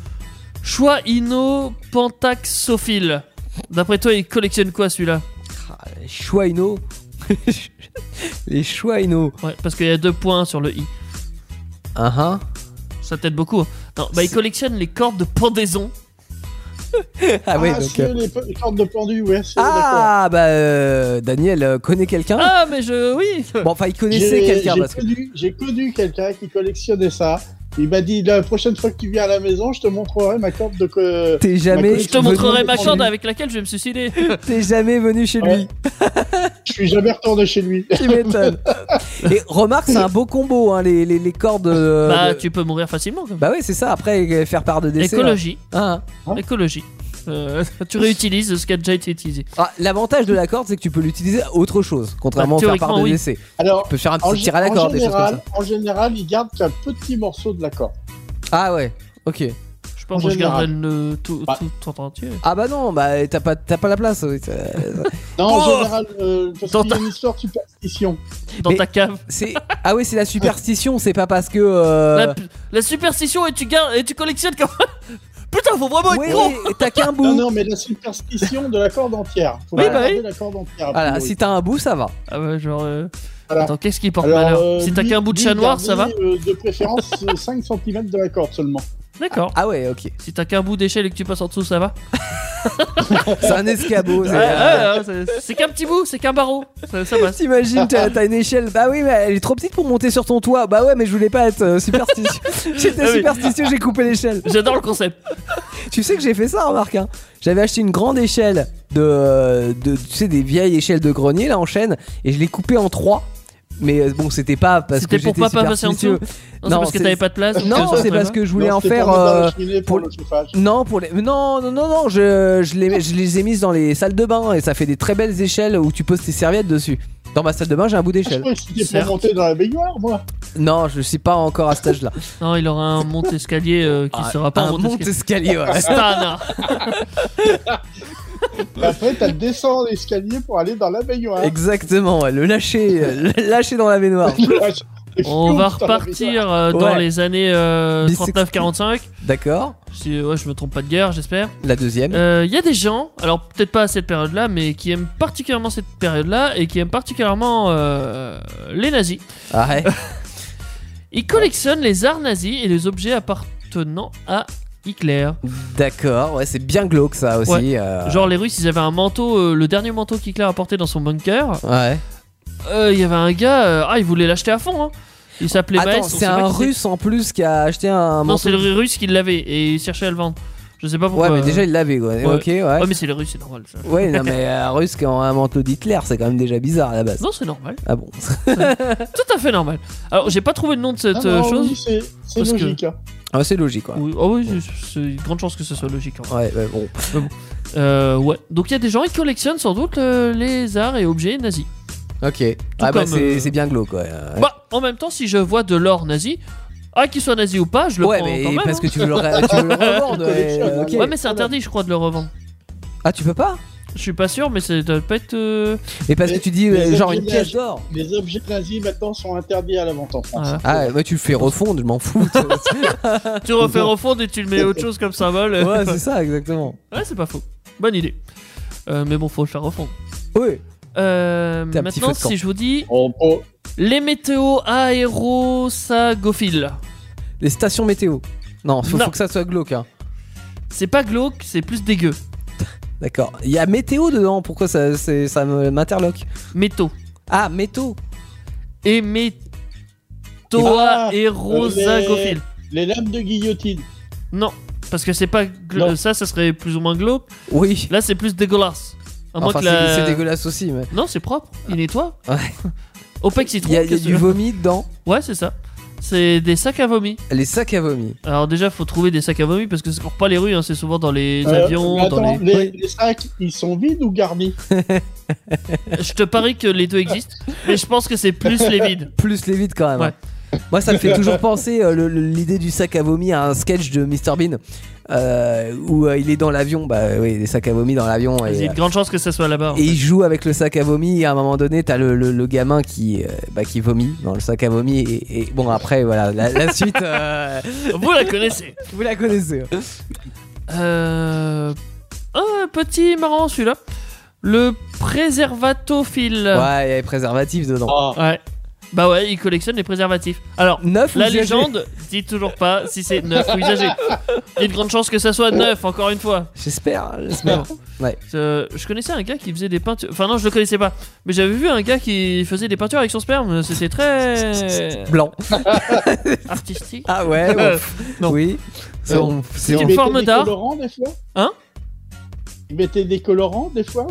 choix ino pentaxophile. D'après toi, il collectionne quoi celui-là
Chouaino. les Chouaino.
Ouais, parce qu'il y a deux points sur le i.
Ah ah.
Ça t'aide beaucoup. hein. Non, bah il collectionne les cordes de pendaison.
Ah oui, donc,
ceux
euh,
les, pe- les cordes de pendu, ouais, c'est
Ah bah euh, Daniel euh, connaît quelqu'un
Ah mais je oui.
Bon enfin il connaissait quelqu'un parce que
J'ai connu quelqu'un qui collectionnait ça. Il m'a dit la prochaine fois que tu viens à la maison, je te montrerai ma corde de. co-
T'es
ma
jamais-
collection
Je te
de-
montrerai ma corde avec laquelle je vais me suicider.
T'es jamais venu chez lui.
Je suis jamais retourné chez lui.
Tu m'étonnes. Et remarque, c'est un beau combo, hein, les, les, les cordes. euh,
Bah,
de-
tu peux mourir facilement.
Bah oui, c'est ça. Après, euh, faire part de décès.
Écologie.
hein.
Écologie. Euh, tu réutilises ce qui a déjà été utilisé.
Ah, L'avantage de la corde, c'est que tu peux l'utiliser à autre chose, contrairement
Bah,
au faire part de
théoriquement, oui.
décès.
Alors,
tu peux faire un
en
petit
gé-
tir à la
en
corde, des choses comme
général-
ça.
En général, il garde qu'un petit morceau de la corde.
Ah ouais, ok.
Je pense que je garde le tout,
Bah.
tout, tout entier.
Ah bah non, bah t'as pas, t'as pas la place. oui, ça-
Non, en
Oh
général, euh, parce qu'il y a une histoire de superstition.
Dans ta cave.
C'est ah oui, c'est la superstition. C'est pas parce que. euh,
La, la superstition et tu gardes et tu collectionnes comme. Putain, faut vraiment être gros.
t'as qu'un bout.
Non, non, mais la superstition de la corde entière. Faut
Oui,
pas
bah
garder
oui.
la corde entière. a
Voilà,
priori.
si t'as un bout, ça va.
Ah ouais, genre. euh,
Voilà.
Attends, qu'est-ce qui porte
Alors,
malheur
euh,
Si t'as
lui-
qu'un bout de
lui,
chat noir, ça va
gardez, euh, De préférence, 5 cm de la corde seulement.
D'accord.
Ah ouais, ok.
Si t'as qu'un bout d'échelle et que tu passes en dessous, ça va
C'est un escabeau.
Ouais,
c'est-
ouais, ouais, c'est- C'est qu'un petit bout, c'est qu'un barreau. Ça, ça passe.
T'imagines, t'as t'as une échelle. Bah oui, mais elle est trop petite pour monter sur ton toit. Bah ouais, mais je voulais pas être euh, superstitieux.
Ah
J'étais
oui.
superstitieux, j'ai coupé l'échelle.
J'adore le concept.
Tu sais que j'ai fait ça, remarque. hein. J'avais acheté une grande échelle de, de- tu sais, des vieilles échelles de grenier là en chaîne, et je l'ai coupée en trois. Mais euh, bon, c'était pas parce que
C'était pour
j'étais
pas pas passer en
superstitieux.
dessous Non, c'est parce que
c'est-
t'avais pas de place.
Non,
que ça
c'est
serait
parce
pas.
que je voulais
Non,
en
c'était
faire.
pour
euh,
la cheminée, pour le chauffage.
Non, pour les... non, non, non, non, je, je, les, je les ai mises dans les salles de bain et ça fait des très belles échelles où tu poses tes serviettes dessus. Dans ma salle de bain, j'ai un bout
Ah, Je
d'échelle.
crois que c'était
Certes.
pour monter dans la baignoire, moi.
Non, je suis pas encore à cet âge-là.
Non, il aura un monte-escalier euh, qui
Ah,
sera pas
un
monte-escalier.
monte-escalier, ouais.
Stana.
Et Bah, après, t'as descendu l'escalier pour aller dans la baignoire.
Exactement, ouais, le lâcher, euh, le lâcher dans la baignoire.
On va
Putain, la
repartir euh, dans
Ouais.
les années euh,
Bisex-
39-45.
D'accord,
Si ouais, je me trompe pas de guerre, j'espère.
la deuxième.
Il Euh, y a des gens, alors peut-être pas à cette période-là, mais qui aiment particulièrement cette période-là et qui aiment particulièrement euh, les nazis.
Ah ouais.
Ils collectionnent les arts nazis et les objets appartenant à Hitler.
D'accord, ouais, c'est bien glauque ça aussi.
Ouais.
euh,
Genre les Russes, ils avaient un manteau, euh, le dernier manteau qu'Hitler a porté dans son bunker.
Ouais.
Euh, Il y avait un gars, euh, ah, il voulait l'acheter à fond. hein. Il s'appelait
Attends,
Maes, on sait
c'est
pas
un
qui
russe en plus qui a acheté un.
Non,
manteau-
c'est le russe qui l'avait et il cherchait à le vendre. Je sais pas pourquoi.
Ouais, mais déjà
euh,
il l'avait, quoi.
ouais.
Ok, ouais.
mais c'est le russe, c'est normal. ça.
Ouais, non, mais un russe qui a un manteau d'Hitler, c'est quand même déjà bizarre à la base.
Non, c'est normal.
Ah bon
Tout à fait normal. Alors, j'ai pas trouvé le nom de cette
Ah non,
euh, chose.
oui, c'est- C'est
parce que-
logique. hein.
Ah, c'est logique, quoi.
Oui, oh oui, c'est- c'est une grande chance que ce soit logique. en vrai.
Ouais, ouais, bon.
Euh, ouais. Donc, il y a des gens qui collectionnent sans doute euh, les arts et objets nazis.
Ok. Ah bah
comme,
c'est
euh,
c'est bien glauque, ouais. ouais.
Bah, en même temps, si je vois de l'or nazi, ah, qu'il soit nazi ou pas, je le
Ouais,
prends
mais
quand même.
parce
hein.
que tu veux le, re- tu veux le revendre. ouais, euh, ok.
Ouais, mais c'est interdit, je crois, de le revendre.
Ah, tu peux pas
Je suis pas sûr, mais ça doit pas être. euh,
Et parce que tu dis euh,
Les
genre
objets
une pièce
nazis-
d'or.
Les objets nazis maintenant sont interdits à la vente en France.
Ah.
Ah, ouais, tu le fais refondre, je m'en fous.
Tu refais refondre et tu le mets autre chose comme symbole.
ouais, c'est ça, exactement.
Ouais, c'est pas faux. Bonne idée. Euh, mais bon, faut le faire refondre.
Oui.
Euh,
T'es un petit
maintenant,
feu de camp.
si je vous dis
On- on-
les météos aérosagophiles,
Les stations météo. Non, faut,
Non.
faut que ça soit glauque. Hein.
c'est pas glauque, c'est plus dégueu.
D'accord. Il y a météo dedans, pourquoi ça, c'est- ça me- m'interloque
Métaux.
Ah, météo.
Et
Ah,
météoaérosagophiles.
Les lames de guillotine.
Non, parce que c'est pas glau-
Non.
ça, ça serait plus ou moins glauque.
Oui.
Là, c'est plus dégueulasse. À moins
Enfin,
que
c'est
la-
c'est dégueulasse aussi, mais.
Non, c'est propre. Il nettoie.
Ouais.
Opex
Il y
citron.
a, il y a du vomi dedans.
Ouais, c'est ça. C'est des sacs à vomi.
Les sacs à vomi.
Alors déjà, faut trouver des sacs à vomi parce que c'est pour pas les rues, hein, c'est souvent dans les
Euh,
avions,
mais
dans
attends,
les...
les... les sacs, ils sont vides ou garnis
Je te parie que les deux existent, mais je pense que c'est plus les vides.
Plus les vides quand même. hein.
Ouais.
Moi, ça me fait toujours penser euh, le- le- l'idée du sac à vomi à un sketch de Mr Bean euh, où euh, il est dans l'avion. Bah oui, des sacs à vomi dans l'avion.
Il y
Et, euh,
a de grandes chances que ça soit là-bas. en
et
fait.
il joue avec le sac à vomi. Et à un moment donné, t'as le, le- le gamin qui, euh, bah, qui vomit dans le sac à vomi. Et, et bon, après, voilà, la, la suite, euh,
Vous la connaissez.
vous la connaissez. hein.
Euh... Un petit marrant celui-là. Le préservatophile.
Euh. Ouais, il y a les préservatifs dedans.
Ah,
Ouais. Bah ouais, il collectionne les préservatifs. Alors,
Neuf ou
la
usagés
légende dit toujours pas si c'est neuf ou usagé. Il y a de grandes chances que ça soit neuf, encore une fois.
J'espère, j'espère. Ouais.
Euh, je connaissais un gars qui faisait des peintures. Enfin, non, je le connaissais pas. Mais j'avais vu un gars qui faisait des peintures avec son sperme. C'était très.
Blanc.
Artistique.
Ah ouais,
Euh,
bon. oui. C'est
Euh,
on-
c'est
on-
une forme
des
d'art.
colorants des fois
Hein
Il mettait des colorants des fois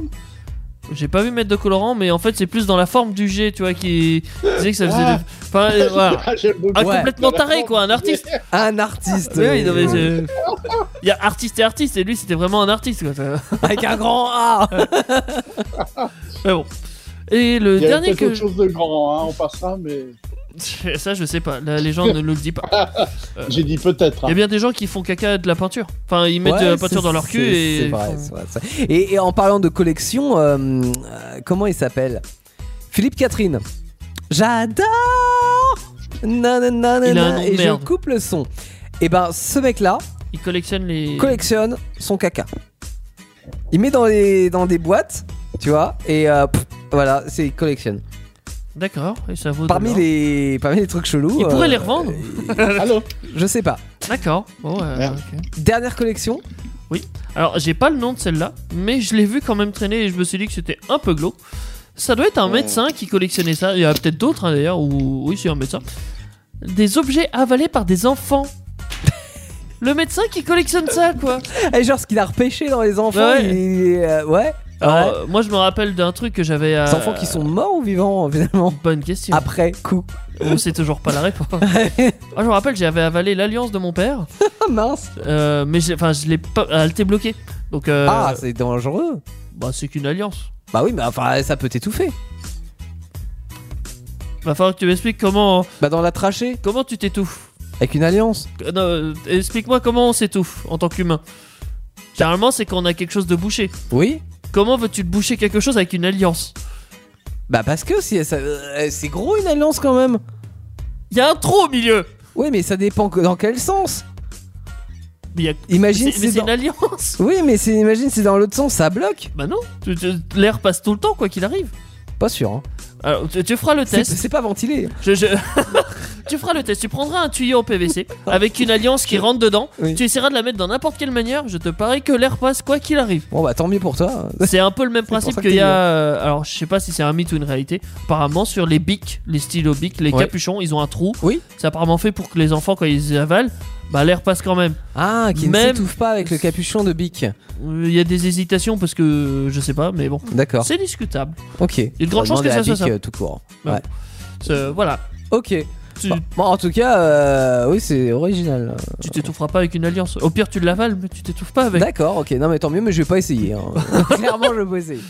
J'ai pas vu mettre de colorant, mais en fait, c'est plus dans la forme du jet, tu vois, qui disait que ça faisait
Ah.
des. Enfin, euh, voilà.
J'aime beaucoup.
Un
Ouais.
complètement taré, quoi, un artiste.
Un artiste.
Oui, oui, non, mais
euh,
c'est- Il y a artiste et artiste, et lui, c'était vraiment un artiste, quoi.
Avec un grand A.
Euh, mais bon. Et le
Il y avait
dernier
peut-être
que.
autre chose de grand, hein, on passera, mais
Ça, je sais pas. La légende ne le dit
Ah.
pas.
j'ai dit peut-être.
Il
hein.
y a bien des gens qui font caca de la peinture. Enfin, ils mettent
Ouais,
de la
c'est-
peinture dans leur cul
c'est-
et.
c'est vrai, c'est vrai, c'est vrai. Et, et en parlant de collection, euh, euh, comment il s'appelle Philippe Catherine. J'adore. Nanana,
Il a un nom de
et je
merde.
coupe le son. Et ben ce mec-là
Ils collectionnent les.
collectionne son caca. Il met dans les dans des boîtes, tu vois, et euh, pff, voilà, c'est il collectionne.
D'accord, et ça vaut. de
Parmi
l'or.
les parmi les trucs chelous.
Ils pourraient
euh,
les revendre
Allô
Je sais pas.
D'accord. Bon, euh, ok.
Dernière collection
Oui. Alors, j'ai pas le nom de celle-là, mais je l'ai vu quand même traîner et je me suis dit que c'était un peu glauque. Ça doit être un
Ouais.
médecin qui collectionnait ça. Il y en a peut-être d'autres hein, d'ailleurs, ou oui, c'est un médecin. Des objets avalés par des enfants. le médecin qui collectionne ça, quoi.
Et genre ce qu'il a repêché dans les enfants,
Ouais.
il- euh, ouais.
Alors,
ouais.
euh, moi, je me rappelle d'un truc que j'avais. à
Les enfants qui sont Ah. morts ou vivants, euh, finalement
Bonne question.
Après coup.
On sait toujours pas la réponse. Moi, je me rappelle, j'avais avalé l'alliance de mon père.
Ah, Mince.
Euh, mais j'ai- enfin, je l'ai pas. Elle était bloquée. Donc. euh,
Ah, c'est dangereux.
Bah, c'est qu'une alliance.
Bah oui, mais enfin, ça peut t'étouffer.
Va falloir que tu m'expliques comment.
Bah, dans la trachée.
Comment tu t'étouffes
Avec une alliance.
Euh, non, euh, Explique-moi comment on s'étouffe en tant qu'humain. Généralement, c'est qu'on a quelque chose de bouché.
Oui.
Comment veux-tu te boucher quelque chose avec une alliance
Bah, parce que si, ça- euh, c'est gros une alliance quand même.
Il y a un trou au milieu.
Oui, mais ça dépend que- dans quel sens.
Mais y a-
Imagine
mais
si
c'est mais
c'est dans-
c'est une alliance.
Oui, mais c'est- imagine c'est dans l'autre sens, ça bloque.
Bah non, tu- tu- l'air passe tout le temps quoi qu'il arrive.
Pas sûr. Hein.
Alors, tu, tu feras le
C'est
test.
c'est pas ventilé.
Je- je- tu feras le test. Tu prendras un tuyau en PVC avec une alliance qui rentre dedans. Tu essaieras de la mettre dans n'importe quelle manière. Je te parie que l'air passe quoi qu'il arrive.
Bon, bah, tant mieux pour toi.
C'est un peu le même
pour
principe
ça que
qu'il y
t'es
a.
bien.
euh, alors, je sais pas si c'est un mythe ou une réalité. Apparemment, sur les bics, les stylos bics, les
Ouais.
capuchons, ils ont un trou.
Oui.
C'est apparemment fait pour que les enfants, quand ils avalent, bah, l'air passe quand même.
Ah, qui ne
Même-
s'étouffe pas avec le capuchon de Bic.
Euh, Il y a des hésitations parce que euh, je sais pas, mais bon.
D'accord.
C'est discutable.
Ok.
Il y a de
Faudra
grandes chances que
demander
ça
à
soit
Bic,
ça.
euh, tout court.
Bon.
Ouais.
C'est- Voilà.
Ok.
Tu-
Bon, bon, en tout cas, euh, oui, c'est original.
Tu t'étoufferas pas avec une alliance. Au pire, tu l'avales, mais tu t'étouffes pas avec.
D'accord, ok. Non, mais tant mieux, mais je vais pas essayer. hein. Clairement, je vais pas essayer.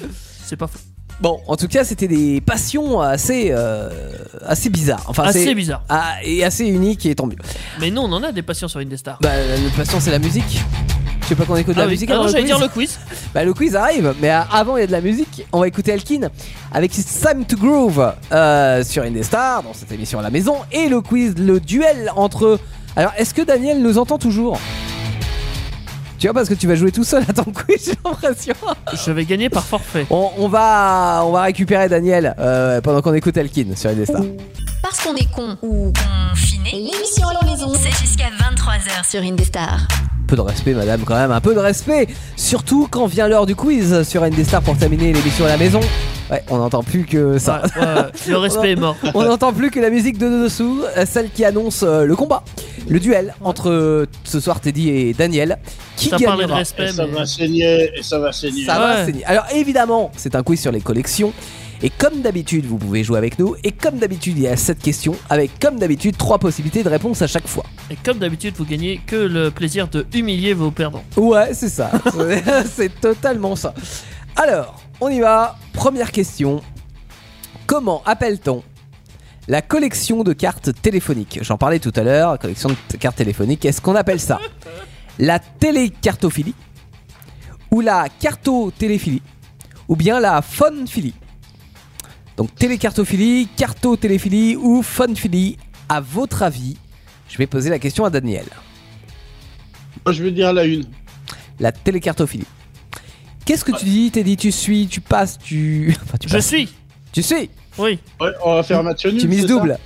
C'est pas faux.
Bon, en tout cas, c'était des passions assez, euh, assez bizarres. Enfin,
Assez
c'est-
bizarres.
Ah, et assez uniques, et tant mieux.
Mais non, on en a des patients sur Indestar.
Bah, de passion, c'est la musique. Tu veux pas qu'on écoute de
Ah
la
oui.
musique
Ah
avant
non,
le
j'allais
quiz
dire le quiz.
Bah, le quiz arrive, mais euh, avant, il y a de la musique. On va écouter Elkin avec It's Time to Groove euh, sur Indestar, dans cette émission à la maison, et le quiz, le duel entre. Alors, est-ce que Daniel nous entend toujours Tu vois, parce que tu vas jouer tout seul à ton quiz, j'ai l'impression.
Je vais gagner par forfait.
On, on va, on va récupérer Daniel euh, pendant qu'on écoute Elkin sur Indestar.
Parce qu'on est con ou confiné, l'émission à la maison, c'est jusqu'à 23h sur Indestar.
peu de respect, madame, quand même, un peu de respect. Surtout quand vient l'heure du quiz sur Indestar pour terminer l'émission à la maison. Ouais, on n'entend plus que ça.
Ouais, ouais, le respect est mort.
On n'entend plus que la musique de dessous, euh, celle qui annonce euh, le combat, le duel entre euh, ce soir Teddy et Daniel. Qui gagnera
Et ça va saigner, et ça va saigner.
Ça va saigner. Alors évidemment, c'est un quiz sur les collections. Et comme d'habitude, vous pouvez jouer avec nous. Et comme d'habitude, il y a 7 questions avec, comme d'habitude, trois possibilités de réponse à chaque fois.
Et comme d'habitude, vous gagnez que le plaisir de humilier vos perdants.
Ouais, c'est ça. c'est totalement ça. Alors, on y va. Première question. Comment appelle-t-on la collection de cartes téléphoniques J'en parlais tout à l'heure, collection de t- cartes téléphoniques. Est-ce qu'on appelle ça la télécartophilie ou la cartotéléphilie ou bien la phonephilie Donc télécartophilie, cartotéléphilie ou phonephilie, à votre avis Je vais poser la question à Daniel
Moi, je veux dire la une.
la télécartophilie. Qu'est-ce que tu dis T'es dit tu suis, tu passes, tu. Enfin, tu
Je
passes.
suis
Tu suis
Oui.
on va faire un match nul.
Tu
mises double.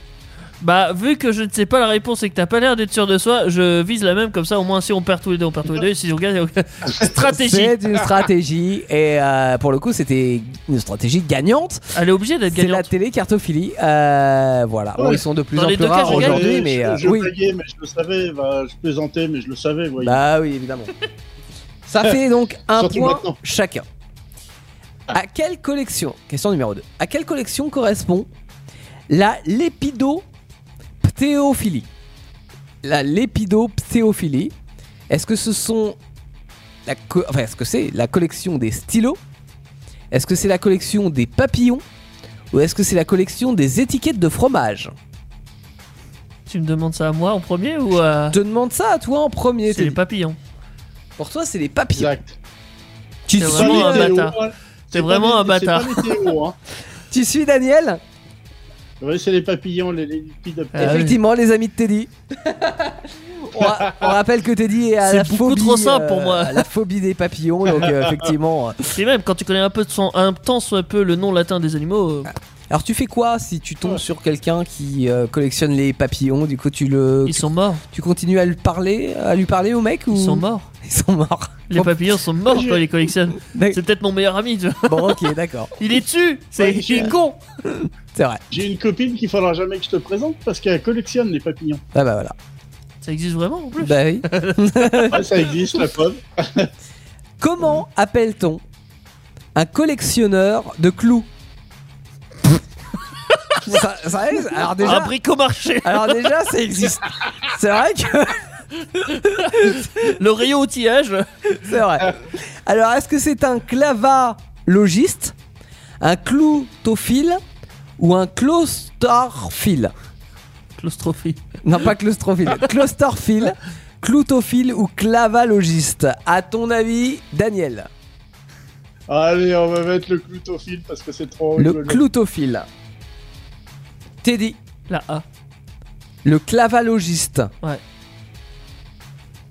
Bah, vu que je ne sais pas la réponse et que t'as pas l'air d'être sûr de soi, je vise la même, comme ça au moins si on perd tous les deux, on perd tous les deux. et Si on gagne, on gagne. stratégie.
C'est une stratégie et euh, pour le coup c'était une stratégie gagnante.
Elle est obligée d'être
gagnante. C'est la télécartophilie. Euh, voilà. Bon, ils sont de plus en plus
Ah,
rares aujourd'hui, mais
Je,
euh,
je
oui.
blaguais, mais je le savais. bah, je plaisantais, mais je le savais. voyez.
Bah oui, évidemment. Ça fait donc un
Surtout
point
maintenant.
chacun.
Ah.
À quelle collection Question numéro 2. À quelle collection correspond la lépidoptéophilie La lépidoptéophilie. Est-ce que ce sont la co- enfin, est-ce que c'est la collection des stylos Est-ce que c'est la collection des papillons ou est-ce que c'est la collection des étiquettes de fromage
Tu me demandes ça à moi en premier ou à.
Je te demande ça à toi en premier.
C'est les papillons.
Pour toi, c'est les papillons. euh,
C'est vraiment un bâtard.
hein.
C'est vraiment un bâtard.
Tu suis Daniel
Oui, hein. c'est les papillons, les lépides.
Eh,
Effectivement, les amis de Teddy. on, ra- on rappelle que Teddy est à
C'est
la
beaucoup
phobie,
trop simple pour
euh,
moi.
à la phobie des papillons, donc euh, effectivement. euh.
Et même quand tu connais un peu de son, un temps soit peu le nom latin des animaux. euh,
Ah, Alors tu fais quoi si tu tombes sur quelqu'un qui euh, collectionne les papillons Du coup, tu le. Ils
sont morts.
Tu continues à lui parler, à lui parler au mec ou Ils
sont morts.
Ils sont morts.
Les papillons sont morts quand ils les collectionnent. C'est peut-être mon meilleur ami. Tu vois.
Bon, ok, d'accord.
Il est tu. C'est il est con.
C'est vrai.
J'ai une copine qu'il faudra jamais que je te présente parce qu'elle collectionne les papillons.
Ah bah voilà.
Ça existe vraiment en plus.
Bah oui.
Ouais, ça existe, la preuve.
Comment appelle-t-on un collectionneur de clous ça, ça existe alors déjà,
Un bricomarché.
Alors déjà, ça existe. C'est vrai que.
Le rayon outillage.
C'est vrai. Alors, est-ce que c'est un clavalogiste, un cloutophile ou un clostarphile
Claustrophile.
Non, pas claustrophile. Clostarphile, cloutophile ou clavalogiste À ton avis, Daniel
Allez, on va mettre le cloutophile parce que c'est trop.
Le
rigolo.
cloutophile. Teddy.
La A.
Le clavalogiste.
Ouais.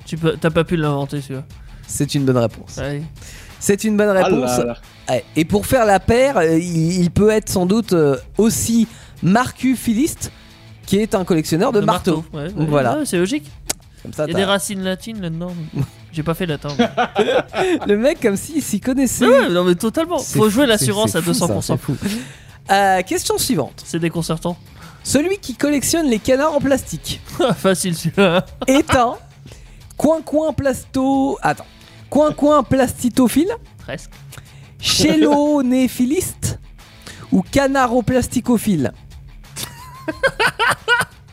Tu peux, t'as pas pu l'inventer celui-là.
C'est une bonne réponse.
Ouais.
C'est une bonne
Ah
réponse.
là là.
Ouais. Et pour faire la paire, euh, il, il peut être sans doute euh, aussi marcuphiliste, qui est un collectionneur de, marteaux.
ouais,
Donc
ouais.
voilà.
Ouais, c'est logique.
Comme ça,
Il y a des
t'as-
racines latines là-dedans. J'ai pas fait latin. mais-
Le mec, comme s'il s'y connaissait.
Mais ouais, non, mais totalement.
C'est
Faut
fou,
jouer
c'est-
l'assurance
c'est
à
fou, ça,
200%.
c'est fou. Euh, question suivante.
C'est déconcertant.
Celui qui collectionne les canards en plastique.
Facile celui-là.
est un coin coin plasto. Attends. Coin coin plastitophile.
Presque.
Chélonéphiliste ou canaroplasticophile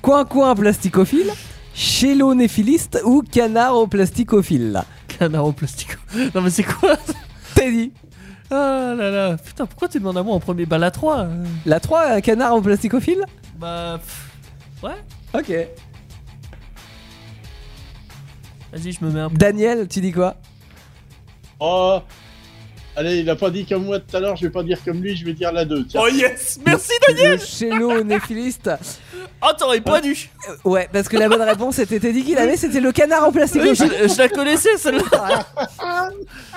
Coin coin plasticophile, chélonéphiliste ou canaroplasticophile
Canaroplastico. Non mais c'est quoi ça
Teddy
Ah là là. Putain, pourquoi tu demandes à moi en premier Bah la 3. euh,
La 3, un canard en plasticophile
Bah. pff, Ouais.
Ok.
Vas-y, je me mets un.
Daniel, tu dis quoi
Oh Allez, il a pas dit comme moi tout à l'heure, je vais pas dire comme lui, je vais dire la 2.
Oh yes Merci Daniel
Le chélonéphiliste.
Oh, t'aurais pas dû
Euh, Ouais, parce que la bonne réponse était Teddy qui l'avait, c'était le canard en
Oui,
plasticophile.
je, je la connaissais celle-là.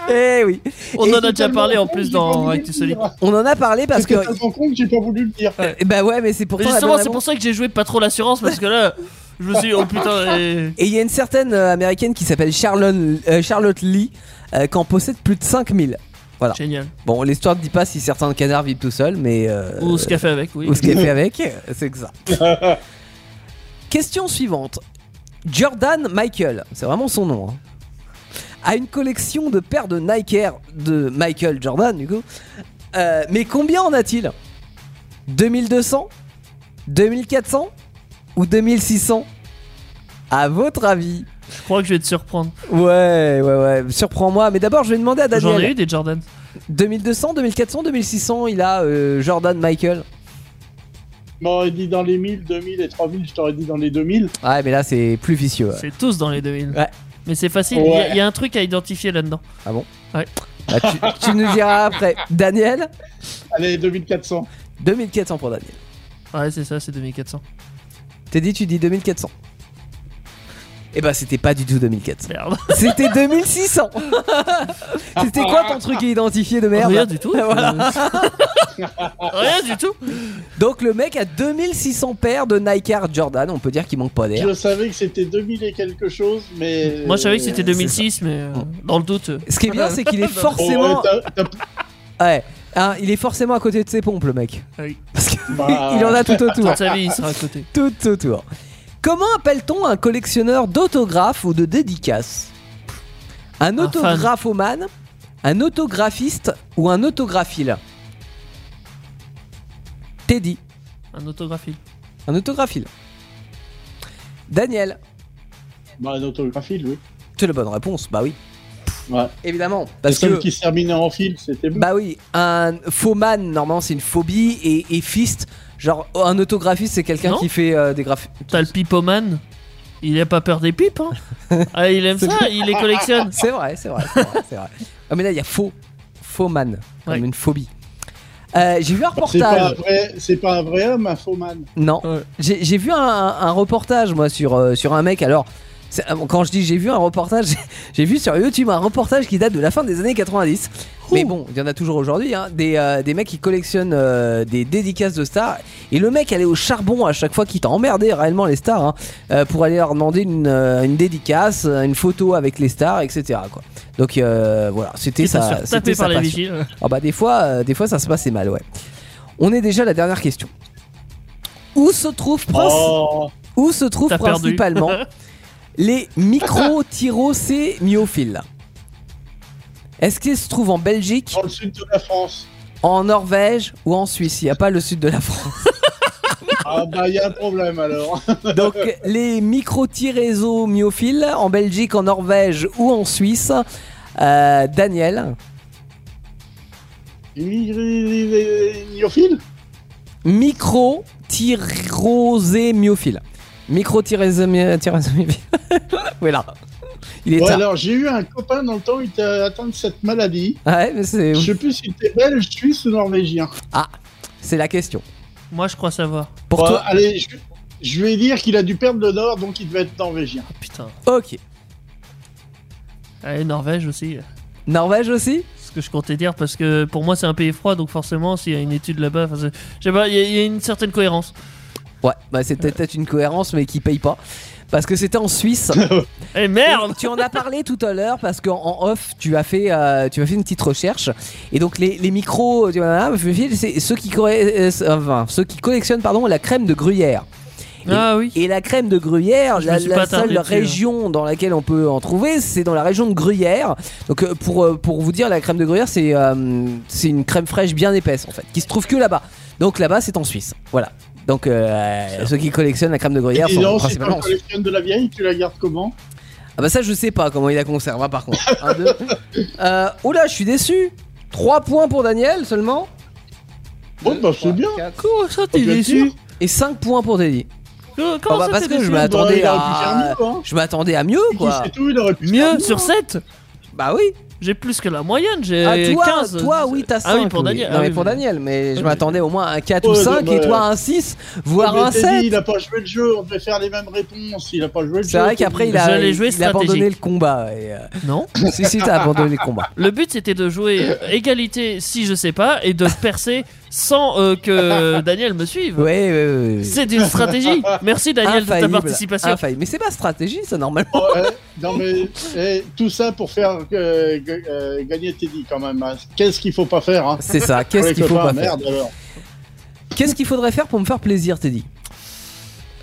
Eh oui.
On
Et
en a déjà
totalement
parlé en
con,
plus
j'ai pas
dans
voulu
Actu Solide.
On en a parlé parce que.
tellement con que j'ai pas voulu le dire.
Bah ouais, mais c'est pour
Mais justement, c'est pour ça que j'ai joué pas trop l'assurance parce que là, je me suis dit, oh putain, et.
Et il y a une certaine euh, américaine qui s'appelle Charlotte, euh, Charlotte Lee euh, qui en possède plus de 5000. Voilà.
Génial.
Bon, l'histoire ne dit pas si certains canards vivent tout seuls, mais. euh,
Ou ce café avec, oui.
Ou ce café avec, c'est exact. Question suivante. Jordan Michael, c'est vraiment son nom, hein, a une collection de paires de Nike Air de Michael Jordan, du coup. Euh, mais combien en a-t-il 2200 2400 Ou 2600 À votre avis
Je crois que je vais te surprendre.
Ouais, ouais, ouais, surprends-moi. Mais d'abord, je vais demander à Daniel.
J'en ai eu des Jordan.
2200, 2400, 2600, il a euh, Jordan Michael.
Je m'aurais dit dans les 1000, 2000 et 3000, je t'aurais dit dans les 2000.
Ouais, mais là, c'est plus vicieux. hein. ouais.
C'est tous dans les 2000.
Ouais.
Mais c'est facile, il y a-
Ouais.
il y, a un truc à identifier là-dedans.
Ah bon
Ouais.
Bah, tu, tu nous diras après. Daniel
Allez, 2400.
2400 pour Daniel.
Ouais, c'est ça, c'est 2400.
T'es dit, tu dis 2400. Eh ben, c'était pas du tout 2004. C'était 2600. C'était quoi ton truc identifié de merde
Rien du tout.
Voilà.
Rien du tout.
Donc le mec a 2600 paires de Nike Air Jordan. On peut dire qu'il manque pas d'air.
Je savais que c'était 2000 et quelque chose, mais.
Moi, je savais que c'était 2006, mais euh, dans le doute. euh.
Ce qui est bien, c'est qu'il est forcément. Ouais. Hein, il est forcément à côté de ses pompes, le mec.
Ah.
Il
bah,
en a tout autour.
Toute sa vie, il sera à côté.
Tout autour. Comment appelle-t-on un collectionneur d'autographes ou de dédicaces Un autographoman, un autographiste ou un autographile Teddy,
Un autographie.
un autographile. Daniel.
Bah, un autographile, oui.
C'est la bonne réponse, bah oui.
Ouais.
Évidemment.
Parce
Parce
que.
que.
qui se terminait en fil, c'était bon.
Bah oui, un faux-man, normalement, c'est une phobie et, et fist. Genre, un autographiste, c'est quelqu'un
Non.
qui fait euh, des graphiques.
T'as le pipoman. Il a pas peur des pipes. Hein. Ah, il aime ça, il les collectionne.
C'est vrai, c'est vrai, c'est vrai, c'est vrai. Ah, mais là, il y a faux, faux man, comme une phobie. Euh, j'ai vu un
C'est pas, un
reportage.
vrai- c'est pas un vrai homme, un faux man.
Non, j'ai j'ai vu un, un reportage moi sur euh, sur un mec. Alors c'est- euh, quand je dis j'ai vu un reportage, j'ai vu sur YouTube un reportage qui date de la fin des années 90. Mais bon, il y en a toujours aujourd'hui. hein, des euh, des mecs qui collectionnent euh, des dédicaces de stars. Et le mec allait au charbon à chaque fois qu'il t'a emmerdé réellement les stars hein, euh, pour aller leur demander une, euh, une dédicace, euh, une photo avec les stars, etc. Quoi. Donc euh, voilà, c'était
Il s'est
ça.
fait
c'était
taper
sa
par les
passion.
vigiles.
Ah bah des fois, euh, des fois ça se passait mal, ouais. On est déjà à la dernière question. Où se trouvent princi-
Oh.
où se trouvent
T'as perdu.
principalement les microtyrocées myophiles Est-ce qu'ils se trouvent en Belgique
Dans le sud de la France.
En Norvège ou en Suisse Il n'y a pas le sud de la France.
Ah bah, il y a un problème alors.
Donc les microtyrésos myophiles en Belgique, en Norvège ou en Suisse. Euh, Daniel,
Myophile
microtyrosé myophile. Microtyrosé myophile. voilà. Il est
Ouais,
tard.
alors j'ai eu un copain dans le temps, il était atteint de cette maladie.
Ah Ouais, mais c'est
Je sais plus s'il était belge, suisse ou norvégien.
Ah, c'est la question.
Moi, je crois savoir.
Pour
Ouais,
toi-
Allez, je, je vais dire qu'il a dû perdre le nord, donc il devait être norvégien.
Ah, Putain.
Ok.
Allez, Ah, Norvège aussi.
Norvège aussi
C'est ce que je comptais dire parce que pour moi, c'est un pays froid, donc forcément, s'il y a une étude là-bas, enfin, c'est- je sais pas, il y, a- il y a une certaine cohérence.
Ouais, bah c'est peut-être une cohérence, mais qui paye pas. Parce que c'était en Suisse.
Eh merde
Tu en as parlé tout à l'heure parce qu'en en off, tu as, fait, euh, tu as fait une petite recherche. Et donc, les, les micros, tu vois, je me file, c'est ceux qui, corre- euh, enfin, ceux qui collectionnent pardon, la crème de gruyère. Et,
Ah oui.
et la crème de gruyère,
Je
la,
me suis
la
pas attardé
seule
dessus, hein.
région dans laquelle on peut en trouver, c'est dans la région de Gruyère. Donc euh, pour, euh, pour vous dire, la crème de Gruyère, c'est euh, c'est une crème fraîche bien épaisse en fait, qui se trouve que là-bas. Donc là-bas, c'est en Suisse. Voilà. Donc euh, ceux qui collectionnent la crème de Gruyère
Et
sont
non, si tu
principalement en Suisse.
collectionnes de la vieille, tu la gardes comment
Ah bah ça, je sais pas comment il la conserve, hein, par contre. Un, deux. Euh, oula, je suis déçu. 3 points pour Daniel seulement.
Bon, bah c'est bien.
Comment ça,
t'es déçu
Et 5 points pour Teddy.
Comment
Ah bah
ça,
parce
t'es
que
déçu
je
Bah,
m'attendais
il aurait pu
à...
faire mieux, hein.
Je m'attendais à mieux, ah. quoi.
C'est tout, il aurait pu faire
Mieux sur 7
Bah oui.
J'ai plus que la moyenne, j'ai
Ah, toi,
15.
toi, oui, t'as 5.
Euh, Ah oui, pour Daniel.
Non,
ah
mais
oui,
pour
oui.
Daniel, mais je
Oui.
m'attendais au moins à un 4 ou
Ouais,
5 et
dommage.
euh,
toi un 6, voire
Mais
un
Teddy,
7.
Il a pas joué le jeu, on devait faire les mêmes réponses. Il a pas joué le jeu.
C'est vrai
Teddy.
qu'après, il a,
J'allais
il,
jouer
il a abandonné le
stratégique.
combat. et, euh,
Non
si, si, t'as abandonné le combat.
Le but c'était de jouer euh, égalité si je sais pas et de percer sans euh, que Daniel me suive.
Ouais, ouais, ouais, ouais.
C'est une stratégie. Merci Daniel
Infaillible,
de ta participation.
infaillible. Mais c'est pas stratégie, ça, normalement.
Ouais, non mais eh, tout ça pour faire euh, g- euh, gagner Teddy quand même. hein. Qu'est-ce qu'il faut pas faire hein
C'est ça, qu'est-ce
Pour les
qu'il faut
copains,
pas
merde, alors.
Qu'est-ce qu'il faudrait faire pour me faire plaisir, Teddy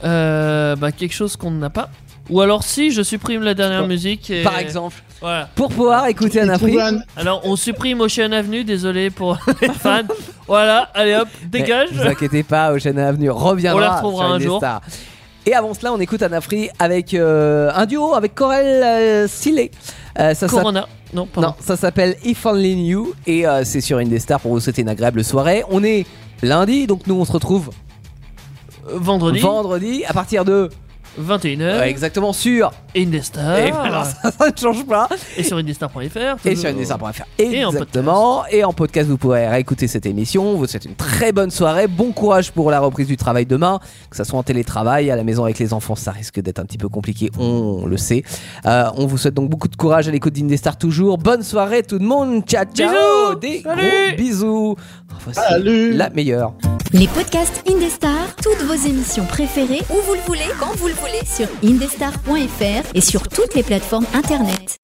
Euh, bah quelque chose qu'on n'a pas. Ou alors si je supprime la dernière musique. et-
Par exemple.
Voilà.
Pour pouvoir écouter un appris.
trouver un-
Alors on supprime Ocean Avenue, désolé pour les fans. voilà, allez hop, dégage.
Ne vous inquiétez pas, Ocean Avenue reviendra.
On la retrouvera
sur
un jour.
Indestar. Et avant cela, on écoute un Afri avec euh, un duo avec Corel euh, Sillet. Euh, ça s'appelle-
Corona. Non, pardon.
Non, ça s'appelle If Only New et euh, c'est sur Indestar pour vous souhaiter une agréable soirée. On est lundi, donc nous on se retrouve
Euh, Vendredi. Euh.
vendredi à partir de
21h.
Ouais, exactement, sur
Indestar.
Et voilà, ça, ça ne change pas.
Et sur indestar.fr.
Et sur indestar.fr. Exactement. Et en podcast, vous pourrez réécouter cette émission. Vous souhaite une très bonne soirée. Bon courage pour la reprise du travail demain. Que ça soit en télétravail, à la maison avec les enfants, ça risque d'être un petit peu compliqué. On le sait. Euh, on vous souhaite donc beaucoup de courage à l'écoute d'Indestar toujours. Bonne soirée tout le monde. Ciao, ciao.
Bisous.
Des
Salut.
gros bisous. Ah, voici la meilleure.
Les podcasts Indestar, toutes vos émissions préférées, où vous le voulez, quand vous le voulez, sur indestar.fr et sur toutes les plateformes internet.